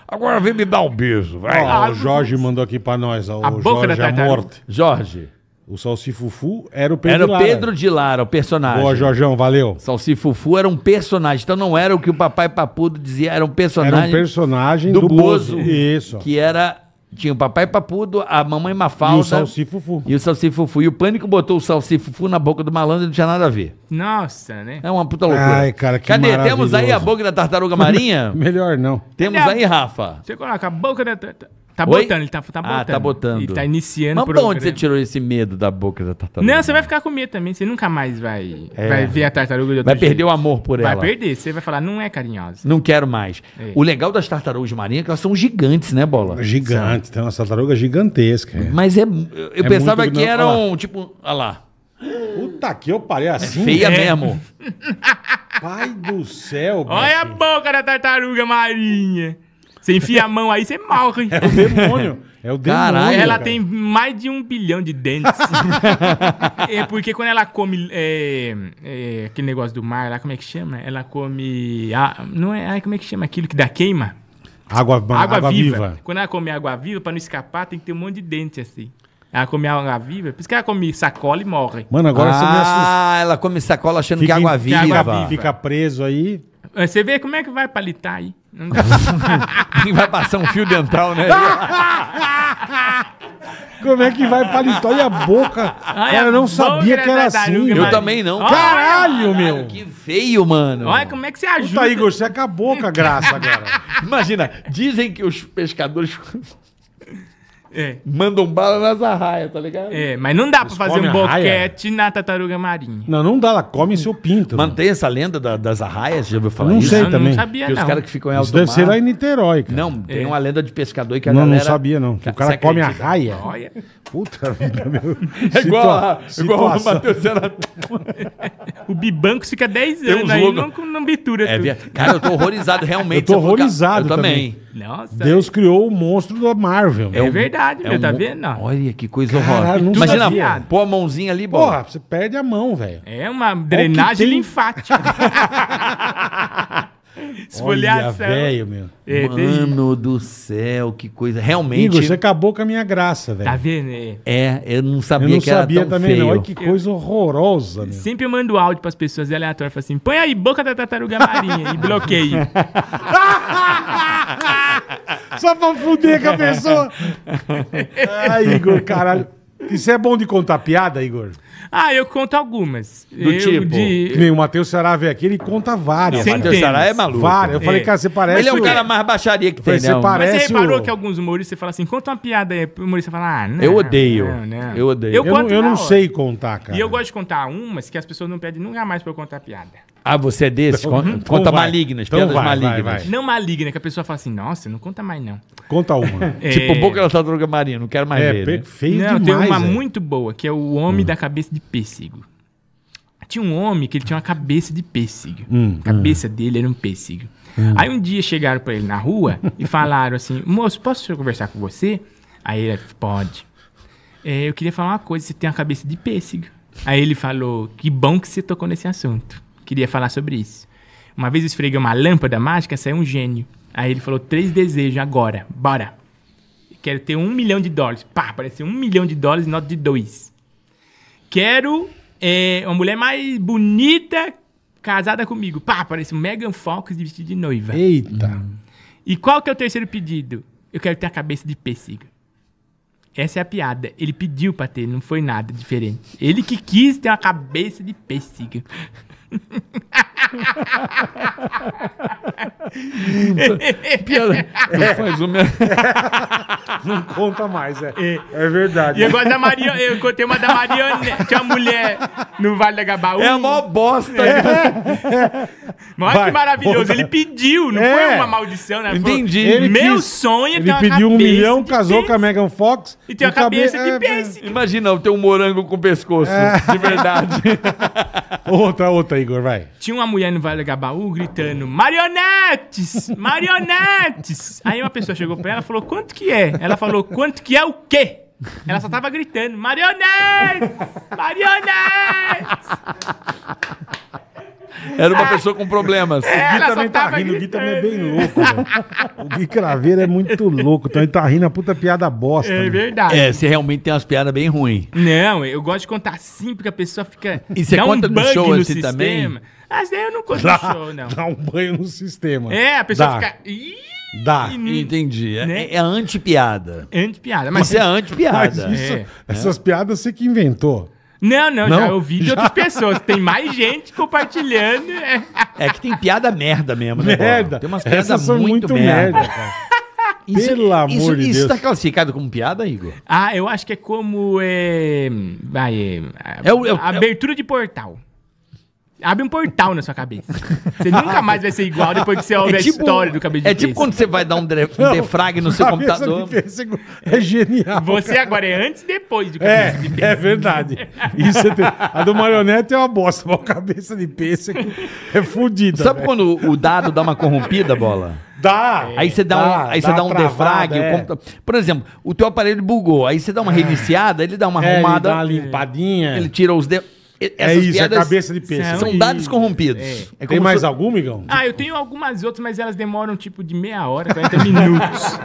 Speaker 5: Agora vem me dar um beijo,
Speaker 4: Tá
Speaker 5: vai.
Speaker 2: Ó, o Jorge mandou aqui pra nós. ó,
Speaker 3: A
Speaker 2: o
Speaker 3: boca da
Speaker 2: Jorge
Speaker 3: tartaruga.
Speaker 2: Amorte.
Speaker 4: Jorge.
Speaker 2: O Salsifufu era o Pedro
Speaker 4: Era o
Speaker 2: Lara.
Speaker 4: Pedro de Lara, o personagem.
Speaker 2: Boa, Jorjão, valeu.
Speaker 4: Salsifufu era um personagem. Então não era o que o papai papudo dizia, era um personagem,
Speaker 2: Era um personagem do,
Speaker 4: do Bozo.
Speaker 2: Isso.
Speaker 4: que né? era... Tinha o papai papudo, a mamãe Mafalda...
Speaker 2: E o Salsifufu.
Speaker 4: E o Salsifufu. E o Pânico botou o Salsifufu na boca do malandro e não tinha nada a ver.
Speaker 3: Nossa, né?
Speaker 4: É uma puta loucura.
Speaker 2: Ai, cara, que
Speaker 4: Cadê? Temos aí a
Speaker 2: maravilhoso.
Speaker 4: boca da tartaruga marinha?
Speaker 2: Melhor não.
Speaker 4: Temos
Speaker 3: Não.
Speaker 4: aí, Rafa.
Speaker 3: Você coloca a boca da. Tá, tá- tá
Speaker 4: Oi?
Speaker 3: botando, ele tá, tá botando.
Speaker 4: Ah, tá botando.
Speaker 3: Ele tá iniciando
Speaker 4: Mas
Speaker 3: o
Speaker 4: pra onde
Speaker 3: programa.
Speaker 4: você tirou esse medo da boca da tartaruga?
Speaker 3: Não, você vai ficar com medo também. Você nunca mais vai, vai ver a tartaruga de outro
Speaker 4: É. Vai perder
Speaker 3: jeito.
Speaker 4: o amor por
Speaker 3: Vai
Speaker 4: ela.
Speaker 3: perder. Você vai falar, não é carinhosa.
Speaker 4: Não quero mais.
Speaker 3: É.
Speaker 4: O legal das tartarugas marinhas é que elas são gigantes, né, Bola?
Speaker 2: Gigante. Tem uma tartaruga gigantesca.
Speaker 4: Mas é. Eu eu
Speaker 2: É
Speaker 4: pensava
Speaker 2: muito
Speaker 4: que
Speaker 2: grande. Olha
Speaker 4: eram, tipo, olha lá.
Speaker 2: Puta que eu parei assim.
Speaker 4: Feia
Speaker 3: É.
Speaker 4: mesmo.
Speaker 2: Pai do céu,
Speaker 3: Olha a
Speaker 2: bicho.
Speaker 3: boca da tartaruga marinha. Você enfia a mão aí, você morre.
Speaker 2: É o demônio. É o demônio.
Speaker 4: Caralho,
Speaker 3: Ela
Speaker 2: cara.
Speaker 3: tem mais de um bilhão de dentes. é porque quando ela come é, é, aquele negócio do mar lá, como é que chama? Ela come. ah, não é. ai, como é que chama aquilo que dá queima?
Speaker 2: Ah, Água,
Speaker 3: água, viva. Quando ela come água viva, pra não escapar, tem que ter um monte de dente assim. Ela come água viva, por isso que ela come sacola e morre.
Speaker 2: Mano, agora você me assustou.
Speaker 4: ah, ela come sacola achando que é água
Speaker 2: em-
Speaker 4: viva.
Speaker 3: água
Speaker 2: Fica, fica preso aí.
Speaker 3: Você vê como é que vai palitar aí? Não dá.
Speaker 4: Quem vai passar um fio dental, né?
Speaker 2: Ah, Como é que vai palitó e a boca?
Speaker 3: Ai,
Speaker 2: cara, eu não
Speaker 3: a
Speaker 2: sabia
Speaker 3: boca é
Speaker 2: que era
Speaker 3: da
Speaker 2: assim.
Speaker 3: tartaruga,
Speaker 4: Eu
Speaker 3: Maria.
Speaker 4: também não.
Speaker 3: Olha,
Speaker 2: Caralho, meu.
Speaker 4: Que feio, mano.
Speaker 3: Olha como é que você ajuda.
Speaker 2: Puta, Igor, você acabou com a graça agora.
Speaker 4: Imagina, dizem que os pescadores
Speaker 3: É,
Speaker 4: mandam bala nas arraias, tá ligado?
Speaker 3: é, mas não dá pra fazer
Speaker 2: comem
Speaker 3: um
Speaker 2: a raia.
Speaker 3: boquete na tartaruga marinha.
Speaker 2: Não, não dá, ela come seu pinto. mano.
Speaker 4: Mantém essa lenda da- das arraias, já ouviu falar
Speaker 2: Não
Speaker 4: isso?
Speaker 2: sei
Speaker 3: Eu
Speaker 2: também.
Speaker 3: não sabia,
Speaker 4: Que os
Speaker 3: não.
Speaker 4: caras que ficam em alto
Speaker 2: Isso deve
Speaker 4: mar-
Speaker 2: ser lá em Niterói, cara.
Speaker 4: Não, tem
Speaker 3: É.
Speaker 4: uma lenda de pescador que a
Speaker 2: Não, não
Speaker 4: galera...
Speaker 2: sabia, não. Que o cara
Speaker 4: Você
Speaker 2: come a
Speaker 4: acredita?
Speaker 2: raia.
Speaker 3: Olha.
Speaker 2: Puta vida, meu.
Speaker 4: É igual, a-
Speaker 2: Situa-
Speaker 4: igual o
Speaker 2: situação.
Speaker 4: Matheus Serra.
Speaker 3: O Bibancos fica 10
Speaker 4: Tem
Speaker 3: anos
Speaker 4: uns
Speaker 3: aí,
Speaker 4: loucos.
Speaker 3: não, não bitura
Speaker 4: É,
Speaker 3: tudo.
Speaker 4: via- cara, eu tô horrorizado, realmente.
Speaker 2: Eu tô
Speaker 4: Você falou, cara,
Speaker 2: horrorizado
Speaker 4: eu
Speaker 2: também.
Speaker 3: Nossa,
Speaker 2: Deus criou o monstro da Marvel.
Speaker 3: é
Speaker 2: meu.
Speaker 4: um-
Speaker 3: verdade,
Speaker 4: É
Speaker 3: meu,
Speaker 4: um-
Speaker 3: tá vendo? Ó.
Speaker 4: Olha que coisa
Speaker 2: Caralho,
Speaker 4: horrorosa.
Speaker 2: não
Speaker 4: Imagina,
Speaker 3: sabia.
Speaker 4: pô, a mãozinha ali,
Speaker 2: Porra,
Speaker 4: bola.
Speaker 2: você perde a mão, velho.
Speaker 3: É uma drenagem
Speaker 2: tem.
Speaker 3: linfática.
Speaker 2: Olha,
Speaker 3: Esfoliação.
Speaker 2: velho, meu.
Speaker 3: É, tem-
Speaker 4: Mano do céu, que coisa. Realmente,
Speaker 2: Igor, você acabou com a minha graça, velho.
Speaker 3: Tá vendo? É.
Speaker 4: é, eu não sabia
Speaker 2: Eu não
Speaker 4: que era
Speaker 2: sabia
Speaker 4: tão
Speaker 2: também,
Speaker 4: feio.
Speaker 2: não. Olha que coisa horrorosa, meu.
Speaker 3: Sempre eu mando áudio pras pessoas aleatórias, falo assim, põe aí, boca da tartaruga marinha, e bloqueio.
Speaker 2: Só pra fuder com a pessoa. Ai, Ah, Igor, caralho. Isso é bom de contar piada, Igor?
Speaker 3: Ah, eu conto algumas. Do eu,
Speaker 4: tipo?
Speaker 2: Que
Speaker 3: de-
Speaker 2: nem o Matheus Ceará veio aqui, ele conta várias.
Speaker 3: Sem
Speaker 2: Matheus.
Speaker 4: Matheus
Speaker 3: tênis.
Speaker 4: Ceará é maluco.
Speaker 2: Várias. Eu falei,
Speaker 3: É.
Speaker 2: cara, você parece...
Speaker 4: Ele é o
Speaker 2: o-
Speaker 4: cara mais baixaria que tem, né?
Speaker 2: Você
Speaker 4: não.
Speaker 2: parece-
Speaker 3: Mas você reparou
Speaker 2: o-
Speaker 3: que alguns humoristas falam assim, conta uma piada aí, o humorista fala, ah, não.
Speaker 4: Eu odeio.
Speaker 3: não, não.
Speaker 4: Eu odeio.
Speaker 2: Eu, não,
Speaker 3: conto
Speaker 2: eu
Speaker 3: na
Speaker 2: não
Speaker 3: hora.
Speaker 2: sei contar, cara.
Speaker 3: E eu gosto de contar umas que as pessoas não pedem nunca mais pra eu contar piada.
Speaker 4: Ah, você é desse? Con-
Speaker 2: Então
Speaker 4: Conta
Speaker 2: vai.
Speaker 4: malignas,
Speaker 2: Então
Speaker 4: piadas
Speaker 2: vai, vai,
Speaker 4: malignas.
Speaker 2: vai.
Speaker 3: Não maligna, que a pessoa fala assim, nossa, não conta mais não.
Speaker 2: Conta uma.
Speaker 3: É,
Speaker 4: Tipo, boca da tartaruga marinha, não quero mais
Speaker 2: É,
Speaker 4: ver.
Speaker 2: pe-
Speaker 4: né?
Speaker 2: feio
Speaker 3: Não,
Speaker 2: demais.
Speaker 3: tem uma
Speaker 2: velho.
Speaker 3: muito boa, que é o homem da cabeça de pêssego. Tinha um homem que ele tinha uma cabeça de pêssego. a cabeça dele era um pêssego. Aí um dia chegaram pra ele na rua e falaram assim: Moço, posso conversar com você? Aí ele pode. "É, eu queria falar uma coisa, você tem uma cabeça de pêssego. Aí ele falou: Que bom que você tocou nesse assunto. Queria falar sobre isso. Uma vez eu esfreguei uma lâmpada mágica, saiu um gênio. Aí ele falou: Três desejos agora, bora. Quero ter um milhão de dólares. Pá, apareceu um milhão de dólares e nota de dois. Quero é, uma mulher mais bonita casada comigo. Pá, aparece um Megan Fox de vestido de noiva.
Speaker 2: Eita.
Speaker 3: E qual que é o terceiro pedido? Eu quero ter a cabeça de pêssego. Essa é a piada. Ele pediu pra ter, não foi nada diferente. Ele que quis ter uma cabeça de pêssego.
Speaker 4: Piada. Não faz uma...
Speaker 2: Não conta mais, é. É verdade.
Speaker 3: E eu gosto da Mariana. Eu contei uma da Mariana. Tinha uma mulher no Vale da Gabaú.
Speaker 4: É a maior bosta.
Speaker 3: Mas olha que maravilhoso. Ele pediu, não
Speaker 2: É.
Speaker 3: foi uma maldição, né? Ele falou,
Speaker 4: Entendi.
Speaker 2: Ele
Speaker 3: Meu
Speaker 2: quis-
Speaker 3: sonho é
Speaker 2: Ele
Speaker 3: ter uma
Speaker 2: pediu um
Speaker 3: cabeça
Speaker 2: milhão,
Speaker 3: de
Speaker 2: casou com a
Speaker 3: pêssego.
Speaker 2: Megan Fox.
Speaker 3: E tem uma
Speaker 2: e cabe-
Speaker 3: cabeça de
Speaker 2: é,
Speaker 3: pêssego.
Speaker 4: Imagina, eu ter um morango com pescoço. De verdade.
Speaker 2: é. Outra, outra, Igor, vai.
Speaker 3: Tinha uma mulher no Vale do Gabaú gritando: Marionetes! Marionetes! Aí uma pessoa chegou pra ela e falou: Quanto que é? Ela falou: Quanto que é o quê? Ela só tava gritando: Marionetes! Marionetes!
Speaker 4: Era uma pessoa com problemas.
Speaker 2: O Gui
Speaker 3: Ela
Speaker 2: também
Speaker 3: só
Speaker 2: tá
Speaker 3: tava
Speaker 2: rindo, o Gui
Speaker 3: gritando.
Speaker 2: também é bem louco, velho. O Gui Craveiro é muito louco, então ele tá rindo a puta piada bosta.
Speaker 3: É
Speaker 2: né?
Speaker 3: verdade.
Speaker 4: É, você realmente tem umas piadas bem ruins.
Speaker 3: Não, eu gosto de contar assim, porque a pessoa fica.
Speaker 4: E você
Speaker 3: dá um
Speaker 4: conta no
Speaker 3: bug
Speaker 4: show assim também?
Speaker 3: sistema. Mas daí eu não conto no show, não.
Speaker 2: Dá um banho no sistema.
Speaker 3: É, a pessoa
Speaker 2: Dá,
Speaker 3: fica. Ih,
Speaker 2: Dá.
Speaker 4: Entendi. É,
Speaker 3: Né?
Speaker 4: é, é anti-piada.
Speaker 3: anti-piada. Mas
Speaker 4: Isso é
Speaker 2: Mas
Speaker 4: anti-piada.
Speaker 2: isso-
Speaker 3: É.
Speaker 2: essas piadas você que inventou.
Speaker 3: Não, não,
Speaker 2: Não?
Speaker 3: já ouvi de outras pessoas. Tem mais gente compartilhando. é.
Speaker 4: É que tem piada merda mesmo, né? Bola?
Speaker 2: Merda.
Speaker 4: Tem umas
Speaker 2: Essas
Speaker 4: piadas
Speaker 2: são
Speaker 4: muito,
Speaker 2: muito
Speaker 4: merda.
Speaker 2: merda, cara. Pelo amor
Speaker 4: isso,
Speaker 2: de
Speaker 4: isso
Speaker 2: Deus.
Speaker 4: tá classificado como piada, Igor?
Speaker 3: Ah, eu acho que é como. É, vai, é,
Speaker 4: É o- é o-
Speaker 3: abertura de portal. Abre um portal na sua cabeça. Você nunca mais vai ser igual depois que você ouve a história do cabelo de
Speaker 4: é tipo
Speaker 3: peixe.
Speaker 4: quando você vai dar um, dre- um
Speaker 2: Não,
Speaker 4: defrag no seu
Speaker 2: cabeça
Speaker 4: computador.
Speaker 2: de pêssego É genial.
Speaker 3: Você agora é antes e depois do cabelo
Speaker 2: É,
Speaker 3: de peixe.
Speaker 2: é verdade. Isso é ter- A do marionete é uma bosta, mas a cabeça de pêssego é fodida.
Speaker 4: Sabe
Speaker 2: velho.
Speaker 4: quando o dado dá uma corrompida, bola?
Speaker 2: Dá. é.
Speaker 4: Aí você dá, um, aí você dá um defrag. o computador- Por exemplo, o teu aparelho bugou. Aí você dá uma reiniciada, ele dá uma arrumada,
Speaker 2: arrumada. É. Dá uma
Speaker 4: ele,
Speaker 2: limpadinha.
Speaker 4: tira os dedos.
Speaker 2: É isso, é cabeça de peixe.
Speaker 3: são-
Speaker 4: São dados corrompidos. É
Speaker 2: Tem
Speaker 4: como
Speaker 2: mais
Speaker 4: se-
Speaker 2: algum, migão?
Speaker 3: Ah, eu tenho algumas outras, mas elas demoram tipo de meia hora, 40 minutos.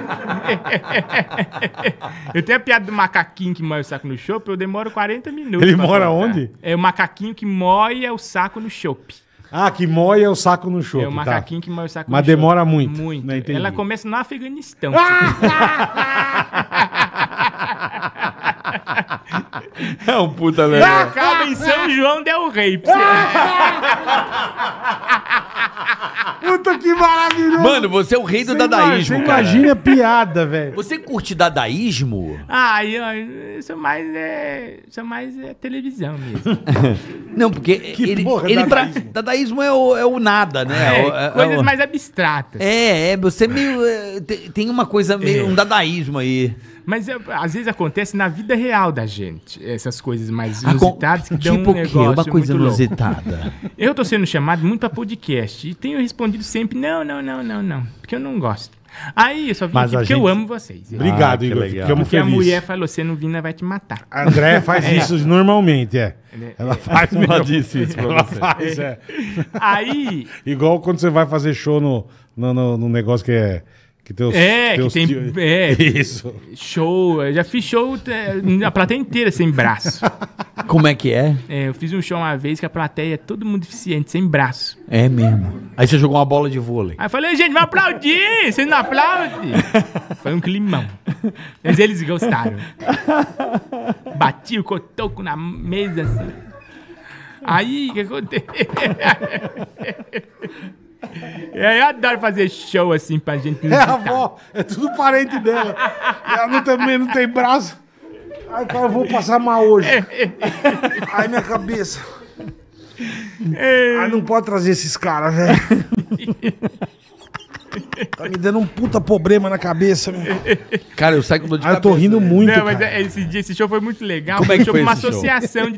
Speaker 3: eu tenho a piada do macaquinho que moe o saco no chopp, eu demoro 40 minutos.
Speaker 2: Ele
Speaker 3: pra
Speaker 2: mora onde?
Speaker 3: É o macaquinho que moia o saco no chopp.
Speaker 2: Ah, que moia o saco no tá. show.
Speaker 3: É
Speaker 4: tá?
Speaker 3: o macaquinho que moe o saco
Speaker 2: Mas
Speaker 3: no chopp.
Speaker 2: demora muito,
Speaker 3: Muito.
Speaker 2: né? Entendi.
Speaker 3: Ela começa no Afeganistão.
Speaker 4: Ah!
Speaker 1: É um puta, né?
Speaker 4: Ah!
Speaker 3: Acaba em São João Del Rey. pra você ver.
Speaker 2: Puta que maravilhoso.
Speaker 4: Mano, você é o rei do
Speaker 2: Você
Speaker 4: dadaísmo,
Speaker 2: imagina-
Speaker 4: cara.
Speaker 2: Você imagina a piada, velho.
Speaker 4: Você curte dadaísmo?
Speaker 3: Ah, eu, isso mais é. Isso mais é televisão mesmo.
Speaker 4: Não, porque ele,
Speaker 2: porra,
Speaker 4: ele tra-
Speaker 2: dadaísmo?
Speaker 4: dadaísmo. é, o, é o nada, né?
Speaker 3: É,
Speaker 4: o- é-
Speaker 3: coisas
Speaker 4: é o-
Speaker 3: mais abstratas.
Speaker 4: É, é, você é meio. é, te- tem uma coisa
Speaker 2: É.
Speaker 4: meio. um dadaísmo aí.
Speaker 3: Mas é, às vezes acontece na vida real da gente. Essas coisas mais
Speaker 4: Ah, com-
Speaker 3: inusitadas que dão
Speaker 4: tipo
Speaker 3: um
Speaker 4: o quê?
Speaker 3: negócio
Speaker 4: Uma coisa
Speaker 3: muito louco.
Speaker 4: inusitada.
Speaker 3: Eu tô sendo chamado muito pra podcast e tenho respondido sempre não, não, não, não, não, porque eu não gosto. Aí eu só vim
Speaker 2: Mas
Speaker 3: aqui
Speaker 2: a
Speaker 3: porque eu
Speaker 2: gente-
Speaker 3: amo vocês.
Speaker 2: Obrigado,
Speaker 4: Ah,
Speaker 1: que
Speaker 2: Igor.
Speaker 1: legal.
Speaker 2: Ficamos
Speaker 3: Porque
Speaker 2: felizes.
Speaker 3: a mulher É. falou, se não vir, ela vai te matar.
Speaker 2: A Andréia faz isso normalmente, é. Ela faz mesmo.
Speaker 1: Ela disse isso pra
Speaker 2: Ela
Speaker 1: você.
Speaker 2: faz, é.
Speaker 3: Aí,
Speaker 2: Igual quando você vai fazer show no, no, no- no negócio que é. Que tem os,
Speaker 3: é, que tem
Speaker 2: tio-
Speaker 3: é,
Speaker 2: Isso.
Speaker 3: show, eu já fiz show é, a plateia inteira sem braço.
Speaker 4: Como é que é?
Speaker 3: É, eu fiz um show uma vez que a plateia é todo mundo deficiente, sem braço.
Speaker 4: É mesmo. Aí você jogou uma bola de vôlei.
Speaker 3: Aí eu falei, gente, vai aplaudir! Vocês não aplaudem? Foi um climão. Mas eles gostaram. Bati o cotoco na mesa assim. Aí, o que aconteceu? É, Eu adoro fazer show assim pra gente.
Speaker 2: É a avó, é tudo parente dela. Ela não, também não tem braço. Ai, cara, eu vou passar mal hoje. Ai, minha cabeça. Ai, não pode trazer esses caras, velho. Tá me dando um puta problema na cabeça, meu.
Speaker 4: Cara, eu saio com dor de
Speaker 2: Ai, eu tô rindo muito,
Speaker 3: Não, mas
Speaker 2: cara.
Speaker 3: é- esse, dia- esse show foi muito legal.
Speaker 4: Então, Como é
Speaker 3: foi
Speaker 4: que
Speaker 3: um show
Speaker 4: foi
Speaker 3: pra uma
Speaker 4: esse show?
Speaker 3: associação de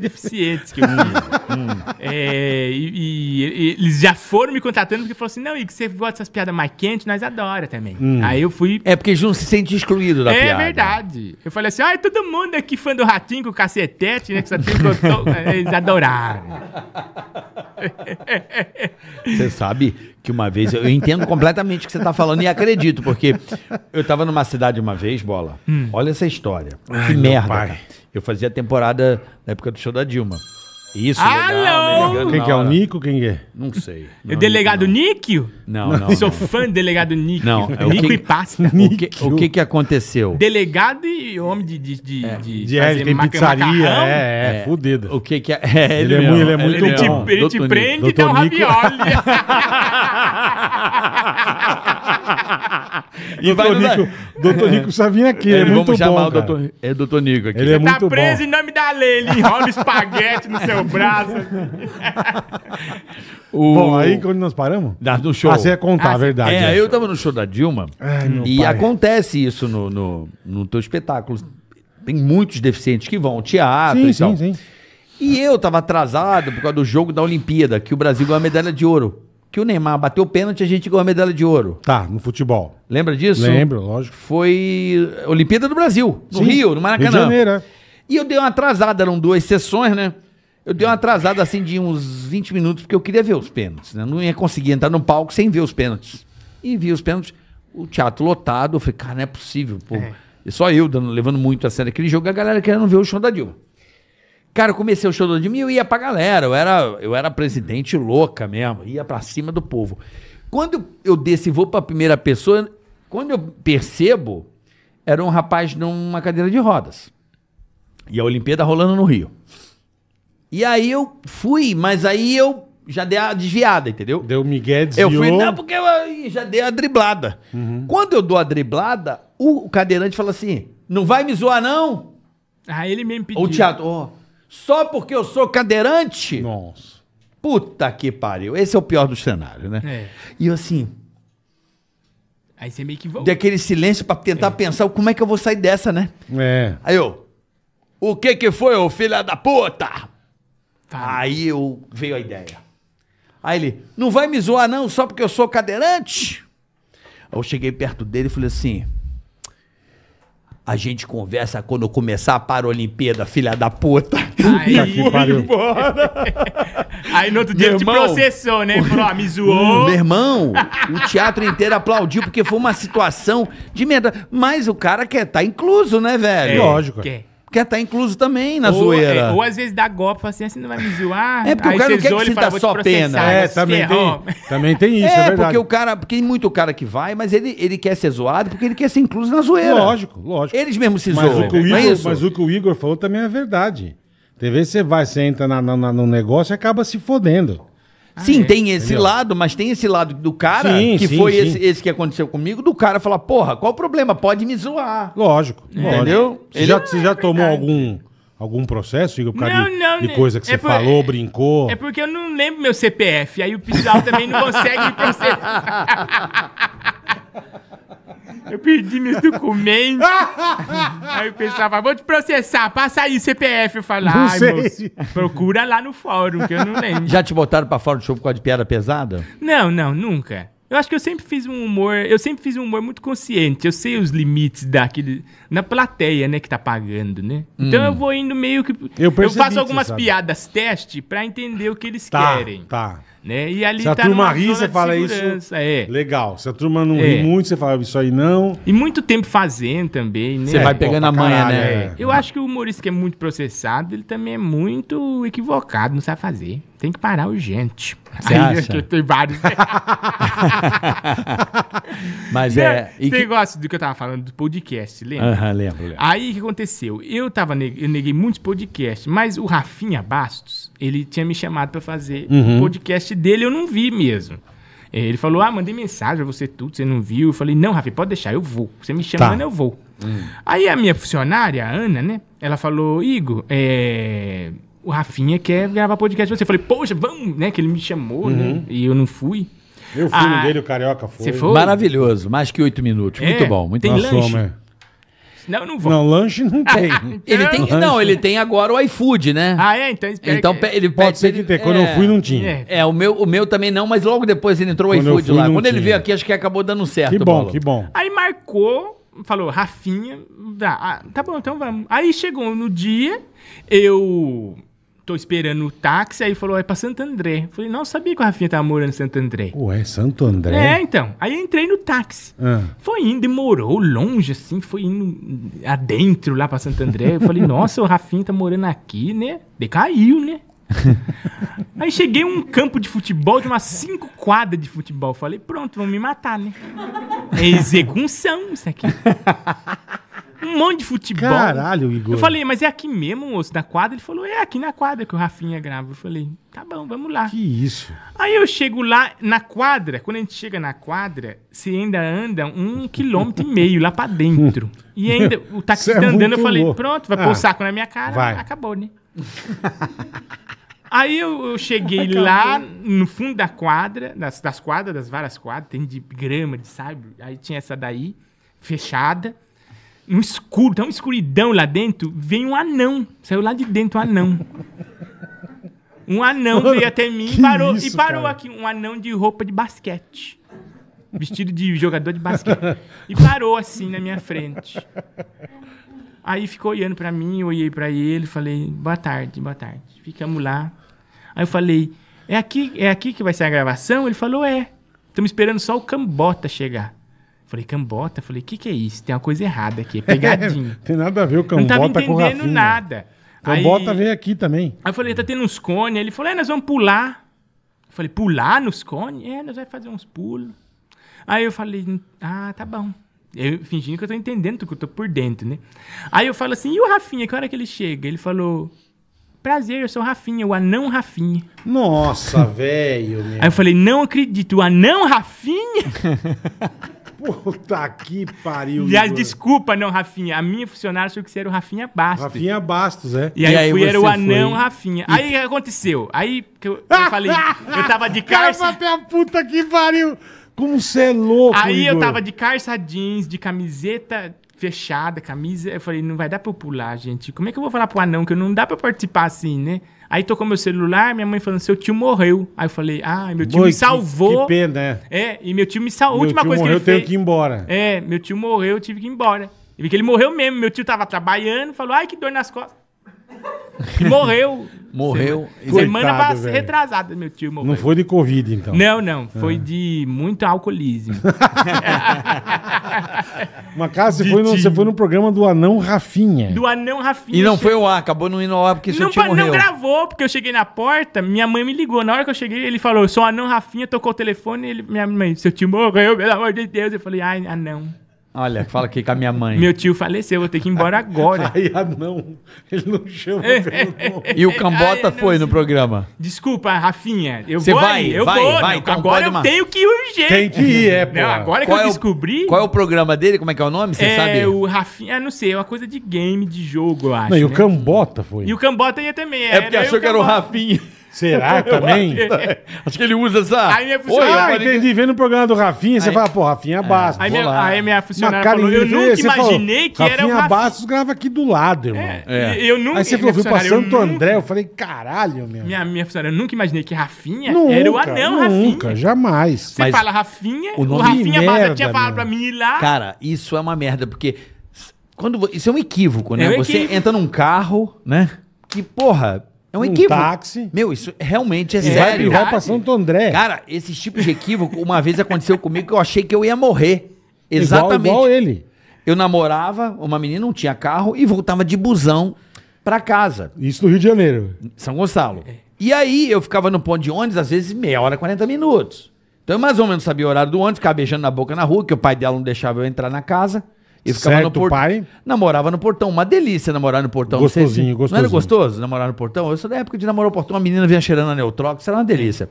Speaker 3: deficientes que eu fiz. É, e, e- e eles já foram me contratando porque falaram assim: não, Igor, você gosta dessas piadas mais quentes, nós adora também. Aí eu fui.
Speaker 4: É porque eles não se sente excluído da
Speaker 3: É
Speaker 4: piada.
Speaker 3: verdade. Eu falei assim: ai, todo mundo aqui fã do ratinho com o cacetete, né? Que só tem botão. É, Eles adoraram.
Speaker 4: Você sabe que uma vez, eu entendo completamente o que você tá falando e acredito, porque eu tava numa cidade uma vez, bola.
Speaker 3: Hum.
Speaker 4: Olha essa história. que merda.
Speaker 2: pai.
Speaker 4: cara. Eu fazia a temporada na época do show da Dilma. Isso,
Speaker 3: Ah, Alô?
Speaker 4: americano,
Speaker 2: Quem
Speaker 4: na
Speaker 2: que é o
Speaker 4: hora.
Speaker 2: Nico? Quem que é?
Speaker 4: Não sei.
Speaker 3: o delegado Níquio?
Speaker 4: Não, não. não.
Speaker 3: Sou fã do delegado Níquio.
Speaker 4: Não, é o
Speaker 3: Níquio
Speaker 4: que-
Speaker 3: e pasta.
Speaker 4: O que, o que que aconteceu?
Speaker 3: Delegado e homem de. de, de,
Speaker 4: É,
Speaker 3: de
Speaker 2: De,
Speaker 3: fazer
Speaker 2: ele tem
Speaker 3: maca-
Speaker 2: pizzaria,
Speaker 3: macarrão.
Speaker 2: é, é, fudido.
Speaker 4: O que que é? é
Speaker 2: Ele é
Speaker 4: mesmo.
Speaker 2: mu- ele é muito
Speaker 3: Ele te,
Speaker 2: bom.
Speaker 3: ele te
Speaker 4: Doutor
Speaker 3: prende e
Speaker 2: Doutor
Speaker 3: dá um
Speaker 2: Nico.
Speaker 3: ravioli. Tá
Speaker 4: E vai
Speaker 2: Doutor
Speaker 4: no da-
Speaker 2: Nico, doutor Nico precisa vir aqui, ele é
Speaker 4: Vamos
Speaker 2: muito
Speaker 4: chamar
Speaker 2: bom,
Speaker 4: o
Speaker 2: cara.
Speaker 4: doutor, é doutor Nico aqui.
Speaker 2: Ele é
Speaker 3: tá
Speaker 2: muito
Speaker 3: preso
Speaker 2: bom.
Speaker 3: em nome da lei. Ele enrola espaguete no seu braço.
Speaker 4: O-
Speaker 2: Bom, aí quando nós paramos?
Speaker 4: Da- do show.
Speaker 2: Ah, você ia contar, a verdade.
Speaker 4: É, eu tava no show da Dilma
Speaker 2: Ai, meu
Speaker 4: e
Speaker 2: pai.
Speaker 4: acontece isso no, no, no teu espetáculo. Tem muitos deficientes que vão ao teatro
Speaker 2: Sim,
Speaker 4: e tal.
Speaker 2: sim, sim.
Speaker 4: E eu tava atrasado por causa do jogo da Olimpíada, que o Brasil ganhou a medalha de ouro. Que o Neymar bateu o pênalti e a gente ganhou a medalha de ouro.
Speaker 2: Tá, no futebol.
Speaker 4: Lembra disso?
Speaker 2: Lembro, lógico.
Speaker 4: Foi Olimpíada do Brasil, no
Speaker 2: Sim,
Speaker 4: Rio, no Maracanã.
Speaker 2: Rio de Janeiro, é.
Speaker 4: E eu dei uma atrasada, eram duas sessões, né? Eu dei uma atrasada assim de uns 20 minutos, porque eu queria ver os pênaltis, né? Eu Não ia conseguir entrar no palco sem ver os pênaltis. E vi os pênaltis, o teatro lotado, eu falei, cara, não é possível, pô. E só eu dando, levando muito a sério aquele jogo, e a galera querendo ver o show da Dilma. Cara, eu comecei o show da Dilma e eu ia pra galera, eu era, eu era presidente louca mesmo, ia pra cima do povo. Quando eu desci e vou pra primeira pessoa, quando eu percebo, era um rapaz numa cadeira de rodas. E a Olimpíada rolando no Rio. E aí eu fui, mas aí eu já dei a desviada, entendeu?
Speaker 2: Deu Miguel
Speaker 4: Eu
Speaker 2: desviou.
Speaker 4: fui, não, porque eu aí já dei a driblada. Quando eu dou a driblada, o cadeirante fala assim: não vai me zoar, não?
Speaker 3: Aí ele mesmo pediu.
Speaker 4: Ou o teatro, ó, só porque eu sou cadeirante?
Speaker 2: Nossa.
Speaker 4: Puta que pariu. Esse é o pior do cenário, né?
Speaker 3: É.
Speaker 4: E eu assim,
Speaker 3: Aí você meio que voltou.
Speaker 4: daquele silêncio pra tentar pensar como é que eu vou sair dessa, né?
Speaker 2: É.
Speaker 4: Aí eu, o que que foi, ô filha da puta?
Speaker 3: Fala.
Speaker 4: Aí eu veio a ideia. Aí ele, não vai me zoar não, só porque eu sou cadeirante? Aí eu cheguei perto dele e falei assim: a gente conversa quando começar a Paralimpíada, filha da puta.
Speaker 2: Puta Tá que pariu.
Speaker 3: Aí no outro dia
Speaker 4: Meu
Speaker 3: ele te
Speaker 4: irmão.
Speaker 3: processou, né? Falou, ah, me zoou.
Speaker 4: Meu irmão, o teatro inteiro aplaudiu porque foi uma situação de merda. Mas o cara quer tá incluso, né, velho?
Speaker 2: lógico.
Speaker 3: Quer.
Speaker 4: Quer tá incluso também na
Speaker 3: é. Ou,
Speaker 4: zoeira.
Speaker 3: é, ou às vezes dá golpe, fala assim, "Ah, você não vai me zoar.
Speaker 4: É porque o
Speaker 3: Aí
Speaker 4: cara
Speaker 3: você
Speaker 4: não quer
Speaker 3: zoa,
Speaker 4: que
Speaker 3: ele
Speaker 4: sinta
Speaker 3: "Vou te
Speaker 4: só
Speaker 3: processar,
Speaker 4: pena."
Speaker 2: É,
Speaker 3: vai se
Speaker 2: também
Speaker 3: ferrou.
Speaker 2: tem, também tem isso, é,
Speaker 4: Tá, é,
Speaker 2: verdade.
Speaker 4: porque o cara, porque tem muito cara que vai, mas ele, ele quer ser zoado porque ele quer ser incluso na zoeira.
Speaker 2: Lógico, lógico.
Speaker 4: Eles mesmos se
Speaker 2: Mas
Speaker 4: zoam.
Speaker 2: o, que o
Speaker 4: não é
Speaker 2: Igor,
Speaker 4: isso?
Speaker 2: mas o que o Igor falou também é verdade. Tem vezes que você vai, você entra na, na- na- no negócio e acaba se fodendo.
Speaker 4: Sim,
Speaker 3: é.
Speaker 4: tem esse
Speaker 2: Ah, Entendeu?
Speaker 4: lado, mas tem esse lado do cara,
Speaker 2: Sim,
Speaker 4: que
Speaker 2: sim,
Speaker 4: foi
Speaker 2: sim.
Speaker 4: Esse, esse que aconteceu comigo, do cara falar, porra, qual o problema? Pode me zoar.
Speaker 2: Lógico. lógico.
Speaker 4: É. Entendeu?
Speaker 2: Você
Speaker 4: Ele- é
Speaker 2: já, você já tomou algum, algum processo, Igor, por causa
Speaker 3: Não,
Speaker 2: de,
Speaker 3: não,
Speaker 2: de
Speaker 3: né?
Speaker 2: coisa que
Speaker 3: É
Speaker 2: você
Speaker 3: por-
Speaker 2: falou, brincou?
Speaker 3: É porque eu não lembro meu CPF, aí o pessoal também não consegue me processar. Eu perdi meus documentos. Aí o pessoal fala, vou te processar, passa aí CPF. Eu falo,
Speaker 2: Não
Speaker 3: ai,
Speaker 2: sei."
Speaker 3: moço, procura lá no fórum, que eu não lembro.
Speaker 4: Já te botaram pra fora do show por causa de piada pesada?
Speaker 3: Não, não, nunca. Eu acho que eu sempre fiz um humor, eu sempre fiz um humor muito consciente. Eu sei os limites daquele na plateia, né, que tá pagando, né? Então eu vou indo meio que
Speaker 2: Hum. Eu percebi que
Speaker 3: faço
Speaker 2: você
Speaker 3: algumas
Speaker 2: sabe.
Speaker 3: piadas teste pra entender o que eles
Speaker 2: tá,
Speaker 3: querem,
Speaker 2: tá.
Speaker 3: né? E ali
Speaker 2: Se a
Speaker 3: tá
Speaker 2: turma
Speaker 3: numa
Speaker 2: ri,
Speaker 3: zona
Speaker 2: você
Speaker 3: de
Speaker 2: fala isso-
Speaker 3: segurança, é.
Speaker 2: Legal. Se a turma não
Speaker 3: É.
Speaker 2: ri muito, você fala isso aí não.
Speaker 3: E muito tempo fazendo também, né?
Speaker 4: Você vai
Speaker 2: É. pô,
Speaker 4: pegando
Speaker 2: pra
Speaker 4: a manha,
Speaker 2: caralho,
Speaker 4: né?
Speaker 2: é.
Speaker 3: Eu acho que o humorista que é muito processado, ele também é muito equivocado, não sabe fazer. Tem que parar urgente.
Speaker 4: Você
Speaker 3: Aí,
Speaker 4: acha?
Speaker 3: que Tem vários.
Speaker 4: Mas
Speaker 3: É,
Speaker 4: é... e
Speaker 3: Esse
Speaker 4: que-
Speaker 3: negócio do que eu tava falando do podcast, lembra?
Speaker 4: Aham, lembro, lembro.
Speaker 3: Aí o que aconteceu? Eu tava neg- eu neguei muitos podcasts, mas o Rafinha Bastos, ele tinha me chamado pra fazer
Speaker 2: Uhum.
Speaker 3: o podcast dele, eu não vi mesmo. É, Ele falou: "Ah, mandei mensagem pra você tudo, você não viu". Eu falei: "Não, Rafinha, pode deixar, eu vou. Você me chama,
Speaker 2: Tá.
Speaker 3: Ana, eu vou". Aí a minha funcionária, a Ana, né, ela falou: "Igor, é, o Rafinha quer gravar podcast com você". Eu falei: "Poxa, vamos", né, que ele me chamou, né? E eu não fui.
Speaker 2: Uhum. Eu fui no
Speaker 3: Ah,
Speaker 2: dele, o carioca foi.
Speaker 3: Você foi?
Speaker 4: Maravilhoso, mais que oito minutos.
Speaker 3: É,
Speaker 4: muito bom, muito
Speaker 3: tem
Speaker 4: bom.
Speaker 2: Nós
Speaker 3: lanche? Ah,
Speaker 2: fomos, é.
Speaker 3: Não, eu não vou.
Speaker 2: Não, lanche não tem.
Speaker 4: Ele tem, não, ele tem agora o iFood, né?
Speaker 3: Ah, é, então espera
Speaker 4: então
Speaker 3: que-
Speaker 4: pe- ele
Speaker 2: Pode
Speaker 4: pede-
Speaker 2: ser que
Speaker 4: ele-
Speaker 2: tenha. Quando
Speaker 4: é.
Speaker 2: eu fui, não tinha.
Speaker 3: É.
Speaker 4: É, o meu, o meu também não, mas logo depois ele entrou o
Speaker 2: Quando eu
Speaker 4: iFood
Speaker 2: fui,
Speaker 4: lá.
Speaker 2: não
Speaker 4: Quando ele
Speaker 2: tinha.
Speaker 4: veio aqui, acho que acabou dando certo.
Speaker 2: Que bom,
Speaker 4: Paulo.
Speaker 2: que bom.
Speaker 3: Aí marcou, falou, Rafinha, dá, ah, tá bom, então vamos. Aí chegou no dia, eu tô esperando o táxi, aí falou, é pra Santo André. Falei, não sabia que o Rafinha tava morando em Santo André.
Speaker 2: Ué, Santo André.
Speaker 3: É, então. Aí entrei no táxi.
Speaker 2: Ah.
Speaker 3: Foi indo, demorou longe, assim, foi indo adentro lá pra Santo André. Eu falei, nossa, o Rafinha tá morando aqui, né? Decaiu, né? Aí cheguei em um campo de futebol, de umas cinco quadras de futebol. Falei, pronto, vão me matar, né? É execução isso aqui. Um monte de futebol.
Speaker 2: Caralho, Igor.
Speaker 3: Eu falei, mas é aqui mesmo, moço, da quadra? Ele falou, é aqui na quadra que o Rafinha grava. Eu falei, tá bom, vamos lá.
Speaker 2: Que isso?
Speaker 3: Aí eu chego lá na quadra, quando a gente chega na quadra, você ainda anda um quilômetro e meio lá pra dentro. E ainda o taxista
Speaker 2: Isso é
Speaker 3: andando, eu
Speaker 2: muito
Speaker 3: falei,
Speaker 2: louco.
Speaker 3: pronto, vai
Speaker 2: Ah,
Speaker 3: pôr o saco na minha cara,
Speaker 2: vai.
Speaker 3: acabou, né? Aí eu, eu cheguei lá no fundo da quadra, das, das quadras, das várias quadras, tem de grama, de sabe? Aí tinha essa daí, fechada. Um escuro, tá uma escuridão lá dentro, vem um anão. Saiu lá de dentro um anão. Um anão veio até mim e
Speaker 2: que
Speaker 3: parou,
Speaker 2: isso,
Speaker 3: e parou
Speaker 2: cara?
Speaker 3: aqui. Um anão de roupa de basquete. Vestido de jogador de basquete. E parou assim na minha frente. Aí ficou olhando pra mim, eu olhei pra ele, falei, boa tarde, boa tarde. Ficamos lá. Aí eu falei, é aqui, é aqui que vai ser a gravação? Ele falou, é. Estamos esperando só o Cambota chegar. Falei, Cambota? Falei, o que, que é isso? Tem uma coisa errada aqui, é pegadinha.
Speaker 2: Tem nada a ver o
Speaker 3: Não tava
Speaker 2: Cambota com o
Speaker 3: entendendo
Speaker 2: Rafinha.
Speaker 3: nada.
Speaker 2: Cambota
Speaker 3: Aí-
Speaker 2: veio aqui também.
Speaker 3: Aí eu falei, tá tendo uns cones. Ele falou, é, nós vamos pular. Eu falei, pular nos cones? É, nós vamos fazer uns pulos. Aí eu falei, ah, tá bom. Eu fingindo que eu tô entendendo, tudo, que eu tô por dentro, né? Aí eu falo assim, e o Rafinha, que hora que ele chega? Ele falou, prazer, eu sou o Rafinha, o anão Rafinha.
Speaker 2: Nossa, velho, meu.
Speaker 3: Aí eu falei, não acredito, o anão Rafinha?
Speaker 2: Puta que pariu.
Speaker 3: Aliás,
Speaker 2: Igor.
Speaker 3: desculpa, não, Rafinha. A minha funcionária achou que você era o Rafinha Bastos.
Speaker 2: Rafinha Bastos, é.
Speaker 3: E aí,
Speaker 4: E aí
Speaker 3: eu fui, era o
Speaker 4: você
Speaker 3: anão
Speaker 4: foi.
Speaker 3: Rafinha. Aí o que aconteceu? Aí que eu, eu falei, eu tava de cárcere.
Speaker 2: Cara, a puta que pariu. Como você é louco,
Speaker 3: Aí eu
Speaker 2: Igor.
Speaker 3: tava de calça jeans, de camiseta fechada, camisa. Eu falei, não vai dar pra eu pular, gente. Como é que eu vou falar pro anão que eu não dá pra eu participar assim, né? Aí tocou meu celular, minha mãe falando, seu tio morreu. Aí eu falei, ah, meu tio
Speaker 2: Boi,
Speaker 3: me
Speaker 2: que-
Speaker 3: salvou.
Speaker 2: Que pena, é.
Speaker 3: É, e meu tio me salvou. A
Speaker 2: Meu
Speaker 3: última
Speaker 2: tio
Speaker 3: coisa
Speaker 2: morreu,
Speaker 3: que ele
Speaker 2: eu tenho
Speaker 3: fez.
Speaker 2: que ir embora.
Speaker 3: É, meu tio morreu, eu tive que ir embora. E vi que ele morreu mesmo. Meu tio tava trabalhando, falou, ai, que dor nas costas. E morreu.
Speaker 4: Morreu.
Speaker 3: Semana, semana
Speaker 2: Coitado,
Speaker 3: passada,
Speaker 2: velho.
Speaker 3: retrasada, meu tio morreu.
Speaker 2: Não foi de Covid, então.
Speaker 3: Não, não, foi de muito alcoolismo.
Speaker 2: Uma casa, você foi, no, você foi no programa do Anão Rafinha.
Speaker 3: Do anão Rafinha.
Speaker 4: E não foi ao ar, acabou não indo ao ar porque seu
Speaker 3: Não,
Speaker 4: tio
Speaker 3: pa- não
Speaker 4: morreu.
Speaker 3: gravou, porque eu cheguei na porta, minha mãe me ligou. Na hora que eu cheguei, ele falou, sou anão Rafinha, tocou o telefone, ele, minha mãe, seu tio morreu, pelo amor de Deus. Eu falei, ai, anão.
Speaker 4: Olha, fala aqui com a minha mãe.
Speaker 3: Meu tio faleceu, vou ter que ir embora agora.
Speaker 2: Aí Anão, ele não chama
Speaker 3: É.
Speaker 2: pelo nome.
Speaker 4: E o Cambota
Speaker 3: Ai, não
Speaker 4: foi no
Speaker 3: sei.
Speaker 4: programa.
Speaker 3: Desculpa, Rafinha, eu
Speaker 4: Você
Speaker 3: vou
Speaker 4: vai,
Speaker 3: aí, eu
Speaker 4: vai,
Speaker 3: vou.
Speaker 4: vai,
Speaker 3: não,
Speaker 4: então
Speaker 3: agora
Speaker 4: pode
Speaker 3: eu
Speaker 4: mar-
Speaker 3: tenho que ir urgente.
Speaker 2: Tem que ir, é, pô.
Speaker 3: Não, agora que eu
Speaker 4: é o-
Speaker 3: descobri...
Speaker 4: Qual é o programa dele? Como é que é o nome? Você
Speaker 3: é
Speaker 4: sabe?
Speaker 3: o Rafinha, ah, não sei, é uma coisa de game, de jogo, eu acho.
Speaker 2: Não, e o
Speaker 3: né?
Speaker 2: Cambota foi.
Speaker 3: E o Cambota ia também.
Speaker 4: É porque
Speaker 3: aí
Speaker 4: achou que era o
Speaker 3: Cambota-
Speaker 4: Rafinha.
Speaker 2: Será também?
Speaker 4: Acho que ele usa essa.
Speaker 3: Aí minha funcionária-
Speaker 2: Ah,
Speaker 4: Oi, eu
Speaker 2: entendi. Vendo o programa do Rafinha, você
Speaker 4: Aí-
Speaker 2: fala, pô, Rafinha é Bastos.
Speaker 3: É. Aí
Speaker 4: Vou
Speaker 3: minha,
Speaker 4: lá.
Speaker 3: aí minha funcionária
Speaker 2: Uma cara
Speaker 3: falou, eu
Speaker 2: de-
Speaker 3: nunca
Speaker 2: você falou,
Speaker 3: imaginei que era o
Speaker 2: Rafinha
Speaker 3: Rafinha.
Speaker 2: Bastos grava aqui do lado, irmão.
Speaker 4: É.
Speaker 3: E- Eu nunca,
Speaker 2: Aí você falou,
Speaker 3: minha
Speaker 2: viu pra
Speaker 3: funcionária, eu
Speaker 2: Santo
Speaker 3: nunca-
Speaker 2: André, eu falei, caralho, meu.
Speaker 3: Minha, minha funcionária, eu nunca imaginei que Rafinha
Speaker 2: Nunca,
Speaker 3: era o anão
Speaker 2: nunca,
Speaker 3: Rafinha.
Speaker 2: jamais.
Speaker 3: Você
Speaker 4: Mas
Speaker 3: fala Rafinha,
Speaker 4: o
Speaker 3: o,
Speaker 4: nome-
Speaker 3: Rafinha
Speaker 2: Que
Speaker 3: Maza
Speaker 2: merda,
Speaker 3: tinha falado
Speaker 2: mano.
Speaker 3: pra mim ir lá.
Speaker 4: Cara, isso é uma merda, porque. s- Quando, vo- isso é um equívoco, né?
Speaker 3: É um
Speaker 4: você
Speaker 3: equívoco.
Speaker 4: entra num carro, né? Que, porra, é um,
Speaker 2: Um
Speaker 4: equívoco.
Speaker 2: táxi.
Speaker 4: Meu, isso realmente é
Speaker 2: Vai,
Speaker 4: sério.
Speaker 2: vai pra Santo André.
Speaker 4: Cara, esse tipo de equívoco, uma vez aconteceu comigo que eu achei que eu ia morrer. Exatamente.
Speaker 2: Igual, igual ele.
Speaker 4: Eu namorava uma menina, não tinha carro, e voltava de busão pra casa,
Speaker 2: Isso no Rio de Janeiro.
Speaker 4: São Gonçalo. E aí eu ficava no ponto de ônibus, às vezes meia hora, 40 minutos. Então eu mais ou menos sabia o horário do ônibus, ficava beijando na boca na rua, que o pai dela não deixava eu entrar na casa. Eu ficava
Speaker 2: Certo,
Speaker 4: no portão.
Speaker 2: pai.
Speaker 4: Namorava no portão. Uma delícia namorar no portão. Não sei se-
Speaker 2: Gostosinho,
Speaker 4: Não era
Speaker 2: gostosinho.
Speaker 4: gostoso namorar no portão? Eu sou da época de namorar no portão, uma menina vinha cheirando a Neutrox, era uma delícia.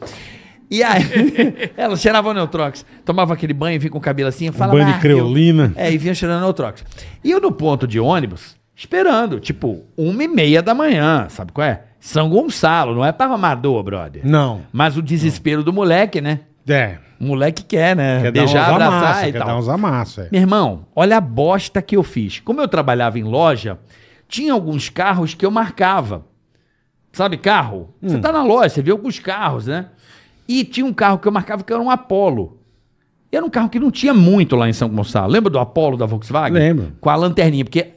Speaker 4: E aí, ela cheirava a Neutrox, tomava aquele banho, vinha com o cabelo assim, falava...
Speaker 2: Um banho de
Speaker 4: "Ah, eu-"
Speaker 2: creolina.
Speaker 4: É, e vinha cheirando a Neutrox. E eu no ponto de ônibus, esperando, tipo, uma e meia da manhã, sabe qual é? São Gonçalo, não é para Amador, brother.
Speaker 2: Não.
Speaker 4: Mas o desespero do moleque, né?
Speaker 2: É.
Speaker 4: O moleque quer, né?
Speaker 2: Quer
Speaker 4: Beijar,
Speaker 2: dar uns
Speaker 4: abraçar
Speaker 2: amassos,
Speaker 4: e
Speaker 2: quer
Speaker 4: tal.
Speaker 2: dar uns amassos. é.
Speaker 4: Meu irmão, olha a bosta que eu fiz. Como eu trabalhava em loja, tinha alguns carros que eu marcava. Sabe, carro?
Speaker 2: Hum.
Speaker 4: Você tá na loja, você vê alguns carros, né? E tinha um carro que eu marcava que era um Apollo. Era um carro que não tinha muito lá em São Gonçalo. Lembra do Apollo da Volkswagen?
Speaker 2: Lembro.
Speaker 4: Com a lanterninha, porque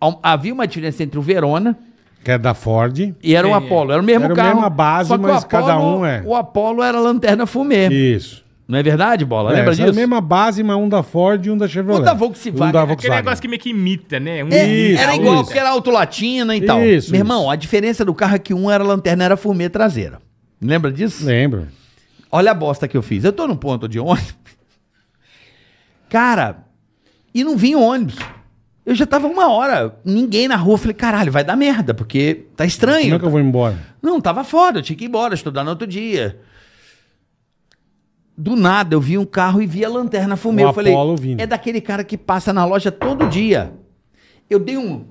Speaker 4: há- um, havia uma diferença entre o Verona
Speaker 2: Quer da Ford.
Speaker 4: e era um
Speaker 3: Sim, é.
Speaker 4: Apollo. Era o mesmo
Speaker 2: Era a
Speaker 4: carro.
Speaker 2: mesma base,
Speaker 4: só que o
Speaker 2: mas cada
Speaker 4: Apollo-
Speaker 2: um é.
Speaker 4: O Apollo era lanterna fumê.
Speaker 2: Isso.
Speaker 4: Não é verdade, Bola?
Speaker 2: É,
Speaker 4: Lembra
Speaker 2: essa é
Speaker 4: disso?
Speaker 2: a mesma base, mas um da Ford e um da Chevrolet.
Speaker 4: Um da Volkswagen,
Speaker 2: Um da
Speaker 4: aquele
Speaker 3: Aquele
Speaker 2: Volkswagen.
Speaker 3: negócio que meio que imita, né? Um
Speaker 4: É,
Speaker 2: Isso,
Speaker 4: era igual,
Speaker 2: isso.
Speaker 4: porque era autolatina e tal.
Speaker 2: Isso,
Speaker 4: Meu irmão,
Speaker 2: isso.
Speaker 4: a diferença do carro é que um era lanterna, era fumê traseira. Lembra disso?
Speaker 2: Lembro.
Speaker 4: Olha a bosta que eu fiz. Eu tô num ponto de ônibus. Cara, e não vinha ônibus. Eu já tava uma hora, ninguém na rua. Eu falei, caralho, vai dar merda, porque tá estranho.
Speaker 2: Como é que eu vou embora?
Speaker 4: Não, tava foda, eu tinha que ir embora, estudar no outro dia. Do nada eu vi um carro e vi a lanterna fumê.
Speaker 2: O
Speaker 4: eu falei,
Speaker 2: Apollo vindo.
Speaker 4: é daquele cara que passa na loja todo dia. Eu dei um.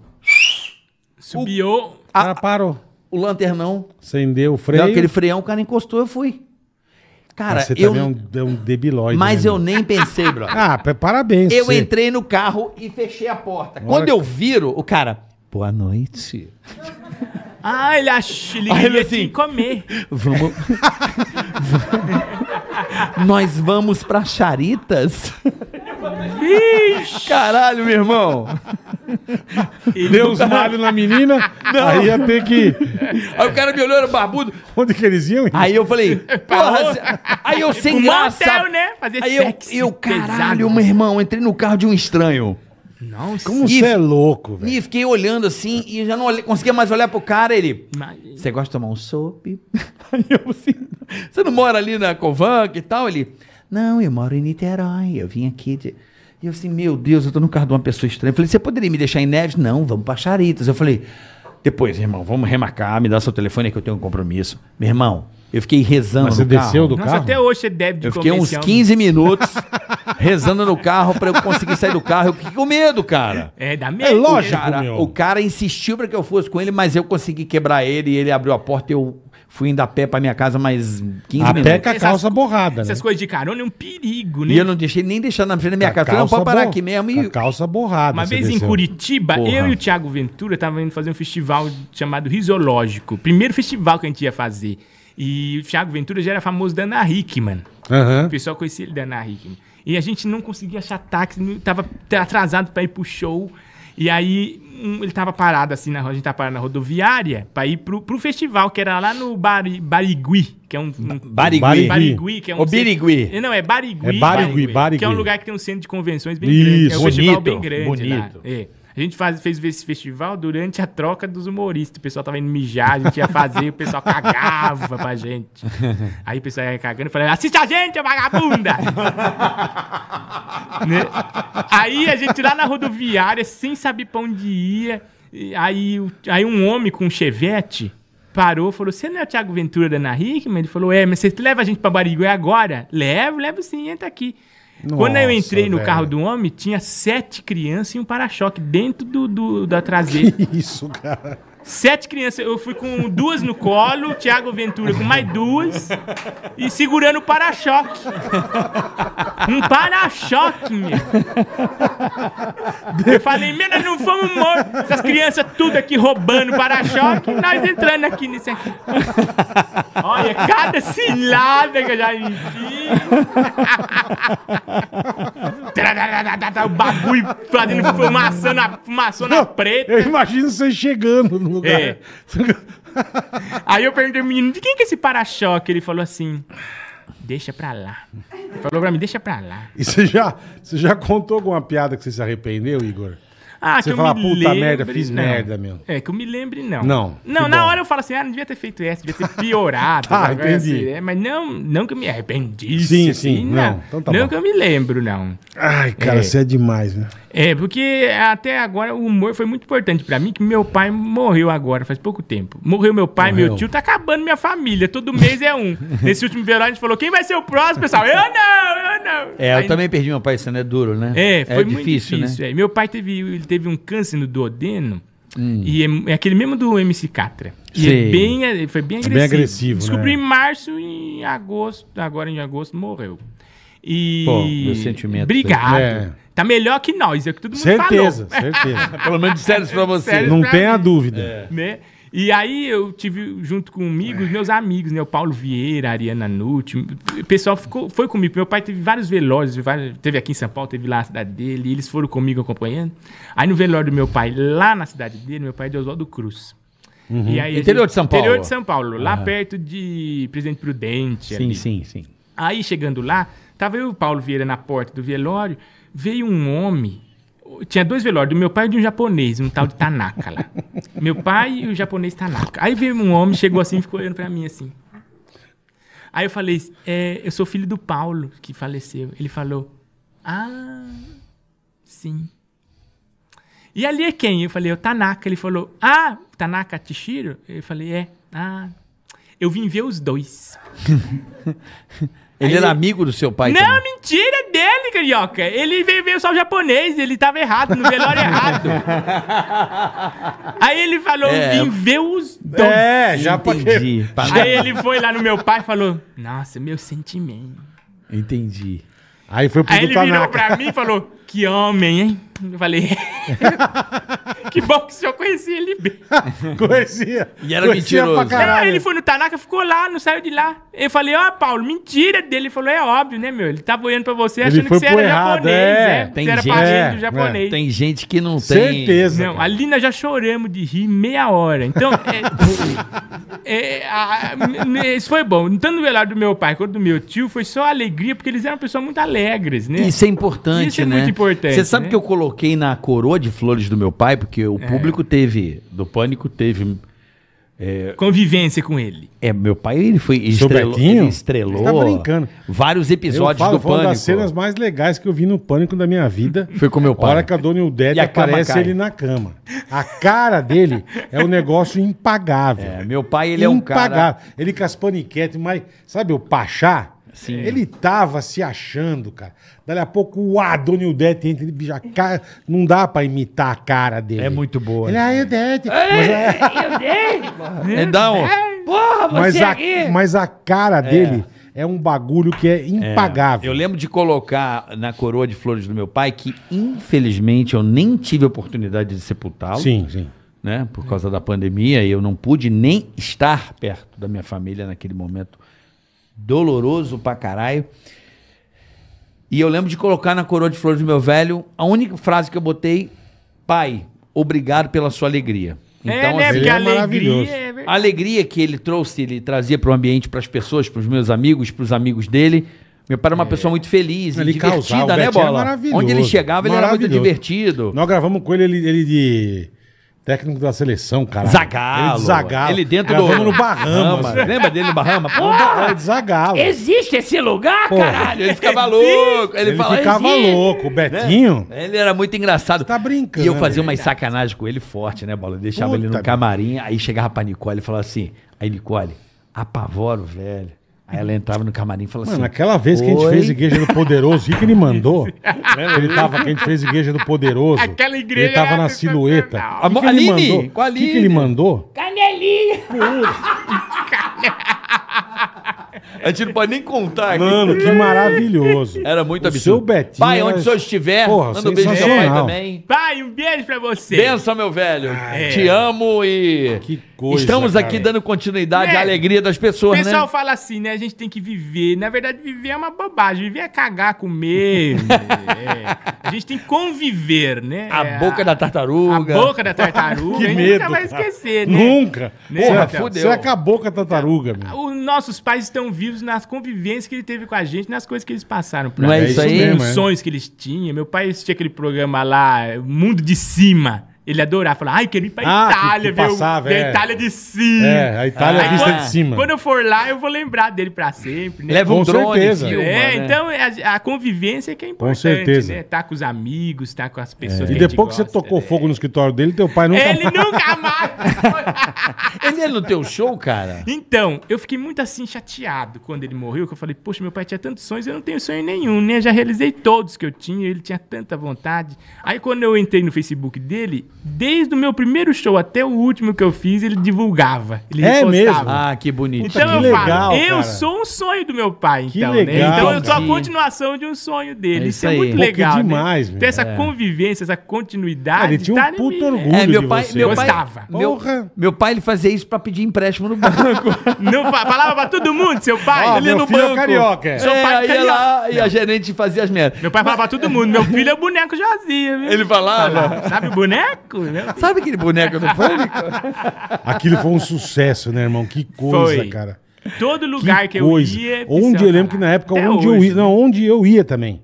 Speaker 3: Subiu.
Speaker 2: O
Speaker 4: a-
Speaker 2: cara parou.
Speaker 4: o lanternão,
Speaker 2: Acendeu o freio.
Speaker 4: deu aquele freão, o cara encostou, eu fui.
Speaker 2: Ah,
Speaker 4: Cara,
Speaker 2: você
Speaker 4: eu,
Speaker 2: também é um, é um debilóide.
Speaker 4: mas
Speaker 2: né,
Speaker 4: eu
Speaker 2: meu?
Speaker 4: nem pensei, bro.
Speaker 2: Ah, p- parabéns.
Speaker 4: eu
Speaker 2: você.
Speaker 4: entrei no carro e fechei a porta.
Speaker 2: Olha
Speaker 4: Quando
Speaker 2: que-
Speaker 4: eu viro, o cara, boa noite.
Speaker 3: Ah, ele achou, ele
Speaker 4: Aí ele
Speaker 3: queria
Speaker 4: assim-
Speaker 3: te comer.
Speaker 4: Vamos. Nós vamos pra Charitas?
Speaker 3: Vixe,
Speaker 4: Caralho, meu irmão.
Speaker 3: ele
Speaker 2: Deu uns malhos na menina, aí ia ter que...
Speaker 4: Aí o cara me olhou, era barbudo.
Speaker 2: Onde que eles iam?
Speaker 4: Aí eu falei, porra, cê- aí eu sem
Speaker 3: Um
Speaker 4: graça.
Speaker 3: motel, né? Fazer
Speaker 4: Aí eu,
Speaker 3: sexo
Speaker 4: eu,
Speaker 3: pesado.
Speaker 4: caralho, meu irmão, entrei no carro de um estranho.
Speaker 3: Nossa,
Speaker 2: Como
Speaker 4: E-
Speaker 2: você é louco, velho.
Speaker 4: E fiquei olhando assim e já não olhei- conseguia mais olhar pro cara. Ele,
Speaker 3: mas-
Speaker 4: você gosta de tomar um sope? Aí eu assim, você não mora ali na Covanca e tal? Ele, não, eu moro em Niterói, eu vim aqui de... E eu assim, meu Deus, eu tô no carro de uma pessoa estranha. Eu falei, você poderia me deixar em Neves? Não, vamos pra Charitas. Eu falei, depois, irmão, vamos remarcar, me dá seu telefone aí que eu tenho um compromisso. Meu irmão, eu fiquei rezando
Speaker 2: Mas você
Speaker 4: no carro.
Speaker 2: desceu do
Speaker 3: Nossa,
Speaker 2: carro?
Speaker 3: até hoje você deve de
Speaker 4: Eu fiquei
Speaker 3: comer
Speaker 4: uns
Speaker 3: esse homem.
Speaker 4: 15 minutos rezando no carro pra eu conseguir sair do carro. Eu fiquei com medo, cara.
Speaker 3: É, dá medo.
Speaker 2: É lógico,
Speaker 4: Cara,
Speaker 2: meu.
Speaker 4: o cara insistiu pra que eu fosse com ele, mas eu consegui quebrar ele e ele abriu a porta e eu fui indo a pé pra minha casa mais 15
Speaker 2: A
Speaker 4: minutos.
Speaker 2: pé com a
Speaker 3: Essas
Speaker 2: calça
Speaker 3: co-
Speaker 2: borrada, né?
Speaker 3: Essas coisas de carona é um perigo, né?
Speaker 4: E eu não deixei nem deixar na frente da minha
Speaker 2: Com É, a
Speaker 4: casa. Falei, não, pode parar
Speaker 2: bo-
Speaker 4: aqui mesmo.
Speaker 2: com A
Speaker 4: E
Speaker 2: calça borrada.
Speaker 3: Uma
Speaker 2: você
Speaker 3: vez em
Speaker 2: desceu.
Speaker 3: Curitiba,
Speaker 4: é Porra.
Speaker 3: eu e o Thiago Ventura estavam indo fazer um festival chamado Risológico. Primeiro festival que a gente ia fazer. E o Thiago Ventura já era famoso da Ana Hickman.
Speaker 2: Aham.
Speaker 3: O pessoal conhecia ele da Ana Hickman. E a gente não conseguia achar táxi, não- tava t- atrasado pra ir pro show. E aí um, ele tava parado assim na ro- a gente tava parado na rodoviária pra ir pro, pro festival, que era lá no Bari, Barigui, que é um. um
Speaker 2: Barigui.
Speaker 3: Barigui, que é um.
Speaker 4: Ô, Birigui.
Speaker 3: centro- Não, é Barigui.
Speaker 2: É Barigui,
Speaker 3: Que é um
Speaker 2: Barigui.
Speaker 3: lugar que tem um centro de convenções bem
Speaker 2: Isso,
Speaker 3: grande. É um festival
Speaker 4: bonito,
Speaker 3: bem grande.
Speaker 4: bonito.
Speaker 3: lá. É. A gente faz- fez esse festival durante a troca dos humoristas. O pessoal tava indo mijar, a gente ia fazer, o pessoal cagava pra gente. Aí o pessoal ia cagando e falava, assiste a gente, ô vagabunda! Né? Aí a gente lá na rodoviária, sem saber pra onde ia, e aí, o- aí um homem com um chevette parou e falou, você não é o Thiago Ventura da Ana Hickman? Ele falou, é, mas você leva a gente pra Barigui agora? Levo, levo sim, entra aqui. Quando eu
Speaker 2: Nossa,
Speaker 3: entrei no
Speaker 2: velho.
Speaker 3: carro do homem, tinha sete crianças e um para-choque dentro do, do- da traseira.
Speaker 2: Isso, cara.
Speaker 3: Sete crianças. Eu fui com duas no colo, o Thiago Ventura com mais duas e segurando o para-choque. Um para-choque, meu. Eu falei, meu, nós não fomos mortos. Essas crianças tudo aqui roubando para-choque, nós entrando aqui nisso aqui. Olha, cada cilada que eu já enchi. Tradadadadada, O bagulho fazendo fumaçona, fumaçona preta.
Speaker 2: Eu imagino você chegando no lugar.
Speaker 3: É. Aí eu perguntei pro menino, de quem que é esse para-choque? Ele falou assim, deixa pra lá. Ele falou pra mim, deixa pra lá.
Speaker 2: E você já, você já contou alguma piada que você se arrependeu, Igor?
Speaker 3: Ah,
Speaker 2: Você fala, "Puta merda, fiz merda mesmo.
Speaker 3: É, que eu me lembre, não.
Speaker 2: Não,
Speaker 3: Não,
Speaker 2: que
Speaker 3: na
Speaker 2: bom.
Speaker 3: hora eu falo assim, ah, não devia ter feito essa, devia ter piorado.
Speaker 2: Tá,
Speaker 3: uma coisa
Speaker 2: entendi.
Speaker 3: né? Mas não, não que eu me arrependi.
Speaker 2: Sim,
Speaker 3: assim,
Speaker 2: sim, não. Então tá
Speaker 3: não
Speaker 2: bom.
Speaker 3: que eu me lembro, não.
Speaker 2: Ai, cara,
Speaker 3: É.
Speaker 2: você é demais, né?
Speaker 3: É, porque até agora o humor foi muito importante pra mim, que meu pai morreu agora, faz pouco tempo. Morreu meu pai, meu
Speaker 2: Morreu.
Speaker 3: tio, tá acabando minha família. Todo mês é um. Nesse último verão a gente falou, quem vai ser o próximo, pessoal? Eu não, eu não.
Speaker 4: É, eu
Speaker 3: Aí-
Speaker 4: também perdi meu pai, isso não é né? duro, né?
Speaker 3: É, foi muito difícil. é. Meu pai teve, ele teve um câncer no duodeno. E é, é aquele mesmo do MC Catra. E é
Speaker 4: Sim.
Speaker 3: bem, é, foi bem agressivo.
Speaker 2: agressivo,
Speaker 3: Descobri
Speaker 2: né?
Speaker 3: em março e em agosto. Agora em agosto morreu. E.
Speaker 4: Pô, meus sentimentos aí.
Speaker 3: Obrigado.
Speaker 2: É.
Speaker 3: Tá melhor que nós, é o que todo mundo
Speaker 2: Certeza,
Speaker 3: falou.
Speaker 2: certeza.
Speaker 4: Pelo menos disseram isso pra você.
Speaker 3: Sério.
Speaker 2: Não
Speaker 3: pra
Speaker 2: tenha
Speaker 3: mim.
Speaker 2: dúvida.
Speaker 3: né? E aí eu tive junto comigo os
Speaker 4: É.
Speaker 3: meus amigos, né? O Paulo Vieira, a Ariana Nucci. O pessoal ficou, foi comigo. Meu pai teve vários velórios, vários- teve aqui em São Paulo, teve lá na cidade dele, e eles foram comigo acompanhando. Aí no velório do meu pai, lá na cidade dele, meu pai é de Oswaldo Cruz. E aí,
Speaker 4: Uhum. Interior de São Paulo.
Speaker 3: Interior de São Paulo, lá perto de Presidente Prudente.
Speaker 4: Sim, sim, sim.
Speaker 3: Aí chegando lá, tava eu e o Paulo Vieira na porta do velório, veio um homem. Tinha dois velórios, do meu pai e de um japonês, um tal de Tanaka lá. Meu pai e o japonês Tanaka. Aí veio um homem, chegou assim e ficou olhando pra mim assim. Aí eu falei, é, eu sou filho do Paulo, que faleceu. Ele falou, ah, sim. E ali é quem? Eu falei, o Tanaka. Ele falou, ah, Tanaka Tishiro? Eu falei, é, ah. Eu vim ver os dois.
Speaker 4: Ele
Speaker 3: Aí
Speaker 4: era
Speaker 3: ele-
Speaker 4: amigo do seu pai
Speaker 3: Não,
Speaker 4: também.
Speaker 3: mentira é dele, carioca. Ele veio ver só o japonês, ele tava errado, no velório errado. Aí ele falou,
Speaker 4: É.
Speaker 3: vim ver os dois.
Speaker 2: É, já
Speaker 4: Entendi.
Speaker 3: Aí ele foi lá no meu pai e falou, nossa, meu sentimento.
Speaker 4: Entendi.
Speaker 2: Aí foi pro
Speaker 3: Aí
Speaker 2: do
Speaker 3: ele virou
Speaker 2: Tanaka.
Speaker 3: pra mim e falou, que homem, hein? Eu falei, que bom que o senhor conhecia ele bem.
Speaker 2: Conhecia.
Speaker 4: E era
Speaker 2: Conhecia
Speaker 4: mentiroso.
Speaker 2: pra
Speaker 3: Não,
Speaker 2: caralho.
Speaker 3: ele foi no Tanaka, ficou lá, não saiu de lá. Eu falei, ó, Paulo, mentira dele. Ele falou, é óbvio, né, meu? Ele tava olhando pra você
Speaker 2: Ele
Speaker 3: achando que
Speaker 2: foi
Speaker 3: você
Speaker 2: pro
Speaker 3: era
Speaker 2: errado,
Speaker 3: japonês,
Speaker 2: é.
Speaker 3: é.
Speaker 4: Tem
Speaker 3: Você era
Speaker 4: gente-
Speaker 3: parente
Speaker 2: é,
Speaker 3: do japonês.
Speaker 4: Tem gente que não tem.
Speaker 2: Certeza.
Speaker 3: Não,
Speaker 2: cara.
Speaker 3: ali nós já choramos de rir meia hora. Então, é, é, a- a- isso foi bom. Tanto do velório do meu pai quanto do meu tio, foi só alegria, porque eles eram pessoas muito alegres, né?
Speaker 4: Isso é importante,
Speaker 3: Isso é
Speaker 4: né?
Speaker 3: muito importante,
Speaker 4: Você sabe
Speaker 3: né? É.
Speaker 4: que eu coloquei na coroa de flores do meu pai, porque o público teve, do pânico teve.
Speaker 3: Convivência com ele.
Speaker 4: É, meu pai, ele foi. Ele
Speaker 2: Seu
Speaker 4: estrelou,
Speaker 2: Betinho?
Speaker 4: ele estrelou
Speaker 2: Você tá brincando.
Speaker 4: vários
Speaker 2: Eu
Speaker 4: episódios
Speaker 2: falo,
Speaker 4: do
Speaker 2: foi uma
Speaker 4: pânico.
Speaker 2: das cenas mais legais que eu vi no Pânico da minha vida.
Speaker 4: Foi com meu
Speaker 2: A hora
Speaker 4: pai.
Speaker 2: que a Dona Ildete
Speaker 4: E a cama
Speaker 2: aparece
Speaker 4: cai.
Speaker 2: ele na cama. A cara dele é um negócio impagável.
Speaker 4: É, meu pai, ele é um cara.
Speaker 2: Ele com as paniquetes, mas sabe o Pachá?
Speaker 3: Sim.
Speaker 2: Ele tava se achando, cara. Daí a pouco o Adonildete entra, ele já ca- não dá pra imitar a cara dele.
Speaker 1: É muito boa.
Speaker 2: Ele,
Speaker 4: né?"
Speaker 2: ah, eu dete. Mas, é-
Speaker 4: É, dá um...
Speaker 6: Porra, tá você
Speaker 2: mas a,
Speaker 6: aqui!
Speaker 2: mas a cara dele é um bagulho que é impagável.
Speaker 4: Eu lembro de colocar na coroa de flores do meu pai, que infelizmente eu nem tive a oportunidade de sepultá-lo.
Speaker 2: Sim, sim.
Speaker 4: né?
Speaker 2: É.
Speaker 4: Por causa da pandemia, eu não pude nem estar perto da minha família naquele momento doloroso pra caralho. E eu lembro de colocar na coroa de flores do meu velho, a única frase que eu botei, pai, obrigado pela sua alegria.
Speaker 3: é,
Speaker 4: Então,
Speaker 3: né?
Speaker 4: assim,
Speaker 3: Porque a
Speaker 2: ele é maravilhoso.
Speaker 3: alegria é
Speaker 4: a alegria que ele trouxe, ele trazia para o ambiente, para as pessoas, para os meus amigos, para os amigos dele. Meu pai era uma pessoa muito feliz, e
Speaker 2: É. Ele
Speaker 4: divertida,
Speaker 2: causava, o
Speaker 4: né,
Speaker 2: Betinho é
Speaker 4: Bola?
Speaker 2: maravilhoso,
Speaker 4: Onde ele chegava, ele era muito
Speaker 2: maravilhoso.
Speaker 4: divertido.
Speaker 2: Nós gravamos com ele, ele, ele de técnico da seleção, cara.
Speaker 4: Zagalo.
Speaker 2: Ele de Zagalo.
Speaker 4: Ele dentro
Speaker 2: gravamos
Speaker 4: do...
Speaker 2: no Bahamas.
Speaker 4: Lembra dele no Bahamas?
Speaker 2: Ele de Zagalo.
Speaker 6: Existe esse lugar, caralho?
Speaker 4: Ele ficava louco. Ele,
Speaker 2: Ele
Speaker 4: fala,
Speaker 2: ficava
Speaker 4: "Existe",
Speaker 2: louco, o Betinho.
Speaker 4: né? Ele era muito engraçado.
Speaker 2: Tá brincando.
Speaker 4: E eu fazia umas sacanagens com ele forte, né, Bola? Eu deixava ele no
Speaker 2: Puta,
Speaker 4: camarim, aí chegava pra Nicole e falava assim: Aí, Nicole, apavora o velho. Aí ela entrava no camarim e falava
Speaker 2: Mano,
Speaker 4: assim:
Speaker 2: aquela vez que a gente
Speaker 4: "Oi?"
Speaker 2: fez Igreja do Poderoso, o que que ele mandou? Lembra? ele tava, que a gente fez Igreja do Poderoso.
Speaker 3: Aquela igreja
Speaker 2: Ele tava
Speaker 3: era
Speaker 2: na silhueta.
Speaker 3: sensacional.
Speaker 2: O que que
Speaker 4: Aline,
Speaker 2: ele mandou?
Speaker 4: com a
Speaker 2: O que que
Speaker 4: Aline.
Speaker 2: ele mandou?
Speaker 6: Canelinha!
Speaker 4: A gente não pode nem contar aqui.
Speaker 2: Mano, que maravilhoso.
Speaker 4: Era muito
Speaker 2: O
Speaker 4: absurdo.
Speaker 2: Seu Betinho.
Speaker 4: Pai, onde
Speaker 2: era-
Speaker 4: o senhor estiver,
Speaker 2: Porra,
Speaker 4: manda um beijo pro seu pai
Speaker 2: sensacional.
Speaker 4: também.
Speaker 3: Pai, um beijo pra você.
Speaker 4: Benção, meu velho. Te amo e.
Speaker 2: Ah, é. Que coisa,
Speaker 4: Estamos aqui
Speaker 2: cara.
Speaker 4: dando continuidade
Speaker 3: Né?
Speaker 4: à alegria das
Speaker 3: O
Speaker 4: pessoas,
Speaker 3: pessoal
Speaker 4: né?
Speaker 3: fala assim, né? A gente tem que viver. Na verdade, viver é uma bobagem. Viver é cagar, comer. é. A gente tem que conviver, né?
Speaker 4: A
Speaker 3: É,
Speaker 4: boca da
Speaker 3: A
Speaker 4: tartaruga.
Speaker 3: boca da tartaruga.
Speaker 2: Que
Speaker 3: a gente
Speaker 2: medo.
Speaker 3: nunca vai esquecer, né?
Speaker 2: Nunca.
Speaker 3: Né?
Speaker 2: Porra,
Speaker 4: Então,
Speaker 2: fudeu. Você
Speaker 4: então.
Speaker 2: acabou com a tartaruga, meu.
Speaker 3: Os nossos pais estão vivos nas convivências que ele teve com a gente, nas coisas que eles passaram por
Speaker 4: Não é
Speaker 3: nós.
Speaker 4: isso aí?
Speaker 2: mesmo,
Speaker 3: Os
Speaker 2: é.
Speaker 3: sonhos que eles tinham. Meu pai assistia aquele programa lá, Mundo de Cima. Ele adorava, falava, ai, quero ir pra
Speaker 2: Ah, que-
Speaker 3: Itália,
Speaker 2: que
Speaker 3: ver o-
Speaker 2: passava,
Speaker 3: ver
Speaker 2: é.
Speaker 3: a Itália de cima.
Speaker 2: É, a Itália
Speaker 3: Aí
Speaker 2: vista
Speaker 3: quando-
Speaker 2: de cima.
Speaker 3: Quando eu for lá, eu vou lembrar dele pra sempre, né?
Speaker 4: Leva um
Speaker 2: Com
Speaker 4: drone,
Speaker 2: certeza.
Speaker 4: filma,
Speaker 3: é,
Speaker 4: né?
Speaker 3: então a, a convivência é que é importante,
Speaker 2: certeza. É.
Speaker 3: né? Tá com os amigos, tá com as pessoas
Speaker 2: E
Speaker 3: a gente
Speaker 2: depois que você
Speaker 3: gosta,
Speaker 2: tocou
Speaker 3: né?
Speaker 2: fogo no escritório dele, teu pai nunca...
Speaker 3: Ele nunca mais...
Speaker 4: Ele é no teu show, cara?
Speaker 3: Então, eu fiquei muito assim chateado quando ele morreu, que eu falei, poxa, meu pai tinha tantos sonhos, eu não tenho sonho nenhum, né? Já realizei todos que eu tinha, ele tinha tanta vontade. Aí quando eu entrei no Facebook dele, desde o meu primeiro show até o último que eu fiz, ele divulgava. Ele
Speaker 2: É
Speaker 3: repostava.
Speaker 2: mesmo?
Speaker 4: Ah, que bonito.
Speaker 3: Então
Speaker 2: que
Speaker 3: eu
Speaker 2: legal,
Speaker 3: falo, eu
Speaker 2: cara.
Speaker 3: sou um sonho do meu pai,
Speaker 2: Que
Speaker 3: então,
Speaker 2: legal,
Speaker 3: né? Então eu sou a
Speaker 4: cara.
Speaker 3: continuação de um sonho dele.
Speaker 4: É
Speaker 3: isso,
Speaker 4: isso
Speaker 3: é
Speaker 4: aí.
Speaker 3: muito
Speaker 4: Pô,
Speaker 2: que
Speaker 3: legal, né?
Speaker 2: demais, meu.
Speaker 3: Ter essa convivência, essa continuidade.
Speaker 2: Ah, ele tinha um
Speaker 3: em
Speaker 2: puto
Speaker 3: mim, né?
Speaker 2: orgulho.
Speaker 4: É, meu
Speaker 2: de
Speaker 4: pai,
Speaker 2: você.
Speaker 4: meu pai,
Speaker 3: Gostava.
Speaker 4: meu,
Speaker 2: Porra.
Speaker 4: meu pai ele fazia isso pra pedir empréstimo no banco.
Speaker 3: Não fa- falava pra todo mundo, seu pai.
Speaker 2: Ó,
Speaker 3: Ele
Speaker 2: meu
Speaker 3: no
Speaker 2: filho é
Speaker 3: banco.
Speaker 2: carioca, é.
Speaker 3: Seu
Speaker 4: É,
Speaker 3: pai
Speaker 4: aí ia
Speaker 3: carioca.
Speaker 4: lá e a gerente fazia as merdas.
Speaker 3: Meu pai falava pra todo mundo, meu filho é boneco Josia, viu? Ah,
Speaker 4: Ele falava.
Speaker 3: Sabe boneco? né?
Speaker 4: Sabe aquele boneco do pânico?
Speaker 2: Aquilo foi um sucesso, né, irmão? Que coisa,
Speaker 3: Foi.
Speaker 2: cara.
Speaker 3: Todo lugar que, eu
Speaker 2: coisa.
Speaker 3: ia. é
Speaker 2: Onde
Speaker 3: precisava
Speaker 2: eu lembro que na
Speaker 3: falar.
Speaker 2: época,
Speaker 3: Até
Speaker 2: onde eu
Speaker 3: hoje, né?
Speaker 2: ia. Não, onde eu ia também.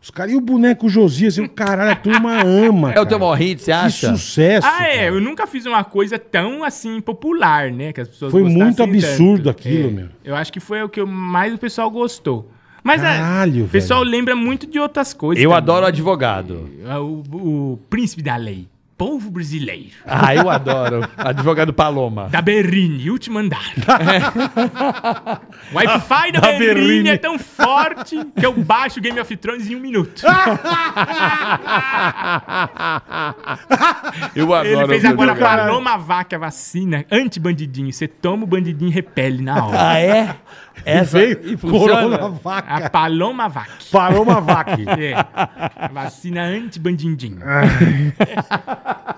Speaker 2: Os caras, e o boneco Josias? Eu, caralho, a turma ama.
Speaker 4: É o teu
Speaker 2: cara.
Speaker 4: maior hit, você
Speaker 2: Que
Speaker 4: acha?
Speaker 2: sucesso.
Speaker 3: Ah, é,
Speaker 2: cara.
Speaker 3: eu nunca fiz uma coisa tão assim popular, né? Que as pessoas
Speaker 2: Foi
Speaker 3: gostassem
Speaker 2: muito absurdo
Speaker 3: tanto.
Speaker 2: aquilo,
Speaker 3: É,
Speaker 2: meu.
Speaker 3: Eu acho que foi o que eu- mais o pessoal gostou. Mas a-
Speaker 2: Caralho,
Speaker 3: o pessoal lembra muito de outras coisas.
Speaker 4: Eu
Speaker 3: também. É,
Speaker 4: adoro advogado.
Speaker 3: O, o príncipe da lei, povo brasileiro.
Speaker 4: Ah, eu adoro. Advogado Paloma.
Speaker 3: Da Berrine, último andar. o Wi-Fi da, Berrine,
Speaker 2: Berrine.
Speaker 3: é tão forte que eu baixo Game of Thrones em um minuto.
Speaker 4: Eu adoro.
Speaker 3: Ele fez
Speaker 4: o
Speaker 3: agora
Speaker 4: advogado.
Speaker 3: Paloma Vaca, vacina anti-bandidinho. Você toma o bandidinho e repele na hora.
Speaker 4: Ah, é? Essa e
Speaker 2: Veio, corou na
Speaker 4: funciona?
Speaker 2: vaca.
Speaker 3: A Paloma Vac.
Speaker 2: Parou uma vaca.
Speaker 3: É. Vacina anti-bandidinho.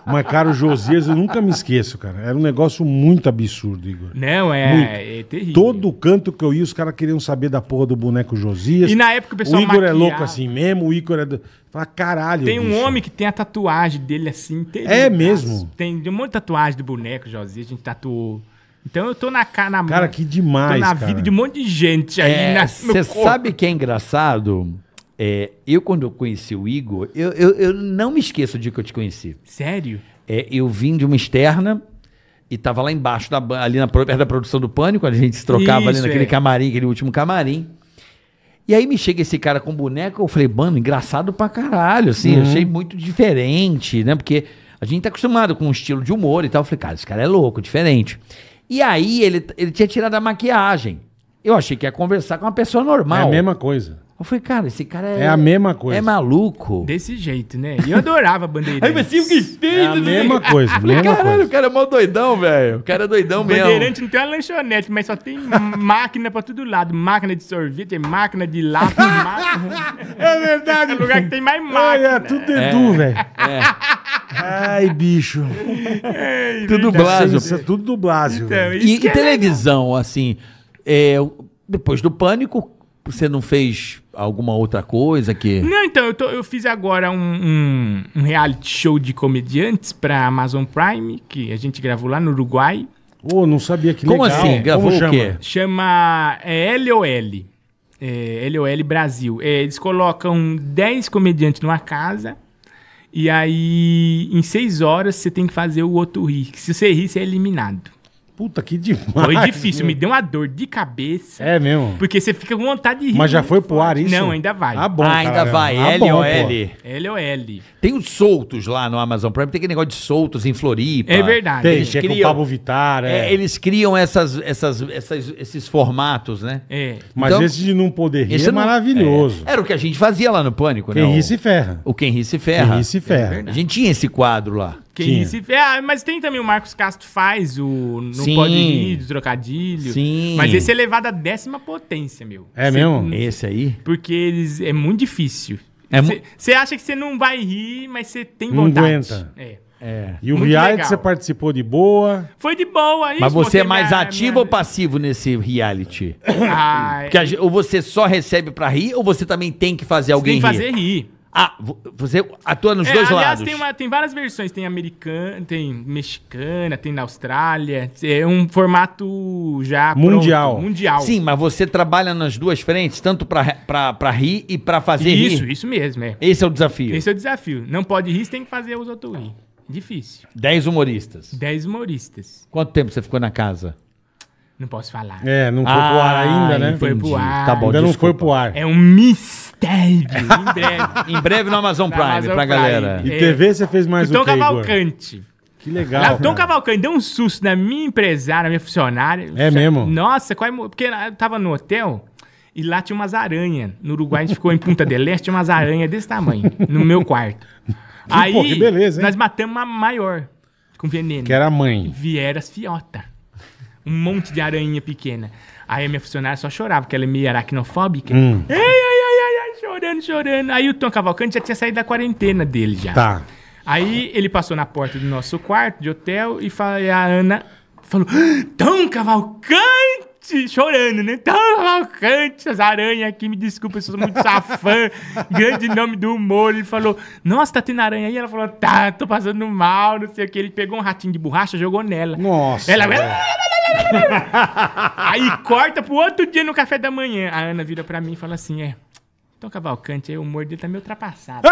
Speaker 2: Mas, cara, o Josias, eu nunca me esqueço, cara. Era um negócio muito absurdo, Igor.
Speaker 3: Não, é, é terrível.
Speaker 2: Todo canto que eu ia, os caras queriam saber da porra do boneco Josias.
Speaker 3: E na época o pessoal
Speaker 2: O Igor é
Speaker 3: maquiava.
Speaker 2: louco assim mesmo, o Igor é... Do... Fala, caralho,
Speaker 3: Tem um
Speaker 2: bicho.
Speaker 3: homem que tem a tatuagem dele assim. inteira
Speaker 2: É
Speaker 3: no braço.
Speaker 2: mesmo?
Speaker 3: Tem um monte de tatuagem do boneco, Josias. A gente tatuou. Então eu tô na cara, na
Speaker 2: Cara, que demais,
Speaker 3: Tô na
Speaker 2: cara.
Speaker 3: vida de um monte de gente aí. na- no
Speaker 4: Você
Speaker 3: corpo.
Speaker 4: É, sabe que é engraçado? É, eu, quando eu conheci o Igor, eu, eu, eu não me esqueço do dia que eu te conheci.
Speaker 3: Sério?
Speaker 4: É, eu vim de uma externa e tava lá embaixo, da, ban- ali na, pro- perto da produção do Pânico, a gente se trocava ali
Speaker 3: Isso,
Speaker 4: naquele
Speaker 3: é.
Speaker 4: camarim, aquele último camarim. E aí me chega esse cara com boneco, eu falei, mano, engraçado pra caralho, assim, achei
Speaker 2: Uhum.
Speaker 4: muito diferente, né? Porque a gente tá acostumado com um estilo de humor e tal. Eu falei, cara, esse cara é louco, diferente. E aí ele, ele tinha tirado a maquiagem. Eu achei que ia conversar com uma pessoa
Speaker 2: É
Speaker 4: normal.
Speaker 2: a mesma coisa.
Speaker 4: Eu falei, cara, esse cara é.
Speaker 2: É a mesma coisa.
Speaker 4: É maluco.
Speaker 3: Desse jeito, né? E eu adorava Bandeirantes.
Speaker 2: É a mesma coisa, mesma
Speaker 4: Caralho, o
Speaker 2: coisa.
Speaker 4: cara é mó doidão, velho. O cara é doidão mesmo.
Speaker 3: Bandeirante não tem uma lanchonete, mas só tem máquina pra todo lado. Máquina de sorvete, máquina de lápis, máquina...
Speaker 2: É verdade.
Speaker 3: É o lugar que né? tem mais máquina.
Speaker 2: Olha, tudo Edu,
Speaker 4: É.
Speaker 2: velho. Ai, bicho.
Speaker 4: Tudo
Speaker 2: Isso é
Speaker 4: blaso.
Speaker 2: tudo do Blasio.
Speaker 3: Então,
Speaker 2: velho.
Speaker 3: isso
Speaker 4: E, e
Speaker 3: que é
Speaker 4: televisão, assim. é, depois do pânico, você não fez alguma outra coisa que.
Speaker 3: Não, então, eu, tô- eu fiz agora um, um- um reality show de comediantes pra Amazon Prime, que a gente gravou lá no Uruguai.
Speaker 2: Ô, não sabia que
Speaker 4: Como
Speaker 2: legal.
Speaker 4: assim? Gravou
Speaker 2: Como
Speaker 4: o quê?
Speaker 3: Chama é, LOL. É, LOL Brasil. É, eles colocam 10 comediantes numa casa. E aí, em 6 horas, você tem que fazer o outro rir. que Se você rir, você é eliminado.
Speaker 2: Puta, que demais.
Speaker 3: Foi difícil, me deu uma dor de cabeça.
Speaker 2: É mesmo.
Speaker 3: Porque você fica com vontade de rir.
Speaker 2: Mas já
Speaker 3: muito
Speaker 2: foi pro ar
Speaker 3: forte.
Speaker 2: isso?
Speaker 3: Não, ainda vai.
Speaker 2: Ah, tá. bom,
Speaker 4: Ah, ainda
Speaker 2: caralho.
Speaker 4: vai,
Speaker 2: Ah,
Speaker 4: L
Speaker 2: bom, pô.
Speaker 4: ou L.
Speaker 3: LOL.
Speaker 4: Tem os soltos lá no Amazon Prime, tem aquele negócio de soltos em Floripa.
Speaker 3: É verdade.
Speaker 2: Tem,
Speaker 4: Eles
Speaker 2: que é com o
Speaker 4: criam-
Speaker 2: Pablo Vittar, é.
Speaker 4: É, eles criam essas, essas, essas- esses formatos, né?
Speaker 3: É.
Speaker 2: Mas
Speaker 4: Então,
Speaker 2: esse de não poder rir
Speaker 4: Esse
Speaker 2: é
Speaker 4: não-
Speaker 2: maravilhoso.
Speaker 4: Era o que a gente fazia lá no Pânico, né?
Speaker 2: Quem ri
Speaker 4: O-
Speaker 2: se ferra.
Speaker 4: O Quem Ri se ferra. É
Speaker 2: Quem ri se ferra.
Speaker 4: A gente tinha esse quadro lá.
Speaker 3: Quem
Speaker 2: Tinha.
Speaker 3: se vê, ah, mas tem também o Marcos Castro faz o Não
Speaker 4: Sim.
Speaker 3: Pode Rir, do Trocadilho.
Speaker 4: Sim.
Speaker 3: Mas esse é elevado à décima potência, meu.
Speaker 2: É
Speaker 3: Cê-
Speaker 2: mesmo?
Speaker 4: Esse aí.
Speaker 3: Porque eles, é muito difícil.
Speaker 4: É mu-
Speaker 3: Você acha que você não vai rir, mas você tem
Speaker 2: Não
Speaker 3: vontade.
Speaker 2: aguenta.
Speaker 3: É.
Speaker 2: E o
Speaker 3: Muito
Speaker 2: reality
Speaker 3: legal.
Speaker 2: você participou de boa.
Speaker 3: Foi de boa aí.
Speaker 4: Mas você é mais
Speaker 3: né?
Speaker 4: ativo ou passivo nesse reality?
Speaker 3: Ah,
Speaker 4: Porque a gen- ou você só recebe pra rir ou você também tem que fazer
Speaker 3: você tem
Speaker 4: alguém
Speaker 3: que fazer
Speaker 4: rir?
Speaker 3: rir.
Speaker 4: Ah, vo- você atua nos
Speaker 3: É,
Speaker 4: dois
Speaker 3: aliás,
Speaker 4: lados.
Speaker 3: Tem, uma- tem várias versões. Tem americana, tem mexicana, tem na Austrália. É um formato já pronto,
Speaker 2: Mundial.
Speaker 3: mundial.
Speaker 4: Sim, mas você trabalha nas duas frentes, tanto pra, re- pra, pra rir e pra fazer
Speaker 3: Isso,
Speaker 4: rir.
Speaker 3: isso mesmo, é.
Speaker 4: Esse é o desafio.
Speaker 3: Esse é o desafio. Não pode rir, você tem que fazer os outros rir. Difícil.
Speaker 4: Dez humoristas.
Speaker 3: 10 humoristas.
Speaker 4: Quanto tempo você ficou na casa?
Speaker 3: Não posso falar. É,
Speaker 2: É, não foi pro
Speaker 4: Ah,
Speaker 2: ar ainda, né?
Speaker 3: Foi pro ar.
Speaker 4: Tá bom,
Speaker 2: Ainda não
Speaker 4: desculpa.
Speaker 2: foi pro ar.
Speaker 3: um mistério. em
Speaker 2: É.
Speaker 3: breve.
Speaker 4: Em breve no Amazon Prime,
Speaker 3: Amazon
Speaker 4: pra
Speaker 3: Prime.
Speaker 4: galera.
Speaker 2: E
Speaker 3: É.
Speaker 2: TV você fez mais
Speaker 3: O Tom
Speaker 2: o quê, Igor?
Speaker 3: Cavalcante.
Speaker 2: Que
Speaker 3: Lá,
Speaker 2: legal.
Speaker 3: o Tom
Speaker 2: cara.
Speaker 3: Cavalcante deu um susto na minha empresária, na minha funcionária.
Speaker 2: É mesmo?
Speaker 3: Nossa, qual emo- porque eu tava no hotel e lá tinha umas aranhas. No Uruguai a gente ficou em Punta del Este, tinha umas aranhas desse tamanho, no meu quarto. Aí,
Speaker 2: que beleza, hein?
Speaker 3: nós matamos uma maior, com veneno.
Speaker 2: Que era a mãe.
Speaker 3: vieram as fiota. Um monte de aranha pequena. Aí a minha funcionária só chorava, porque ela é meio aracnofóbica.
Speaker 2: Hum,
Speaker 3: Ai, ai, ai, ai, ai, chorando, chorando. Aí o Tom Cavalcante já tinha saído da quarentena dele já.
Speaker 2: Tá.
Speaker 3: Aí ele passou na porta do nosso quarto de hotel e, fa- e a Ana falou: "Ah, Tom Cavalcante! Chorando, né? Tom Cavalcante, as aranhas aqui, me desculpa, eu sou muito safã, grande nome do humor. Ele falou: Nossa, tá tendo aranha aí? Ela falou: Tá, tô passando mal, não sei o que. Ele pegou um ratinho de borracha, jogou nela.
Speaker 2: Nossa.
Speaker 3: Ela.
Speaker 2: velho.
Speaker 3: Aí corta pro outro dia no café da manhã. A Ana vira pra mim e fala assim: É, Tom Cavalcante, aí o humor dele tá meio ultrapassado.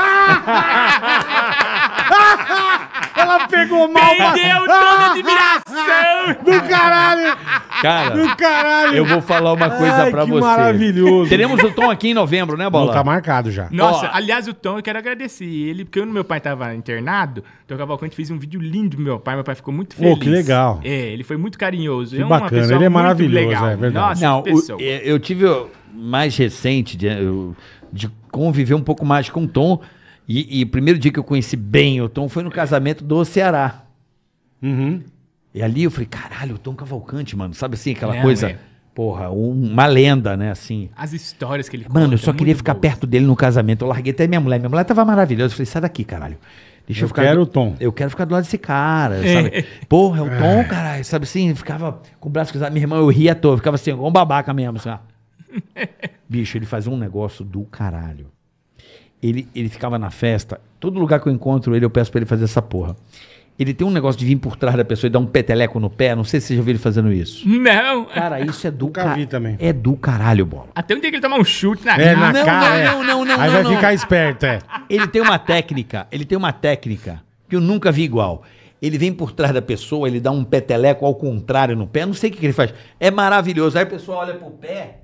Speaker 2: Ela pegou mal pra...
Speaker 3: Perdeu toda a admiração!
Speaker 2: Do caralho!
Speaker 4: Cara,
Speaker 2: Do caralho!
Speaker 4: eu vou falar uma coisa
Speaker 2: Ai,
Speaker 4: pra
Speaker 2: que
Speaker 4: você.
Speaker 2: maravilhoso.
Speaker 4: Teremos o Tom aqui em novembro, né,
Speaker 2: Não,
Speaker 4: Bola?
Speaker 2: tá marcado já.
Speaker 3: Nossa,
Speaker 4: Ó.
Speaker 3: aliás, o Tom, eu quero agradecer ele, porque quando meu pai tava internado, o Tom Cavalcante fez um vídeo lindo do meu pai, meu pai ficou muito feliz.
Speaker 2: que legal.
Speaker 3: É, ele foi muito carinhoso. Que
Speaker 2: bacana, ele é maravilhoso, é verdade.
Speaker 3: Nossa,
Speaker 4: Não, o-
Speaker 3: pessoa.
Speaker 4: eu, eu tive o mais recente de, eu- de conviver um pouco mais com o Tom. E, e o primeiro dia que eu conheci bem o Tom foi no casamento do Ceará.
Speaker 2: Uhum.
Speaker 4: E ali eu falei, caralho, o Tom Cavalcante, mano. Sabe assim, aquela
Speaker 3: Não,
Speaker 4: coisa.
Speaker 3: é.
Speaker 4: Porra, um- uma lenda, né, assim.
Speaker 3: As histórias que ele
Speaker 4: Mano, eu
Speaker 3: conta,
Speaker 4: só queria
Speaker 3: é muito
Speaker 4: ficar
Speaker 3: boas.
Speaker 4: perto dele no casamento. Eu larguei até minha mulher. Minha mulher tava maravilhosa. Eu falei, sai daqui, caralho. Deixa eu,
Speaker 2: Eu
Speaker 4: ficar.
Speaker 2: quero
Speaker 4: do-
Speaker 2: o Tom.
Speaker 4: Eu quero ficar do lado desse cara, sabe? Porra, é o Tom, caralho. Sabe assim? eu Ficava com o braço cruzado. Minha irmã, eu ria à toa. eu Ficava assim, igual um babaca mesmo. Assim, ó. Bicho, ele fazia um negócio do caralho. Ele, ele ficava na festa. Todo lugar que eu encontro ele, eu peço pra ele fazer essa porra. Ele tem um negócio de vir por trás da pessoa e dar um peteleco no pé. Não sei se você já viu ele fazendo isso.
Speaker 3: Não,
Speaker 4: Cara, isso é do
Speaker 2: Nunca
Speaker 4: ca-
Speaker 2: vi também.
Speaker 4: É do caralho, bola.
Speaker 3: até um dia que ele tomar um chute na
Speaker 2: É,
Speaker 3: cara.
Speaker 2: na
Speaker 4: Não,
Speaker 2: cara.
Speaker 4: não,
Speaker 2: é.
Speaker 4: não, não, não,
Speaker 2: Aí
Speaker 4: não,
Speaker 2: vai
Speaker 4: não.
Speaker 2: ficar esperto, é.
Speaker 4: Ele tem uma técnica, ele tem uma técnica que eu nunca vi igual. Ele vem por trás da pessoa, ele dá um peteleco ao contrário no pé, não sei o que, que ele faz. É maravilhoso. Aí a pessoa olha pro pé,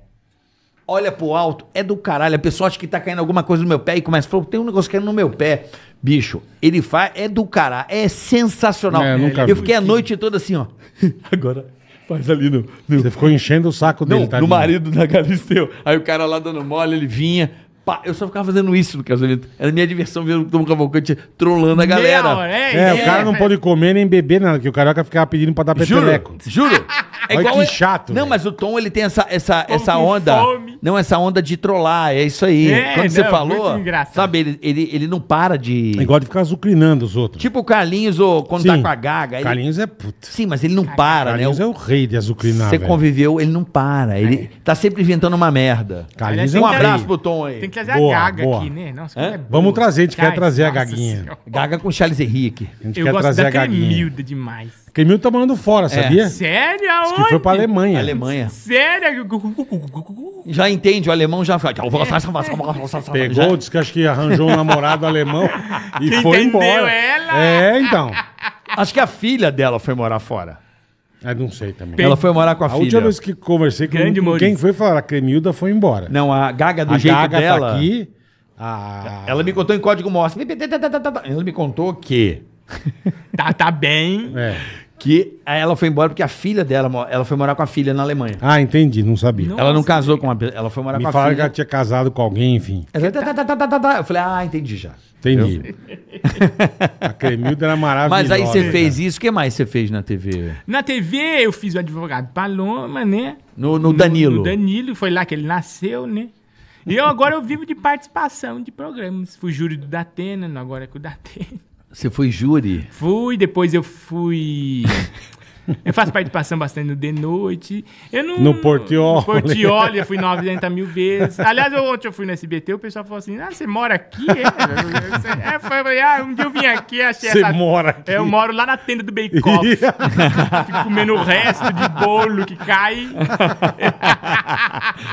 Speaker 4: olha pro alto, é do caralho. A pessoa acha que tá caindo alguma coisa no meu pé e começa a falar, tem um negócio caindo no meu pé. Bicho, ele faz, é do caralho, é sensacional.
Speaker 2: É, nunca
Speaker 4: eu
Speaker 2: vi.
Speaker 4: fiquei a noite toda assim, ó. Agora, Faz ali no. no-
Speaker 2: Você ficou enchendo o saco
Speaker 4: não,
Speaker 2: dele, tá?
Speaker 4: do marido da Galisteu. Aí o cara lá dando mole, ele vinha. pá, eu só ficava fazendo isso no casamento. Era minha diversão ver o Tom Cavalcante trollando a galera.
Speaker 3: hora, é,
Speaker 2: É, o cara não pôde comer nem beber nada, que o carioca ficava pedindo pra dar
Speaker 4: Juro,
Speaker 2: peteleco.
Speaker 4: juro. É
Speaker 2: Olha
Speaker 4: igual
Speaker 2: que
Speaker 4: ele-
Speaker 2: chato,
Speaker 4: Não,
Speaker 2: velho.
Speaker 4: mas o Tom, ele tem essa, essa, essa
Speaker 3: com
Speaker 4: onda.
Speaker 3: fome.
Speaker 4: Não, essa onda de trollar, é isso aí.
Speaker 3: É,
Speaker 4: Quando você
Speaker 3: não,
Speaker 4: falou,
Speaker 3: muito engraçado.
Speaker 4: sabe, ele, ele, ele não para de...
Speaker 2: Ele gosta de ficar azucrinando os outros.
Speaker 4: Tipo o Carlinhos, ou quando tá
Speaker 2: Sim.
Speaker 4: com a gaga. ele-
Speaker 2: Carlinhos é puta.
Speaker 4: Sim, mas ele não para,
Speaker 2: Carlinhos
Speaker 4: né?
Speaker 2: é o rei de azucrinar,
Speaker 4: Você
Speaker 2: velho. É.
Speaker 4: conviveu, ele não para. Ele tá sempre inventando uma merda.
Speaker 2: Carlinhos é
Speaker 3: Aliás,
Speaker 4: Um
Speaker 2: o
Speaker 3: tem que-
Speaker 4: abraço
Speaker 2: rei.
Speaker 4: pro Tom aí.
Speaker 3: Tem que trazer
Speaker 2: Boa,
Speaker 3: a Gaga
Speaker 2: boa.
Speaker 3: aqui, né? Nossa,
Speaker 4: Hã?
Speaker 3: como é boa.
Speaker 2: Vamos trazer, a gente quer
Speaker 3: Traz,
Speaker 2: trazer a
Speaker 3: nossa
Speaker 2: Gaguinha.
Speaker 3: senhora.
Speaker 4: Gaga com Charles Henrique.
Speaker 2: A gente
Speaker 3: Eu
Speaker 2: quer
Speaker 3: gosto
Speaker 2: trazer a
Speaker 4: é
Speaker 3: da
Speaker 2: gaguinha.
Speaker 3: miúda demais.
Speaker 2: Porque Milton tá mandando fora, sabia?
Speaker 3: Sério?
Speaker 2: Diz que
Speaker 3: Aonde?
Speaker 2: foi pra Alemanha.
Speaker 4: Alemanha.
Speaker 3: Sério?
Speaker 4: Já entende, o alemão já fica.
Speaker 2: Pegou, disse que acho que arranjou um namorado alemão e
Speaker 3: Que
Speaker 2: foi
Speaker 3: entendeu
Speaker 2: embora.
Speaker 3: ela.
Speaker 2: É, então.
Speaker 4: Acho que a filha dela foi morar fora.
Speaker 2: Eu não sei também.
Speaker 4: Ela foi morar com a,
Speaker 2: A
Speaker 4: filha.
Speaker 2: última vez que conversei com,
Speaker 3: Grande
Speaker 2: com
Speaker 3: Maurício.
Speaker 2: quem foi falar, a Cremilda foi embora.
Speaker 4: Não, a Gaga do
Speaker 2: a
Speaker 4: jeito
Speaker 2: Gaga
Speaker 4: dela.
Speaker 2: tá aqui. a-
Speaker 4: Ela me contou em código Morse. Ela me contou que
Speaker 3: Tá, tá bem.
Speaker 2: É.
Speaker 4: que ela foi embora porque a filha dela, mo- ela foi morar com a filha na Alemanha.
Speaker 2: Ah, entendi, não sabia.
Speaker 3: Não.
Speaker 4: Ela não
Speaker 3: Nossa,
Speaker 4: casou com uma, pe- ela foi morar
Speaker 2: me
Speaker 4: com a
Speaker 2: falaram que
Speaker 4: filha.
Speaker 2: ela tinha casado com alguém, enfim.
Speaker 4: Ela- tá, tá, tá, tá, tá, tá. Eu falei: "Ah, entendi já".
Speaker 2: Entendi. a Cremilda era maravilhosa.
Speaker 4: Mas aí você
Speaker 3: né?
Speaker 4: fez
Speaker 2: né?
Speaker 4: isso, o que mais você fez na TV?
Speaker 3: Na TV eu fiz o advogado Paloma, né?
Speaker 4: No, no Danilo.
Speaker 3: O Danilo, foi lá que ele nasceu, né? E eu agora eu vivo de participação de programas. Fui júri do Datena, não agora é com o Datena.
Speaker 4: Você foi júri?
Speaker 3: Fui, depois eu fui. Eu faço participação bastante no De Noite. Eu não,
Speaker 2: No Portioli.
Speaker 3: No Portioli, eu fui 90 mil vezes. Aliás, eu- ontem eu fui no SBT, o pessoal falou assim: Ah, você mora aqui? É, é, foi, eu falei, ah, um dia eu vim aqui, achei É,
Speaker 2: Você mora aqui.
Speaker 3: Eu moro lá na tenda do Bake Off. Fico comendo o resto de bolo que cai.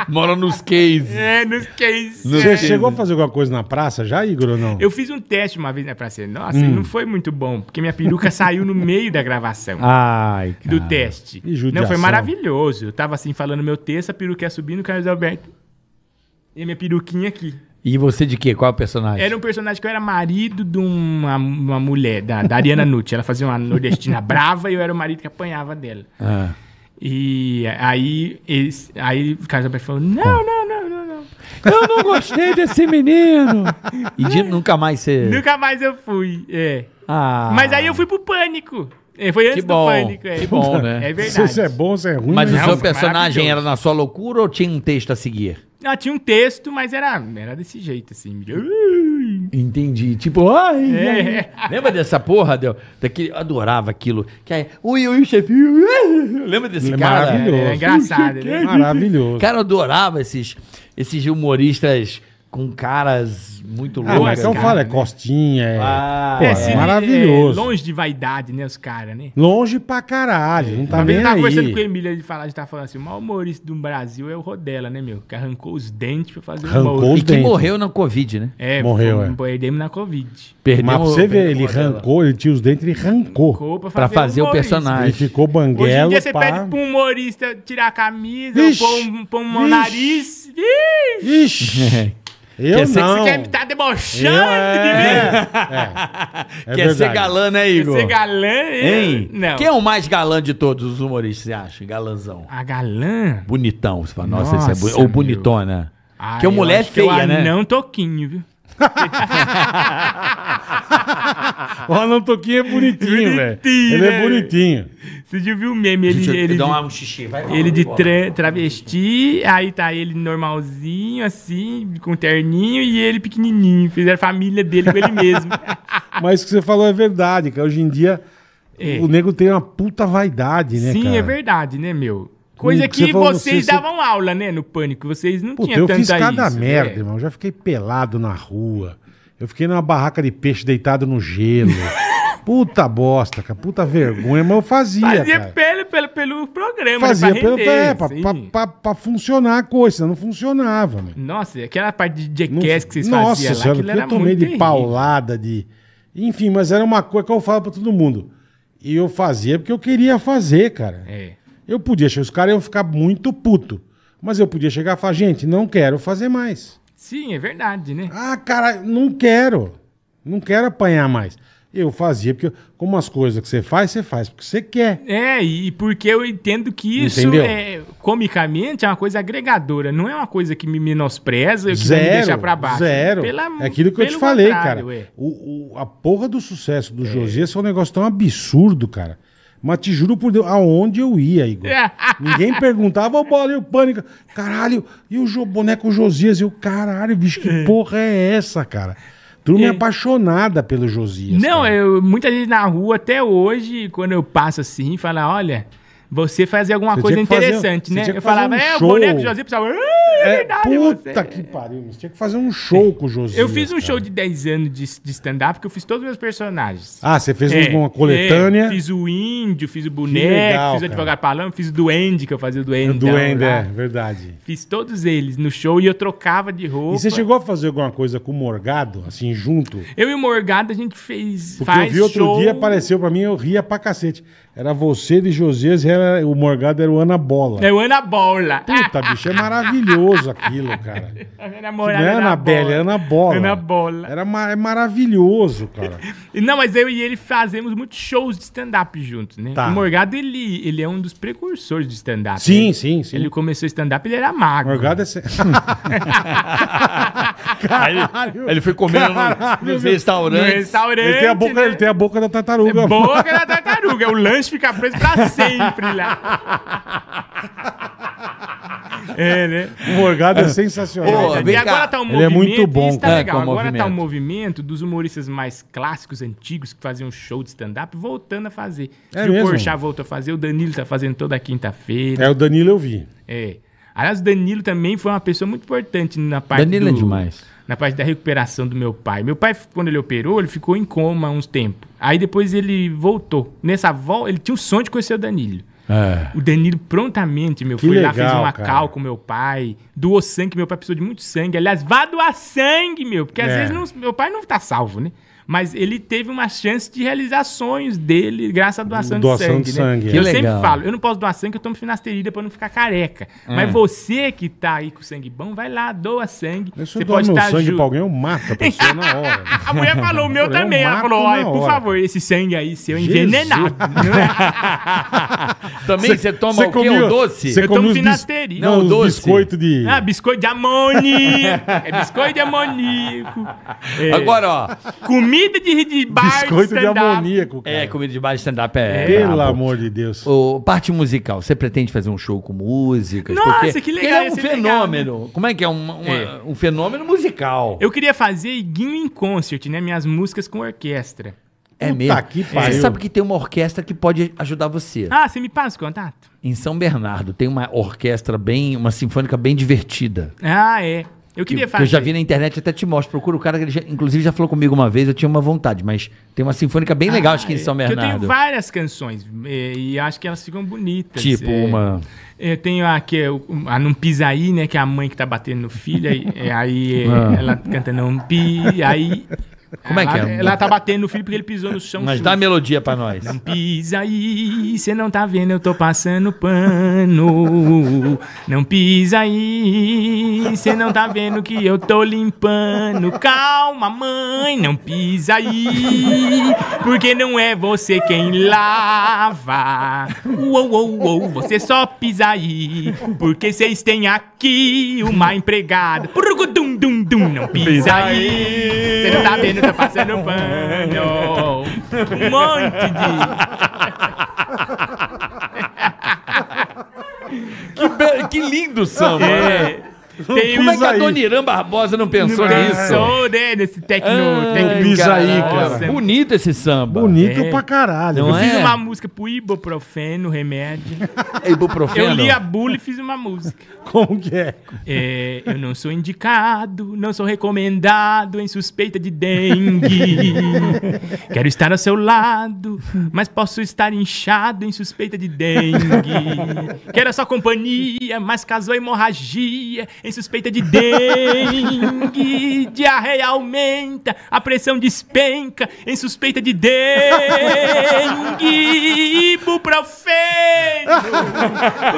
Speaker 4: Mora nos cases.
Speaker 3: É, nos cases.
Speaker 2: Você
Speaker 3: É.
Speaker 2: chegou a fazer alguma coisa na praça já, Igor, ou não?
Speaker 3: Eu fiz um teste uma vez na praça. Nossa,
Speaker 2: Hum.
Speaker 3: não foi muito bom, porque minha peruca saiu no meio da gravação.
Speaker 4: Ai, cara.
Speaker 3: do teste.
Speaker 2: que judiação.
Speaker 3: Não, foi maravilhoso. Eu tava assim, falando meu texto, a peruquinha subindo, o Carlos Alberto. E a minha peruquinha aqui.
Speaker 4: E você de quê? Qual é o personagem?
Speaker 3: Era um personagem que eu era marido de uma, uma mulher, da, da Ariana Nutti. Ela fazia uma nordestina brava e eu era o marido que apanhava dela.
Speaker 4: Ah.
Speaker 3: E aí, eles, aí o Carlos Alberto falou: não, não, não, não, não.
Speaker 4: Eu não gostei desse menino. E de nunca mais você.
Speaker 3: Nunca mais eu fui. É.
Speaker 4: Ah.
Speaker 3: Mas aí eu fui pro pânico. É, foi antes
Speaker 4: bom,
Speaker 3: do pânico. É.
Speaker 4: que bom, né?
Speaker 3: É
Speaker 2: não sei
Speaker 3: verdade.
Speaker 2: se é bom ou se é ruim.
Speaker 4: Mas o
Speaker 2: né?
Speaker 4: seu
Speaker 3: Nossa,
Speaker 4: personagem
Speaker 3: maravilhoso.
Speaker 4: era na sua loucura ou tinha um texto a seguir?
Speaker 3: Ah, tinha um texto, mas era, era desse jeito, assim.
Speaker 4: Entendi. Tipo, ai.
Speaker 3: É.
Speaker 4: ai. Lembra dessa porra, Del? Daquele, eu adorava aquilo. Que aí, ui, ui, chefinho. ui. Lembra desse
Speaker 2: Ele é
Speaker 4: cara?
Speaker 2: maravilhoso.
Speaker 3: É, é engraçado, né?
Speaker 2: Maravilhoso.
Speaker 4: Cara, eu adorava esses, esses humoristas com caras muito
Speaker 2: Ah,
Speaker 4: loucas.
Speaker 2: mas então
Speaker 3: cara,
Speaker 2: fala, é
Speaker 3: né?
Speaker 2: costinha, é.
Speaker 4: Ah,
Speaker 2: Pô,
Speaker 4: é,
Speaker 2: é,
Speaker 3: se-
Speaker 2: maravilhoso.
Speaker 3: é,
Speaker 2: longe...
Speaker 3: longe de vaidade, né, os caras, né?
Speaker 2: pra caralho, não tá
Speaker 3: Uma vez eu
Speaker 2: nem
Speaker 3: tava
Speaker 2: aí.
Speaker 3: conversando com o Emílio, ele falava, a gente tava falando assim, o maior humorista do Brasil é o Rodela, né, meu? Que arrancou os dentes pra fazer
Speaker 2: Arrancou
Speaker 3: humor.
Speaker 2: os
Speaker 4: E que
Speaker 2: dentes.
Speaker 4: morreu na Covid, né?
Speaker 3: É,
Speaker 2: Morreu,
Speaker 3: foi-
Speaker 2: é.
Speaker 3: Perdemos na Covid.
Speaker 4: Perdeu
Speaker 2: Mas pra
Speaker 4: o-
Speaker 2: você ver,
Speaker 4: perdeu
Speaker 2: ele
Speaker 4: o Rodela.
Speaker 2: arrancou, ele tinha os dentes, ele arrancou.
Speaker 3: Ficou
Speaker 4: Pra fazer o
Speaker 3: humorista.
Speaker 4: personagem.
Speaker 2: Ele ficou
Speaker 3: Hoje em
Speaker 2: banguelo,
Speaker 3: dia você
Speaker 2: pá.
Speaker 3: pede pro humorista tirar a camisa,
Speaker 2: Vixe,
Speaker 3: pôr um, pôr um
Speaker 2: vixe.
Speaker 3: nariz. Vixe,
Speaker 2: Ixi,
Speaker 4: Quer
Speaker 2: eu
Speaker 4: ser-
Speaker 2: não.
Speaker 3: quer me tá
Speaker 2: Eu,
Speaker 3: debochando de mim?
Speaker 2: é, é. É
Speaker 4: Quer ser
Speaker 2: verdade.
Speaker 4: galã, né,
Speaker 3: Quer
Speaker 4: Igor?
Speaker 3: ser galã?
Speaker 4: Hein?
Speaker 3: Não.
Speaker 4: Quem é o mais galã de todos os humoristas, você acha? Galãzão.
Speaker 3: A galã?
Speaker 4: Bonitão. Você fala, nossa, esse é bu-
Speaker 3: Nossa,
Speaker 4: Ou
Speaker 3: meu.
Speaker 4: bonitona.
Speaker 3: Ah,
Speaker 4: que é
Speaker 3: eu
Speaker 4: mulher
Speaker 3: acho que é o
Speaker 4: feia, né?
Speaker 3: anão toquinho, viu?
Speaker 2: O Alan Toquinho é bonitinho, velho.
Speaker 3: Bonitinho,
Speaker 2: Ele é
Speaker 3: né?
Speaker 2: bonitinho.
Speaker 3: Você já viu o meme? Ele,
Speaker 4: Deixa eu-
Speaker 3: ele,
Speaker 4: dá uma- um xixi, vai vai,
Speaker 3: ele de
Speaker 4: vai.
Speaker 3: tra- travesti, aí tá ele normalzinho, assim, com terninho, e ele pequenininho. Fizeram família dele com ele mesmo.
Speaker 2: Mas o que você falou é verdade, cara. Hoje em dia,
Speaker 3: É.
Speaker 2: o nego tem uma puta vaidade, né,
Speaker 3: Sim,
Speaker 2: cara?
Speaker 3: é verdade, né, meu? Coisa
Speaker 2: Hum, você
Speaker 3: que
Speaker 2: falou,
Speaker 3: vocês
Speaker 2: você-
Speaker 3: davam aula, né, no Pânico. Vocês não
Speaker 2: Puta,
Speaker 3: tinham
Speaker 2: eu
Speaker 3: tanta
Speaker 2: fiz cada
Speaker 3: isso,
Speaker 2: merda,
Speaker 3: é.
Speaker 2: irmão. Eu já fiquei pelado na rua. Eu fiquei numa barraca de peixe deitado no gelo. puta bosta, cara. Puta vergonha, mas eu fazia,
Speaker 3: Fazia
Speaker 2: cara.
Speaker 3: pelo, pelo, pelo programa,
Speaker 2: Fazia
Speaker 3: né, pra
Speaker 2: pelo,
Speaker 3: render,
Speaker 2: é, pra,
Speaker 3: sim.
Speaker 2: pra, pra- pra funcionar a coisa, senão não funcionava, mano.
Speaker 3: Nossa, aquela parte de
Speaker 2: Não-
Speaker 3: jackass que vocês
Speaker 2: Nossa
Speaker 3: faziam lá,
Speaker 2: senhora,
Speaker 3: aquilo
Speaker 2: que
Speaker 3: era
Speaker 2: eu tomei
Speaker 3: muito
Speaker 2: de paulada, de. Enfim, mas era uma coisa que eu falo pra todo mundo. E eu fazia porque eu queria fazer, cara.
Speaker 3: terrível. É.
Speaker 2: Eu podia chegar, os caras iam ficar muito puto. Mas eu podia chegar e falar, gente, não quero fazer mais.
Speaker 3: Sim, é verdade, né?
Speaker 2: Ah, cara, não quero. Não quero apanhar mais. Eu fazia, porque como as coisas que você faz, você faz porque você quer.
Speaker 3: É, e porque eu entendo que isso,
Speaker 2: Entendeu?
Speaker 3: é, comicamente, é uma coisa agregadora. Não é uma coisa que me menospreza, que vai me
Speaker 2: Zero.
Speaker 3: deixar pra baixo.
Speaker 2: Zero.
Speaker 3: Pela-
Speaker 2: é aquilo que eu te
Speaker 3: pelo
Speaker 2: falei,
Speaker 3: contrário,
Speaker 2: cara.
Speaker 3: é.
Speaker 2: O, o- a porra do sucesso do Josias é um negócio tão absurdo, cara. Mas te juro por Deus, aonde eu ia, Igor? Ninguém perguntava, o bola e o pânico. Caralho, e o jo- boneco Josias? E o caralho, bicho, que porra é essa, cara? Turma é apaixonada pelo Josias.
Speaker 3: Não,
Speaker 2: cara.
Speaker 3: eu, muita gente na rua, até hoje, quando eu passo assim, fala, olha, você fazia alguma
Speaker 2: Você
Speaker 3: coisa
Speaker 2: tinha que fazer-
Speaker 3: interessante,
Speaker 2: você
Speaker 3: né?
Speaker 2: tinha que
Speaker 3: Eu
Speaker 2: fazer
Speaker 3: falava,
Speaker 2: um
Speaker 3: é, o
Speaker 2: show."
Speaker 3: boneco de José, o pessoal, "Ah, é,
Speaker 2: É,
Speaker 3: verdade, você."
Speaker 2: puta que pariu, você tinha que fazer um show com o Josias.
Speaker 3: Eu fiz um
Speaker 2: cara.
Speaker 3: show de 10 anos de, de stand-up, que eu fiz todos os meus personagens.
Speaker 2: Ah, você fez
Speaker 3: É,
Speaker 2: uma coletânea.
Speaker 3: é, fiz o índio, fiz o boneco,
Speaker 2: legal,
Speaker 3: fiz o
Speaker 2: cara.
Speaker 3: advogado palão, fiz o duende, que eu fazia o duende.
Speaker 2: do Ender, é,
Speaker 3: né?
Speaker 2: verdade.
Speaker 3: Fiz todos eles no show e eu trocava de roupa.
Speaker 2: E você chegou a fazer alguma coisa com o Morgado, assim, junto?
Speaker 3: Eu e o Morgado, a gente fez.
Speaker 2: Porque eu vi outro dia, apareceu pra mim, eu ria pra cacete. Era você de Josias e era, o Morgado era o Ana Bola.
Speaker 3: É o Ana Bola.
Speaker 2: Puta, bicho, é maravilhoso aquilo, cara.
Speaker 3: Ah, minha
Speaker 2: Não
Speaker 3: namorada
Speaker 2: é Ana Bela, é Ana Bola.
Speaker 3: Ana Bola.
Speaker 2: Era ma- é maravilhoso, cara.
Speaker 3: E Não, mas eu e ele fazemos muitos shows de stand-up juntos, né?
Speaker 2: Tá.
Speaker 3: O Morgado, ele, ele é um dos precursores do stand-up.
Speaker 2: Sim,
Speaker 3: né?
Speaker 2: sim, sim.
Speaker 3: Ele começou stand-up, ele era magro.
Speaker 2: Morgado é. se-
Speaker 4: Aí ele, aí ele foi comendo no- nos
Speaker 3: No
Speaker 4: restaurantes.
Speaker 3: restaurante.
Speaker 2: ele, tem a boca,
Speaker 3: né?
Speaker 2: ele tem a boca da tartaruga.
Speaker 3: É boca da tartaruga. O lanche fica preso pra sempre lá. É, né?
Speaker 2: O Morgado é
Speaker 4: Pô,
Speaker 2: sensacional.
Speaker 4: vem
Speaker 3: e agora
Speaker 4: cá.
Speaker 3: tá um
Speaker 2: Ele é
Speaker 3: movimento.
Speaker 2: muito bom,
Speaker 3: isso tá
Speaker 4: cara,
Speaker 3: legal.
Speaker 4: com o
Speaker 3: Agora tá um
Speaker 4: movimento.
Speaker 3: movimento dos humoristas mais clássicos, antigos, que faziam show de stand-up, voltando a fazer.
Speaker 2: É
Speaker 3: E o
Speaker 2: mesmo?
Speaker 3: Porchat voltou a fazer, o Danilo tá fazendo toda quinta-feira.
Speaker 2: É, o Danilo eu vi.
Speaker 3: É. Aliás, o Danilo também foi uma pessoa muito importante na parte
Speaker 1: Danilo é
Speaker 3: do-
Speaker 1: demais.
Speaker 3: Na parte da recuperação do meu pai. Meu pai, quando ele operou, ele ficou em coma uns tempos. Aí depois ele voltou. Nessa volta, ele tinha um sonho de conhecer o Danilo.
Speaker 1: É.
Speaker 3: O Danilo prontamente, meu,
Speaker 2: Que
Speaker 3: foi lá,
Speaker 2: legal,
Speaker 3: fez uma
Speaker 2: cara.
Speaker 3: cal com meu pai, doou sangue, meu pai precisou de muito sangue. Aliás, vá doar sangue, meu, porque às
Speaker 2: É.
Speaker 3: vezes não- meu pai não tá salvo, né? Mas ele teve uma chance de realizar sonhos dele, graças à doação,
Speaker 2: Doação
Speaker 3: de sangue.
Speaker 2: de
Speaker 3: né?
Speaker 2: sangue,
Speaker 3: Que
Speaker 2: é.
Speaker 3: eu
Speaker 1: Que
Speaker 3: sempre
Speaker 1: legal.
Speaker 3: falo, eu não posso doar sangue, eu tomo finasterida pra não ficar careca. Mas você que tá aí com sangue bom, vai lá, doa sangue.
Speaker 2: Eu, Se
Speaker 3: você
Speaker 2: eu dou meu sangue
Speaker 3: ju-
Speaker 2: pra alguém, eu mato a pessoa na hora.
Speaker 3: A mulher falou o meu
Speaker 2: Eu
Speaker 3: também. Ela
Speaker 2: mato
Speaker 3: falou:
Speaker 2: na
Speaker 3: olha, por
Speaker 2: hora.
Speaker 3: favor, esse sangue aí seu é
Speaker 2: Jesus.
Speaker 3: envenenado.
Speaker 4: Também você toma o quê? O doce?
Speaker 2: Você
Speaker 3: Eu
Speaker 2: come
Speaker 3: tomo
Speaker 2: os bis...
Speaker 3: finasterida.
Speaker 2: Não,
Speaker 4: Não,
Speaker 2: um os
Speaker 4: doce.
Speaker 2: biscoitos de...
Speaker 3: Ah, biscoito de amoníaco. É biscoito de amoníaco. É,
Speaker 4: Agora, ó.
Speaker 3: Comida de, de bar,
Speaker 2: biscoito de
Speaker 3: stand-up.
Speaker 2: amoníaco, cara.
Speaker 4: É, comida de bar de stand-up é.
Speaker 2: Pelo
Speaker 4: brabo.
Speaker 2: amor de Deus.
Speaker 4: Ô, parte musical, você pretende fazer um show com músicas?
Speaker 3: Nossa,
Speaker 4: Porque-
Speaker 3: que legal,
Speaker 4: É
Speaker 3: ia
Speaker 4: um
Speaker 3: ser legal,
Speaker 4: fenômeno. Como é que é? Uma- uma-
Speaker 3: É.
Speaker 4: Um fenômeno musical.
Speaker 3: Eu queria fazer Iguinho em Concert, né? Minhas músicas com orquestra.
Speaker 4: é
Speaker 2: Puta
Speaker 4: mesmo.
Speaker 2: que
Speaker 4: Você
Speaker 2: pariu.
Speaker 4: sabe que tem uma orquestra que pode ajudar você.
Speaker 3: Ah, você me passa o contato?
Speaker 4: Em São Bernardo tem uma orquestra bem, uma sinfônica bem divertida.
Speaker 3: Ah, é. Eu queria
Speaker 4: que
Speaker 3: fazer.
Speaker 4: eu já vi na internet, até te mostro. Procura o cara que ele já, inclusive já falou comigo uma vez, eu tinha uma vontade, mas tem uma sinfônica bem legal, acho que em São
Speaker 3: Que Ah, é. Eu
Speaker 4: Bernardo.
Speaker 3: tenho várias canções é, e acho que elas ficam bonitas.
Speaker 4: tipo
Speaker 3: é.
Speaker 4: uma.
Speaker 3: Eu tenho a que é o- a Não Pisa Aí, né? Que é a mãe que tá batendo no filho. Aí, é, aí é, ela canta Não Pi. Aí.
Speaker 4: Ah. Como é que
Speaker 3: ela-
Speaker 4: é?
Speaker 3: Ela tá batendo no filho porque ele pisou no chão.
Speaker 4: Mas
Speaker 3: sujo.
Speaker 4: dá a melodia pra nós.
Speaker 3: Pisa aí, cê não tá vendo, eu tô passando pano. Não pisa aí, cê não tá vendo que eu tô limpando. Calma, mãe, não pisa aí, porque não é você quem lava. Uou, uou, uou, você só pisa aí, porque vocês têm aqui uma empregada. Dum, dum, dum, não pisa aí. Você não tá vendo, tá passando pano. Um monte
Speaker 4: que, be- que lindo samba!
Speaker 3: de. É. Tem
Speaker 4: Como é que
Speaker 3: isso
Speaker 4: a Dona Irã Barbosa não pensou nisso?
Speaker 3: Sou, né, desse tecno.
Speaker 4: Ah,
Speaker 3: tecno-
Speaker 2: pisa aí,
Speaker 3: Nossa,
Speaker 2: cara.
Speaker 3: é muito-
Speaker 4: Bonito esse samba.
Speaker 2: Bonito
Speaker 3: É.
Speaker 2: pra caralho.
Speaker 4: Não
Speaker 3: Eu fiz
Speaker 4: é?
Speaker 3: uma música pro ibuprofeno, remédio. Eu
Speaker 4: Ibuprofeno.
Speaker 3: li a bula e fiz uma música.
Speaker 2: Como que é?
Speaker 3: É, eu não sou indicado, não sou recomendado em suspeita de dengue. Quero estar ao seu lado, mas posso estar inchado em suspeita de dengue. Quero a sua companhia, mas casou hemorragia em suspeita de dengue, diarreia aumenta, a pressão despenca, em suspeita de dengue, ibuprofeno.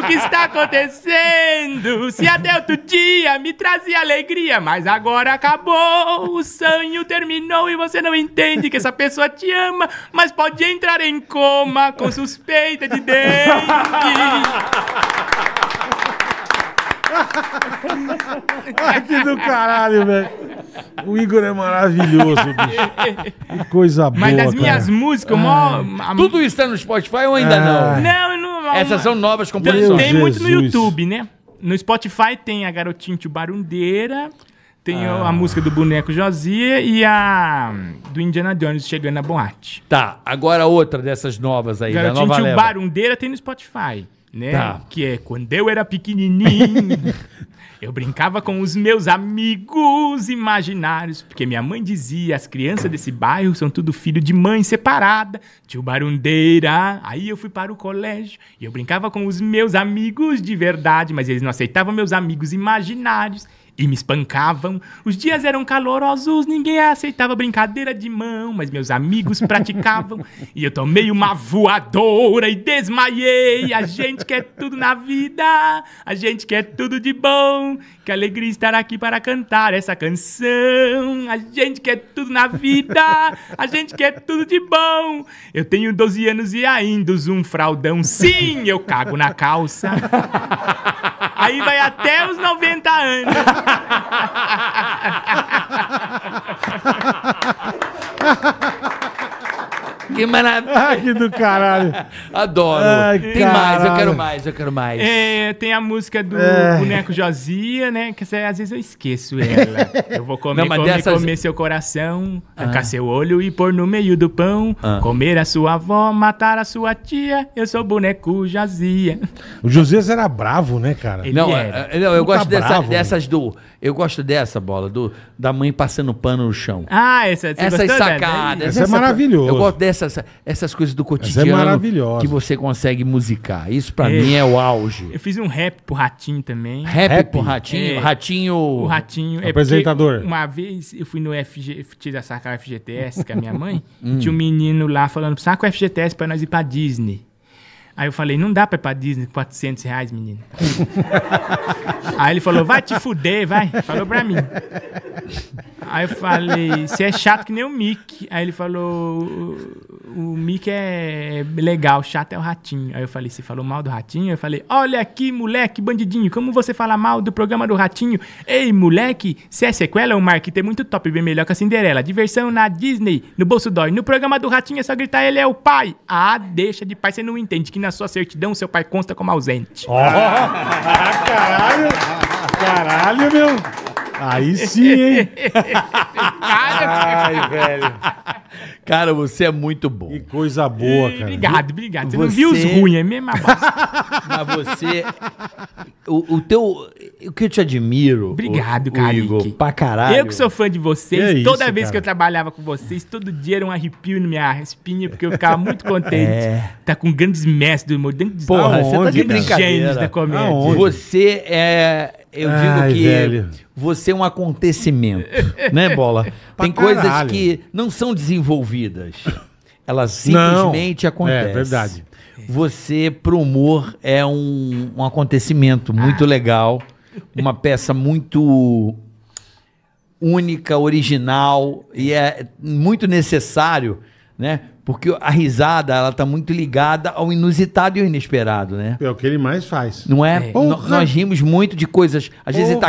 Speaker 3: O que está acontecendo? Se até outro dia me trazia alegria, mas agora acabou. O sonho terminou e você não entende que essa pessoa te ama, mas pode entrar em coma com suspeita de dengue.
Speaker 2: Ai, que do caralho, velho. O Igor é maravilhoso, bicho. Que coisa boa.
Speaker 3: Mas das minhas
Speaker 2: cara.
Speaker 3: músicas, o maior- a-
Speaker 4: Tudo isso tá no Spotify ou ainda
Speaker 2: Ah.
Speaker 4: não?
Speaker 3: Não, eu não.
Speaker 4: Essas são novas
Speaker 3: Tem,
Speaker 4: composições.
Speaker 3: tem muito no
Speaker 2: Jesus.
Speaker 3: YouTube, né? No Spotify tem a Garotinho Tio Barundeira, tem a- a música do Boneco Josia e a do Indiana Jones chegando na boate.
Speaker 4: Tá, agora outra dessas novas aí, da
Speaker 3: Garotinho
Speaker 4: nova
Speaker 3: Tio
Speaker 4: leva.
Speaker 3: Barundeira tem no Spotify, né?
Speaker 4: Tá.
Speaker 3: Que é quando eu era pequenininho. Eu brincava com os meus amigos imaginários, porque minha mãe dizia: as crianças desse bairro são tudo filho de mãe separada, tio Barundeira. Aí eu fui para o colégio e eu brincava com os meus amigos de verdade, mas eles não aceitavam meus amigos imaginários e me espancavam. Os dias eram calorosos, ninguém aceitava brincadeira de mão, mas meus amigos praticavam. e eu tomei uma voadora e desmaiei. A gente quer tudo na vida, a gente quer tudo de bom. Que alegria estar aqui para cantar essa canção. A gente quer tudo na vida, a gente quer tudo de bom. Eu tenho 12 anos e ainda uso um fraldão. Sim, eu cago na calça. Aí vai até os 90 anos.
Speaker 4: Que maravilha.
Speaker 2: Ai, que do caralho.
Speaker 4: Adoro.
Speaker 2: Ai,
Speaker 4: tem mais, eu
Speaker 2: caralho.
Speaker 4: quero mais, eu quero mais.
Speaker 3: É, tem a música do boneco Josia, né? Que essa- às vezes eu esqueço ela. Eu vou comer,
Speaker 4: Não, mas
Speaker 3: comer,
Speaker 4: dessas-
Speaker 3: comer seu coração, arrancar seu olho e pôr no meio do pão,
Speaker 4: Ah.
Speaker 3: comer a sua avó, matar a sua tia. Eu sou boneco Josia.
Speaker 2: O Josias era bravo, né, cara?
Speaker 3: Ele-
Speaker 4: Não,
Speaker 3: era.
Speaker 4: é- é- não, eu
Speaker 2: Não tá
Speaker 4: gosto dessa-
Speaker 2: bravo,
Speaker 4: dessas do. Eu gosto dessa bola, do, da mãe passando pano no chão.
Speaker 3: Ah, essa você
Speaker 4: Essas
Speaker 3: gostou dessa?
Speaker 4: sacadas.
Speaker 2: Essa é maravilhoso.
Speaker 4: Eu gosto dessas essas coisas do cotidiano
Speaker 2: maravilhosa.
Speaker 4: que você consegue musicar. Isso pra
Speaker 3: É.
Speaker 4: mim é o auge.
Speaker 3: Eu fiz um rap pro Ratinho também.
Speaker 4: Rap,
Speaker 2: Rap?
Speaker 4: pro ratinho,
Speaker 3: É.
Speaker 4: ratinho.
Speaker 3: O Ratinho. é
Speaker 2: Apresentador.
Speaker 3: porque Uma vez eu fui no FG, tirar sacar FGTS com a minha mãe. e Tinha um menino lá falando, saca o FGTS pra nós ir pra Disney. Aí eu falei, não dá pra ir pra Disney com 400 reais, menino. Aí ele falou, vai te fuder, vai. Falou pra mim. Aí eu falei, você é chato que nem o Mick. Aí ele falou, o, o Mick é legal, chato é o ratinho. Aí eu falei, você falou mal do ratinho? Eu falei, olha aqui, moleque, bandidinho, como você fala mal do programa do ratinho? Ei, moleque, se é sequela, o Mark tem muito top, bem melhor que a Cinderela. Diversão na Disney, no bolso dói. No programa do ratinho é só gritar, ele é o pai. Ah, deixa de pai, você não entende que na sua certidão seu pai consta como ausente.
Speaker 2: Caralho! Caralho, meu! Aí sim, hein? Ah. Ai, velho.
Speaker 4: Cara, você é muito bom.
Speaker 2: Que coisa boa, cara.
Speaker 3: Obrigado, obrigado. Você, não viu os
Speaker 4: Você-
Speaker 3: ruins, é mesmo a bosta.
Speaker 4: Mas você. O, o teu. O que eu te admiro.
Speaker 3: Obrigado,
Speaker 4: o, o
Speaker 3: Carique.
Speaker 4: Igor, pra caralho.
Speaker 3: Eu que sou fã de vocês,
Speaker 2: Que
Speaker 3: toda
Speaker 2: isso,
Speaker 3: vez
Speaker 2: cara.
Speaker 3: que eu trabalhava com vocês, todo dia era um arrepio na minha espinha, porque eu ficava muito contente.
Speaker 4: É.
Speaker 3: Tá com grandes mestres do humor, grandes
Speaker 4: Porra, você tá
Speaker 2: Aonde,
Speaker 4: de
Speaker 2: cara?
Speaker 4: brincadeira.
Speaker 3: gênios da comédia.
Speaker 2: Aonde?
Speaker 4: Você é. Eu digo
Speaker 2: Ai,
Speaker 4: que
Speaker 2: velho.
Speaker 4: você é um acontecimento, né, Bola?
Speaker 2: Pra
Speaker 4: Tem coisas
Speaker 2: caralho.
Speaker 4: que não são desenvolvidas. Elas simplesmente
Speaker 2: Não.
Speaker 4: acontecem.
Speaker 2: É, verdade.
Speaker 4: Você, pro humor, é um, um acontecimento muito legal. Uma peça muito única, original e é muito necessário, né? Porque a risada, ela tá muito ligada ao inusitado e ao inesperado, né?
Speaker 2: É o que ele mais faz.
Speaker 4: Não é?
Speaker 2: Porra.
Speaker 4: No- Nós rimos muito de coisas. Às vezes ele tá